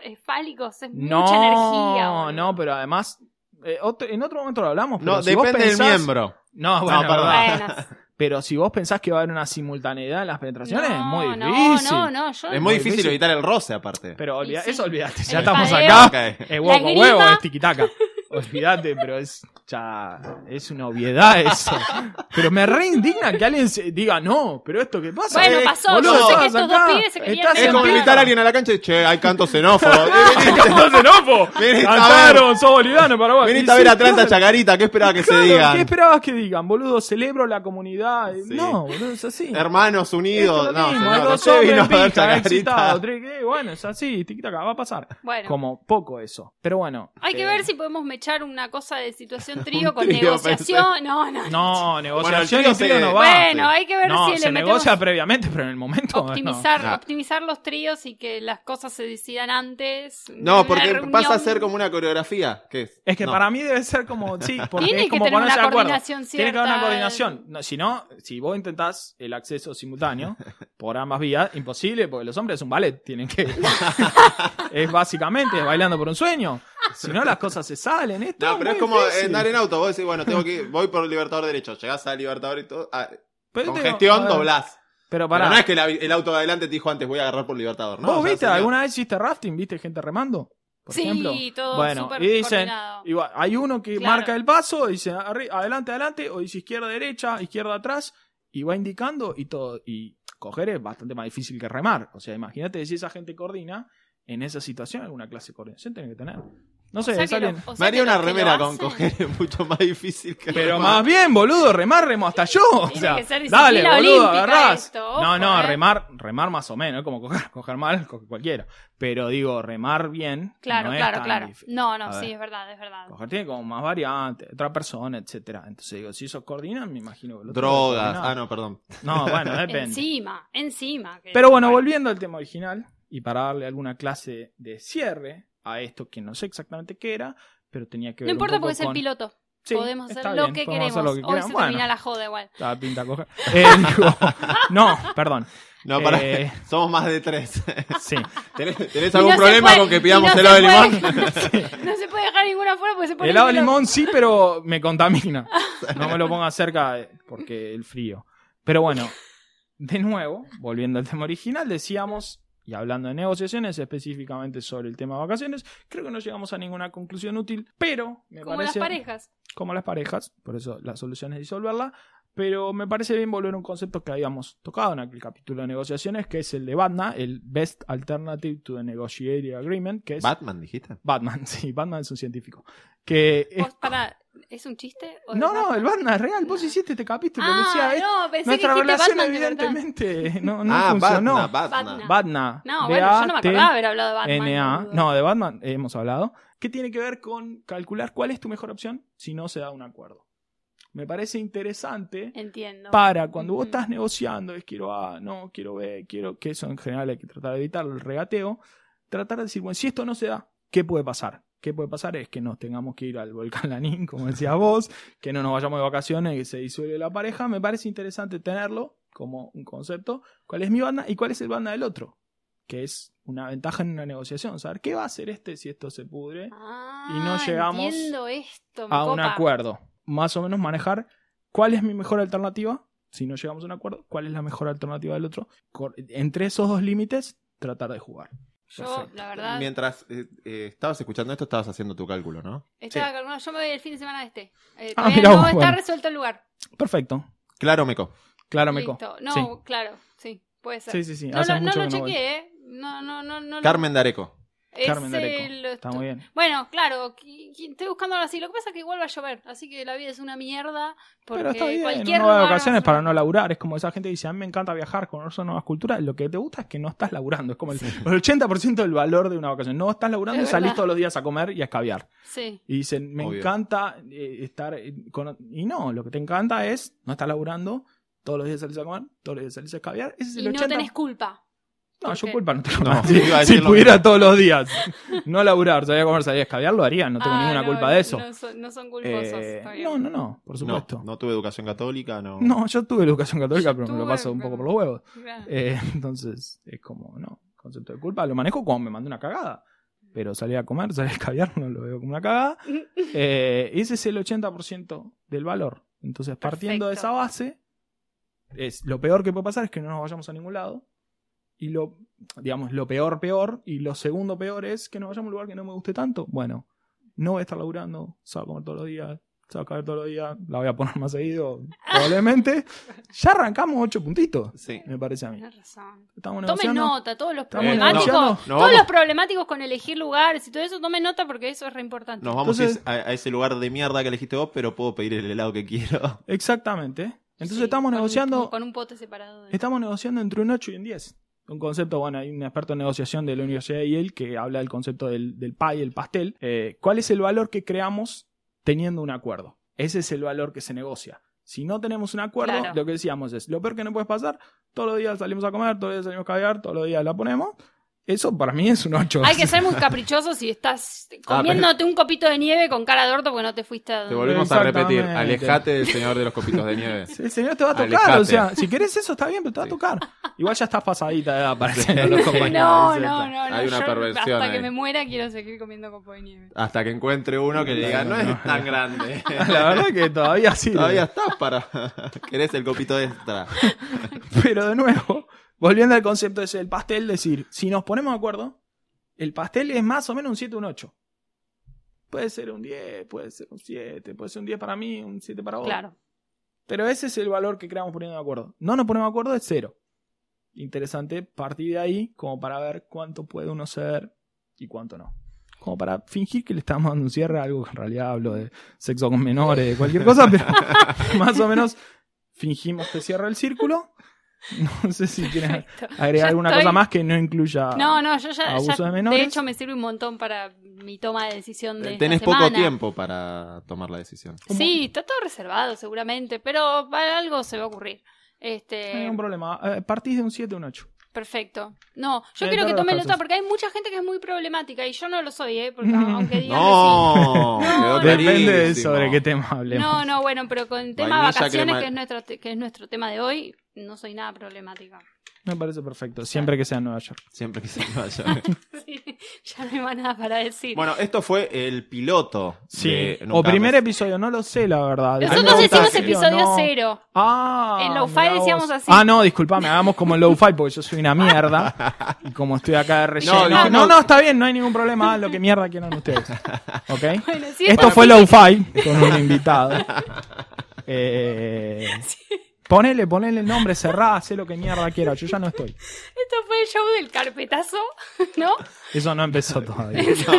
[SPEAKER 3] eh, fálicos es
[SPEAKER 2] no,
[SPEAKER 3] mucha energía. boludo.
[SPEAKER 2] no, pero además, eh, otro- en otro momento lo hablamos. Pero
[SPEAKER 4] No,
[SPEAKER 2] si vos
[SPEAKER 4] depende
[SPEAKER 2] pensás-
[SPEAKER 4] del miembro.
[SPEAKER 2] No, bueno,
[SPEAKER 4] perdón.
[SPEAKER 2] verdad.
[SPEAKER 3] Buenas.
[SPEAKER 2] pero si vos pensás que va a haber una simultaneidad en las penetraciones, es muy
[SPEAKER 3] No,
[SPEAKER 2] difícil.
[SPEAKER 3] No, no, no. Yo
[SPEAKER 4] Es muy
[SPEAKER 2] Muy
[SPEAKER 4] difícil
[SPEAKER 2] difícil.
[SPEAKER 4] evitar el roce, aparte.
[SPEAKER 2] Pero olvida-
[SPEAKER 3] Y sí.
[SPEAKER 2] eso olvidaste, ya
[SPEAKER 3] El
[SPEAKER 2] estamos
[SPEAKER 3] padeo.
[SPEAKER 2] acá.
[SPEAKER 4] Ok.
[SPEAKER 2] Es huevo
[SPEAKER 3] La
[SPEAKER 2] con
[SPEAKER 3] gripa.
[SPEAKER 2] huevo, es tiquitaca. Olvídate, pero es ya es una obviedad eso. Pero me reindigna que alguien se diga no, pero esto qué pasa.
[SPEAKER 3] Bueno,
[SPEAKER 4] Eh,
[SPEAKER 3] pasó.
[SPEAKER 4] boludo,
[SPEAKER 3] yo sé que
[SPEAKER 2] estabas
[SPEAKER 3] estos
[SPEAKER 2] acá,
[SPEAKER 3] dos pibes se querían
[SPEAKER 2] estás
[SPEAKER 3] meter
[SPEAKER 4] Es
[SPEAKER 2] en
[SPEAKER 4] como
[SPEAKER 3] en
[SPEAKER 4] invitar a
[SPEAKER 3] pedo.
[SPEAKER 4] alguien a la cancha y che, hay canto xenófobo.
[SPEAKER 2] ¡Estás xenófobo!
[SPEAKER 4] Veniste a
[SPEAKER 2] ¡Cantaron! ¡Sos boliviano, Paraguay! Y
[SPEAKER 4] Viniste a ver
[SPEAKER 2] sí,
[SPEAKER 4] a Atlanta
[SPEAKER 2] claro,
[SPEAKER 4] Chacarita, ¿qué esperaba que
[SPEAKER 2] claro,
[SPEAKER 4] se digan?
[SPEAKER 2] ¿Qué esperabas que digan, boludo? Celebro la comunidad.
[SPEAKER 4] Sí.
[SPEAKER 2] No, boludo, es así.
[SPEAKER 4] Hermanos
[SPEAKER 2] Esto
[SPEAKER 4] unidos.
[SPEAKER 2] es lo
[SPEAKER 4] No,
[SPEAKER 2] mismo,
[SPEAKER 4] señor,
[SPEAKER 2] hay dos
[SPEAKER 4] usted
[SPEAKER 2] hombres
[SPEAKER 4] vino a
[SPEAKER 2] en
[SPEAKER 4] ver
[SPEAKER 2] pija,
[SPEAKER 4] Chacarita.
[SPEAKER 2] excitados, tres- eh, bueno, es así, tic-tac, va a pasar.
[SPEAKER 3] Bueno,
[SPEAKER 2] Como poco eso. Pero bueno.
[SPEAKER 3] hay que
[SPEAKER 2] eh,
[SPEAKER 3] ver si podemos mechar una cosa de situación trío con
[SPEAKER 4] trío,
[SPEAKER 3] negociación. No, no.
[SPEAKER 2] No, negociación
[SPEAKER 4] trío
[SPEAKER 2] y trío
[SPEAKER 4] se-
[SPEAKER 2] no va.
[SPEAKER 3] Bueno, hay que ver
[SPEAKER 2] no,
[SPEAKER 3] si
[SPEAKER 2] se
[SPEAKER 3] le metemos
[SPEAKER 2] negocia previamente, pero en el momento. no.
[SPEAKER 3] optimizar,
[SPEAKER 4] Ah.
[SPEAKER 3] optimizar los tríos y que las cosas se decidan antes.
[SPEAKER 4] No,
[SPEAKER 3] Una
[SPEAKER 4] porque
[SPEAKER 3] reunión.
[SPEAKER 4] pasa a ser como una coreografía. ¿Qué es?
[SPEAKER 2] Es que
[SPEAKER 4] No.
[SPEAKER 2] para mí debe ser como. Sí, porque
[SPEAKER 3] Tiene
[SPEAKER 2] es
[SPEAKER 3] que
[SPEAKER 2] como
[SPEAKER 3] tener
[SPEAKER 2] ponerse
[SPEAKER 3] una
[SPEAKER 2] de acuerdo.
[SPEAKER 3] coordinación cierta.
[SPEAKER 2] Tiene que haber una coordinación. No, si no, si vos intentás el acceso simultáneo por ambas vías, imposible, porque los hombres es un ballet, tienen que. es básicamente bailando por un sueño. Si no, las cosas se salen. Esto
[SPEAKER 4] No, pero es
[SPEAKER 2] muy
[SPEAKER 4] como eh,
[SPEAKER 2] difícil.
[SPEAKER 4] andar en auto. Vos decís, bueno, tengo que ir- voy por el Libertador derecho. Llegás al Libertador y todo. ah,
[SPEAKER 2] Pero
[SPEAKER 4] con
[SPEAKER 2] te digo, a
[SPEAKER 4] gestión
[SPEAKER 2] ver,
[SPEAKER 4] doblás.
[SPEAKER 2] Pero
[SPEAKER 4] Pero
[SPEAKER 2] pará.
[SPEAKER 4] no es que la- el auto de adelante te dijo antes, voy a agarrar por Libertador. No,
[SPEAKER 2] ¿Vos
[SPEAKER 4] O sea,
[SPEAKER 2] viste
[SPEAKER 4] señor,
[SPEAKER 2] alguna vez hiciste rafting? ¿Viste gente remando? Por
[SPEAKER 3] sí,
[SPEAKER 2] ejemplo.
[SPEAKER 3] todo
[SPEAKER 2] Bueno,
[SPEAKER 3] súper
[SPEAKER 2] y dicen-
[SPEAKER 3] coordinado.
[SPEAKER 2] Igual, hay uno que
[SPEAKER 3] Claro.
[SPEAKER 2] marca el paso, dice arri- adelante, adelante, o dice izquierda, derecha, izquierda, atrás, y va indicando y todo. Y coger es bastante más difícil que remar. O sea, imagínate si esa gente coordina, en esa situación alguna clase de coordinación tiene que tener. No sé,
[SPEAKER 3] O sea
[SPEAKER 2] es
[SPEAKER 3] que lo-
[SPEAKER 2] alguien-
[SPEAKER 3] o sea
[SPEAKER 4] Me haría
[SPEAKER 3] que
[SPEAKER 4] una
[SPEAKER 3] los que lo
[SPEAKER 4] remera con
[SPEAKER 3] hacen-
[SPEAKER 4] coger, es mucho más difícil que
[SPEAKER 2] Pero
[SPEAKER 4] remar.
[SPEAKER 2] más bien, boludo, remar remo hasta yo. O
[SPEAKER 3] Tiene
[SPEAKER 2] sea,
[SPEAKER 3] que ser disciplina
[SPEAKER 2] dale, boludo,
[SPEAKER 3] olímpica
[SPEAKER 2] agarrás.
[SPEAKER 3] esto,
[SPEAKER 2] no,
[SPEAKER 3] ojo,
[SPEAKER 2] no,
[SPEAKER 3] eh.
[SPEAKER 2] remar, remar más o menos, es como coger, coger mal, coge cualquiera. Pero digo, remar bien.
[SPEAKER 3] Claro,
[SPEAKER 2] no es
[SPEAKER 3] claro,
[SPEAKER 2] tan
[SPEAKER 3] claro.
[SPEAKER 2] difícil.
[SPEAKER 3] No, no,
[SPEAKER 2] A
[SPEAKER 3] sí,
[SPEAKER 2] ver.
[SPEAKER 3] es verdad, es verdad.
[SPEAKER 2] Coger tiene como más variantes, otra persona, etcétera. Entonces digo, si esos coordinan, me imagino que el otro
[SPEAKER 4] Drogas.
[SPEAKER 2] debe
[SPEAKER 4] Ah,
[SPEAKER 2] coordinar.
[SPEAKER 4] no, perdón.
[SPEAKER 2] No, bueno, depende.
[SPEAKER 3] Encima, encima. que-
[SPEAKER 2] Pero bueno, volviendo al tema original, y para darle alguna clase de cierre a esto que no sé exactamente qué era, pero tenía que
[SPEAKER 3] No
[SPEAKER 2] ver. un
[SPEAKER 3] importa
[SPEAKER 2] poco
[SPEAKER 3] porque es el
[SPEAKER 2] con-
[SPEAKER 3] piloto.
[SPEAKER 2] Sí,
[SPEAKER 3] podemos hacer
[SPEAKER 2] está
[SPEAKER 3] lo
[SPEAKER 2] bien,
[SPEAKER 3] que
[SPEAKER 2] podemos
[SPEAKER 3] queremos.
[SPEAKER 2] hacer lo que
[SPEAKER 3] Hoy
[SPEAKER 2] quieran.
[SPEAKER 3] se
[SPEAKER 2] Bueno,
[SPEAKER 3] termina la joda igual.
[SPEAKER 2] estaba pinta coger. Eh, digo, no, perdón.
[SPEAKER 4] No, pará.
[SPEAKER 2] Eh.
[SPEAKER 4] Somos más de tres.
[SPEAKER 2] Sí.
[SPEAKER 4] ¿Tenés, tenés
[SPEAKER 3] Y
[SPEAKER 4] algún
[SPEAKER 3] no se
[SPEAKER 4] problema
[SPEAKER 3] puede-
[SPEAKER 4] con que
[SPEAKER 3] y
[SPEAKER 4] pidamos
[SPEAKER 3] no se
[SPEAKER 4] helado de
[SPEAKER 3] puede-
[SPEAKER 4] limón?
[SPEAKER 3] No se puede dejar ninguna fuera porque se pone.
[SPEAKER 2] Helado de
[SPEAKER 3] el pelo-
[SPEAKER 2] limón sí, pero me contamina. No me lo ponga cerca eh, porque el frío. Pero bueno, de nuevo, volviendo al tema original, decíamos, y hablando de negociaciones, específicamente sobre el tema de vacaciones, creo que no llegamos a ninguna conclusión útil, pero me
[SPEAKER 3] Como las
[SPEAKER 2] parece...
[SPEAKER 3] parejas.
[SPEAKER 2] como las parejas, por eso la solución es disolverla, pero me parece bien volver a un concepto que habíamos tocado en aquel capítulo de negociaciones, que es el de Batman, el Best Alternative to the Negotiated Agreement, que es
[SPEAKER 4] Batman, dijiste.
[SPEAKER 2] Batman, sí, Batman es un científico. Que es-
[SPEAKER 3] Vos, pará, ¿es un chiste? o es
[SPEAKER 2] no,
[SPEAKER 3] verdad?
[SPEAKER 2] no, el Batman es real, vos hiciste este capítulo,
[SPEAKER 3] Pues, Ah,
[SPEAKER 2] Lucía, es-
[SPEAKER 3] no, pensé que
[SPEAKER 2] nuestra
[SPEAKER 3] dijiste
[SPEAKER 2] relación
[SPEAKER 3] Batman de verdad.
[SPEAKER 2] evidentemente no, no
[SPEAKER 4] ah,
[SPEAKER 2] funcionó.
[SPEAKER 4] Batman, ah, Batman.
[SPEAKER 3] Batman.
[SPEAKER 2] Batman,
[SPEAKER 3] No, bueno, yo no me
[SPEAKER 2] B-A-T-
[SPEAKER 3] acordaba haber hablado de Batman.
[SPEAKER 2] NA,
[SPEAKER 3] boludo.
[SPEAKER 2] no, de Batman eh, hemos hablado, que tiene que ver con calcular cuál es tu mejor opción si no se da un acuerdo. Me parece interesante
[SPEAKER 3] Entiendo.
[SPEAKER 2] para cuando vos
[SPEAKER 3] Ujú.
[SPEAKER 2] estás negociando, es quiero A, no, quiero B, quiero que eso en general hay que tratar de evitarlo, el regateo, tratar de decir, bueno, si esto no se da, ¿qué puede pasar? ¿Qué puede pasar? Es que nos tengamos que ir al volcán Lanín, como decías vos, que no nos vayamos de vacaciones, que se disuelve la pareja. Me parece interesante tenerlo como un concepto. ¿Cuál es mi banda y cuál es el banda del otro? Que es una ventaja en una negociación. Saber qué va a hacer este si esto se pudre
[SPEAKER 3] Ah,
[SPEAKER 2] y no llegamos
[SPEAKER 3] entiendo esto, me
[SPEAKER 2] a un
[SPEAKER 3] copa.
[SPEAKER 2] acuerdo. Más o menos manejar cuál es mi mejor alternativa, si no llegamos a un acuerdo, cuál es la mejor alternativa del otro. Cor- Entre esos dos límites, tratar de jugar.
[SPEAKER 3] Yo,
[SPEAKER 2] Perfecto.
[SPEAKER 3] la verdad,
[SPEAKER 4] Mientras eh, eh, estabas escuchando esto, estabas haciendo tu cálculo, ¿no?
[SPEAKER 3] estaba calculando, yo me voy el fin de semana de este. Eh,
[SPEAKER 2] Ah,
[SPEAKER 3] todavía
[SPEAKER 2] mirá
[SPEAKER 3] no
[SPEAKER 2] vos,
[SPEAKER 3] está
[SPEAKER 2] bueno.
[SPEAKER 3] resuelto el lugar.
[SPEAKER 2] Perfecto.
[SPEAKER 4] Claro, Meco.
[SPEAKER 2] Claro, Meco.
[SPEAKER 3] Listo. No,
[SPEAKER 2] Sí.
[SPEAKER 3] claro, sí, puede ser.
[SPEAKER 2] Sí, sí, sí.
[SPEAKER 3] No,
[SPEAKER 2] Hace
[SPEAKER 3] lo, no
[SPEAKER 2] mucho
[SPEAKER 3] lo
[SPEAKER 2] que no voy.
[SPEAKER 3] chequeé, ¿eh? No, no, no, no. lo-
[SPEAKER 4] Carmen Dareco.
[SPEAKER 3] Es
[SPEAKER 2] Carmen Areco.
[SPEAKER 3] el-
[SPEAKER 2] Está muy bien.
[SPEAKER 3] Bueno, claro, qui- qui- estoy buscando ahora sí. Lo que pasa es que igual va a llover, así que la vida es una mierda. Porque
[SPEAKER 2] Pero está bien,
[SPEAKER 3] cualquier
[SPEAKER 2] uno va de
[SPEAKER 3] lugar
[SPEAKER 2] vacaciones
[SPEAKER 3] a-
[SPEAKER 2] para no laburar. Es como esa gente que dice, a mí me encanta viajar, conocer nuevas culturas. Lo que te gusta es que no estás laburando. Es como el, el 80% del valor de una vacación. No estás laburando
[SPEAKER 3] Es
[SPEAKER 2] y salís
[SPEAKER 3] verdad.
[SPEAKER 2] todos los días a comer y a escabiar.
[SPEAKER 3] Sí,
[SPEAKER 2] Y dicen, me
[SPEAKER 4] Obvio.
[SPEAKER 2] encanta eh, estar... eh, con- Y no, lo que te encanta es no estar laburando, todos los días salís a comer, todos los días salís a escabiar. Ese es el
[SPEAKER 3] y no
[SPEAKER 2] 80.
[SPEAKER 3] tenés culpa.
[SPEAKER 2] No, yo
[SPEAKER 3] porque-
[SPEAKER 2] culpa no tengo
[SPEAKER 4] No,
[SPEAKER 2] nada.
[SPEAKER 4] te iba a
[SPEAKER 2] Si
[SPEAKER 4] decir lo
[SPEAKER 2] pudiera
[SPEAKER 4] mismo.
[SPEAKER 2] todos los días no laburar, salía a comer, salía a escabiar, lo haría. No tengo
[SPEAKER 3] Ah,
[SPEAKER 2] ninguna
[SPEAKER 3] no,
[SPEAKER 2] culpa de eso.
[SPEAKER 3] No son, no son culposos.
[SPEAKER 2] Eh,
[SPEAKER 3] está bien.
[SPEAKER 2] no, no, no, por
[SPEAKER 4] No,
[SPEAKER 2] supuesto.
[SPEAKER 4] no tuve educación católica, no.
[SPEAKER 2] No, yo tuve educación católica,
[SPEAKER 3] Yo
[SPEAKER 2] pero me lo
[SPEAKER 3] tuve,
[SPEAKER 2] paso un
[SPEAKER 3] pero-
[SPEAKER 2] poco por los huevos.
[SPEAKER 3] Claro.
[SPEAKER 2] Eh, entonces, es como, no, concepto de culpa. Lo manejo como me mandé una cagada. Pero salir a comer, salir a caviar, no lo veo como una cagada. Eh, ese es el 80% del valor. Entonces, partiendo de
[SPEAKER 3] Perfecto.
[SPEAKER 2] esa base, es, lo peor que puede pasar es que no nos vayamos a ningún lado. Y lo, digamos, lo peor, peor. Y lo segundo peor es que nos vayamos a un lugar que no me guste tanto. Bueno, no voy a estar laburando, salgo a comer todos los días, salgo a caer todos los días, la voy a poner más seguido, probablemente. ya arrancamos 8 puntitos
[SPEAKER 4] Sí.
[SPEAKER 2] me parece a mí.
[SPEAKER 3] Tenés razón.
[SPEAKER 2] Estamos
[SPEAKER 3] Tomen
[SPEAKER 2] negociando.
[SPEAKER 3] nota, todos los
[SPEAKER 2] Estamos
[SPEAKER 3] problemáticos.
[SPEAKER 2] negociando.
[SPEAKER 4] No,
[SPEAKER 3] todos
[SPEAKER 4] vamos.
[SPEAKER 3] los problemáticos con elegir lugares y todo eso, tomen nota porque eso es re importante.
[SPEAKER 4] Nos vamos a
[SPEAKER 2] Entonces-
[SPEAKER 4] ese- a, a ese lugar de mierda que elegiste vos, pero puedo pedir el helado que quiero.
[SPEAKER 3] Ah.
[SPEAKER 2] Exactamente. Entonces
[SPEAKER 3] Sí,
[SPEAKER 2] estamos
[SPEAKER 3] con un-
[SPEAKER 2] negociando.
[SPEAKER 3] con un pote separado. de-
[SPEAKER 2] Estamos negociando entre un 8 y un 10. Un concepto, bueno, hay un experto en negociación de la Universidad de Yale que habla del concepto del, del pie, el pastel. Eh, ¿Cuál es el valor que creamos teniendo un acuerdo? Ese es el valor que se negocia. Si no tenemos un acuerdo,
[SPEAKER 3] Claro.
[SPEAKER 2] lo que decíamos es, lo peor que no puede pasar, todos los días salimos a comer, todos los días salimos a caviar, todos los días la ponemos. Eso para mí es un 8.
[SPEAKER 3] Hay que ser muy caprichosos si
[SPEAKER 2] Ah,
[SPEAKER 3] estás comiéndote un copito de nieve con cara de orto porque no te fuiste a...
[SPEAKER 5] Te volvemos a repetir.
[SPEAKER 2] Exactamente.
[SPEAKER 5] Alejate del señor de los copitos de nieve.
[SPEAKER 2] Sí, El señor te va a tocar,
[SPEAKER 5] Alejate.
[SPEAKER 2] o sea, si quieres eso está bien, pero te va a
[SPEAKER 5] Sí.
[SPEAKER 2] tocar. Igual ya estás pasadita de edad para ser los compañeros.
[SPEAKER 3] No, no,
[SPEAKER 5] Ahí
[SPEAKER 3] no,
[SPEAKER 5] está.
[SPEAKER 3] no,
[SPEAKER 5] Hay una
[SPEAKER 3] yo
[SPEAKER 5] perversión
[SPEAKER 3] Hasta que
[SPEAKER 5] ahí.
[SPEAKER 3] me muera quiero seguir comiendo copo de nieve.
[SPEAKER 5] Hasta que encuentre uno que le diga, no es tan grande.
[SPEAKER 2] La verdad que todavía sí.
[SPEAKER 4] Todavía estás para. Querés el copito extra.
[SPEAKER 2] Pero de nuevo, volviendo al concepto ese del pastel, decir, si nos ponemos de acuerdo, el pastel es más o menos un 7, un 8. Puede ser un 10, puede ser un 7, puede ser un 10 para mí, un 7 para vos.
[SPEAKER 3] Claro.
[SPEAKER 2] Pero ese es el valor que creamos poniendo de acuerdo. No nos ponemos de acuerdo, es cero. Interesante partir de ahí como para ver cuánto puede uno ceder y cuánto no. Como para fingir que le estamos dando un cierre a algo que en realidad hablo de sexo con menores, de cualquier cosa, pero más o menos fingimos que cierra el círculo. No sé si quieres
[SPEAKER 3] Perfecto.
[SPEAKER 2] agregar
[SPEAKER 3] Ya
[SPEAKER 2] alguna
[SPEAKER 3] estoy-
[SPEAKER 2] cosa más que no incluya.
[SPEAKER 3] No, no, yo ya,
[SPEAKER 2] Ah. Abuso
[SPEAKER 3] ya-
[SPEAKER 2] de
[SPEAKER 3] de,
[SPEAKER 2] menores.
[SPEAKER 3] hecho me sirve un montón para mi toma de decisión de esta
[SPEAKER 4] Eh, Tenés poco
[SPEAKER 3] semana.
[SPEAKER 4] tiempo para tomar la decisión.
[SPEAKER 3] Sí, está todo reservado seguramente, pero para algo se va a ocurrir. Este,
[SPEAKER 2] No hay ningún problema. Eh, partís de un 7 a un 8.
[SPEAKER 3] Perfecto. No, yo
[SPEAKER 2] En
[SPEAKER 3] quiero
[SPEAKER 2] todos
[SPEAKER 3] que
[SPEAKER 2] los
[SPEAKER 3] tomen
[SPEAKER 2] casos.
[SPEAKER 3] nota porque hay mucha gente que es muy problemática y yo no lo soy, ¿eh? Porque
[SPEAKER 2] Mm.
[SPEAKER 3] aunque digan
[SPEAKER 4] No,
[SPEAKER 3] que sí.
[SPEAKER 4] quedó
[SPEAKER 3] No,
[SPEAKER 2] Depende de
[SPEAKER 4] clarísimo.
[SPEAKER 2] sobre qué tema
[SPEAKER 3] que sí.
[SPEAKER 2] hablemos.
[SPEAKER 3] No, no, bueno, pero con el tema
[SPEAKER 4] Vainilla,
[SPEAKER 3] vacaciones,
[SPEAKER 4] crema-
[SPEAKER 3] que es, nuestro, te- que es nuestro tema de hoy, no soy nada problemática.
[SPEAKER 2] Me parece perfecto. Siempre que sea en Nueva York.
[SPEAKER 4] Siempre que se vaya.
[SPEAKER 3] Sí, ya no hay más nada para decir.
[SPEAKER 4] bueno, esto fue el piloto.
[SPEAKER 2] Sí.
[SPEAKER 4] de Nunca
[SPEAKER 2] o primer
[SPEAKER 4] Más.
[SPEAKER 2] episodio, no lo sé, la verdad.
[SPEAKER 3] Nosotros
[SPEAKER 2] Depende de
[SPEAKER 3] decimos
[SPEAKER 2] si lo
[SPEAKER 3] episodio
[SPEAKER 2] no.
[SPEAKER 3] cero.
[SPEAKER 2] Ah.
[SPEAKER 3] En Lo-Fi
[SPEAKER 2] mirá vos.
[SPEAKER 3] decíamos así.
[SPEAKER 2] Ah, no, disculpame, hagamos como en Lo-Fi, porque yo soy una mierda. Y como estoy acá de relleno. No,
[SPEAKER 4] No,
[SPEAKER 2] no,
[SPEAKER 4] dijimos-
[SPEAKER 2] está bien, no hay ningún problema. hagan lo que mierda quieran ustedes. ¿Ok?
[SPEAKER 3] Bueno, sí,
[SPEAKER 2] Esto fue Lo-Fi, con un invitado. Eh, Ponele, ponele el nombre, cerrá, hacé lo que mierda quiera. Yo ya no estoy.
[SPEAKER 3] esto fue el show del carpetazo, ¿no?
[SPEAKER 2] Eso no empezó todavía.
[SPEAKER 3] Empezó,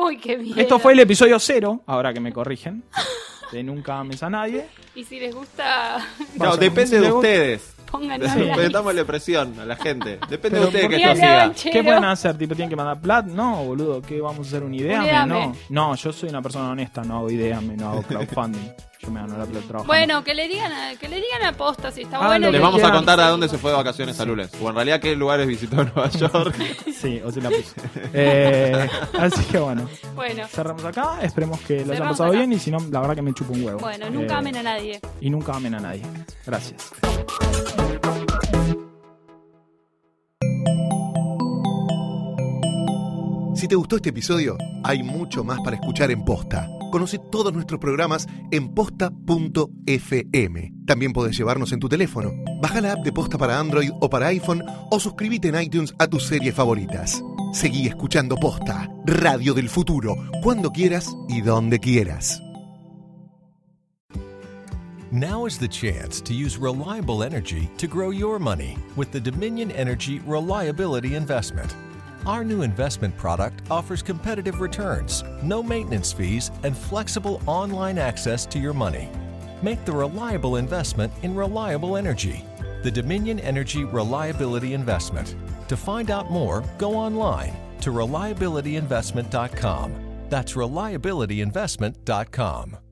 [SPEAKER 3] uy, qué miedo.
[SPEAKER 2] Esto fue el episodio cero, ahora que me corrigen. De nunca ames a nadie.
[SPEAKER 3] Y si les gusta,
[SPEAKER 4] No, depende de ustedes.
[SPEAKER 3] pónganlo en
[SPEAKER 4] Pero
[SPEAKER 3] la
[SPEAKER 4] Metámosle presión a la gente. Depende
[SPEAKER 2] Pero
[SPEAKER 4] de ustedes
[SPEAKER 2] ¿por
[SPEAKER 4] que
[SPEAKER 3] Y
[SPEAKER 2] qué
[SPEAKER 4] esto siga.
[SPEAKER 3] hablaban
[SPEAKER 2] ¿Qué
[SPEAKER 3] chero.
[SPEAKER 2] pueden hacer? ¿Tipo tienen que mandar plat? No, boludo, ¿qué vamos a hacer? ¿Un idea? No.
[SPEAKER 3] Un ideame.
[SPEAKER 2] no, yo soy una persona honesta, no hago ideame, no hago crowdfunding. Yo me gano la plata trabajando.
[SPEAKER 3] Bueno, que le digan a, que le digan a posta si está
[SPEAKER 2] Ah,
[SPEAKER 3] bueno.
[SPEAKER 2] lo
[SPEAKER 3] y
[SPEAKER 4] Les
[SPEAKER 2] que
[SPEAKER 3] que
[SPEAKER 4] vamos a
[SPEAKER 2] quieran.
[SPEAKER 4] contar a dónde se fue de vacaciones a lunes. O en realidad qué lugares visitó Nueva York.
[SPEAKER 2] Sí, o se la puse. Eh, así que bueno,
[SPEAKER 3] Bueno,
[SPEAKER 2] cerramos acá, esperemos que lo hayan
[SPEAKER 3] Cerramos
[SPEAKER 2] pasado
[SPEAKER 3] acá.
[SPEAKER 2] bien y si no, la verdad que me chupo un huevo.
[SPEAKER 3] bueno, nunca
[SPEAKER 2] Eh,
[SPEAKER 3] amen a nadie.
[SPEAKER 2] Y nunca amen a nadie. Gracias.
[SPEAKER 1] Si te gustó este episodio, hay mucho más para escuchar en Posta. Conoce todos nuestros programas en posta.fm. También podés llevarnos en tu teléfono. Baja la app de Posta para Android o para iPhone o suscríbete en iTunes a tus series favoritas. Seguí escuchando Posta, Radio del Futuro, cuando quieras y donde quieras.
[SPEAKER 6] Now is the chance to use reliable energy to grow your money with the Dominion Energy Reliability Investment. our new investment product offers competitive returns, no maintenance fees, and flexible online access to your money. Make the reliable investment in reliable energy. The Dominion Energy Reliability Investment. To find out more, go online to reliabilityinvestment.com. That's reliabilityinvestment.com.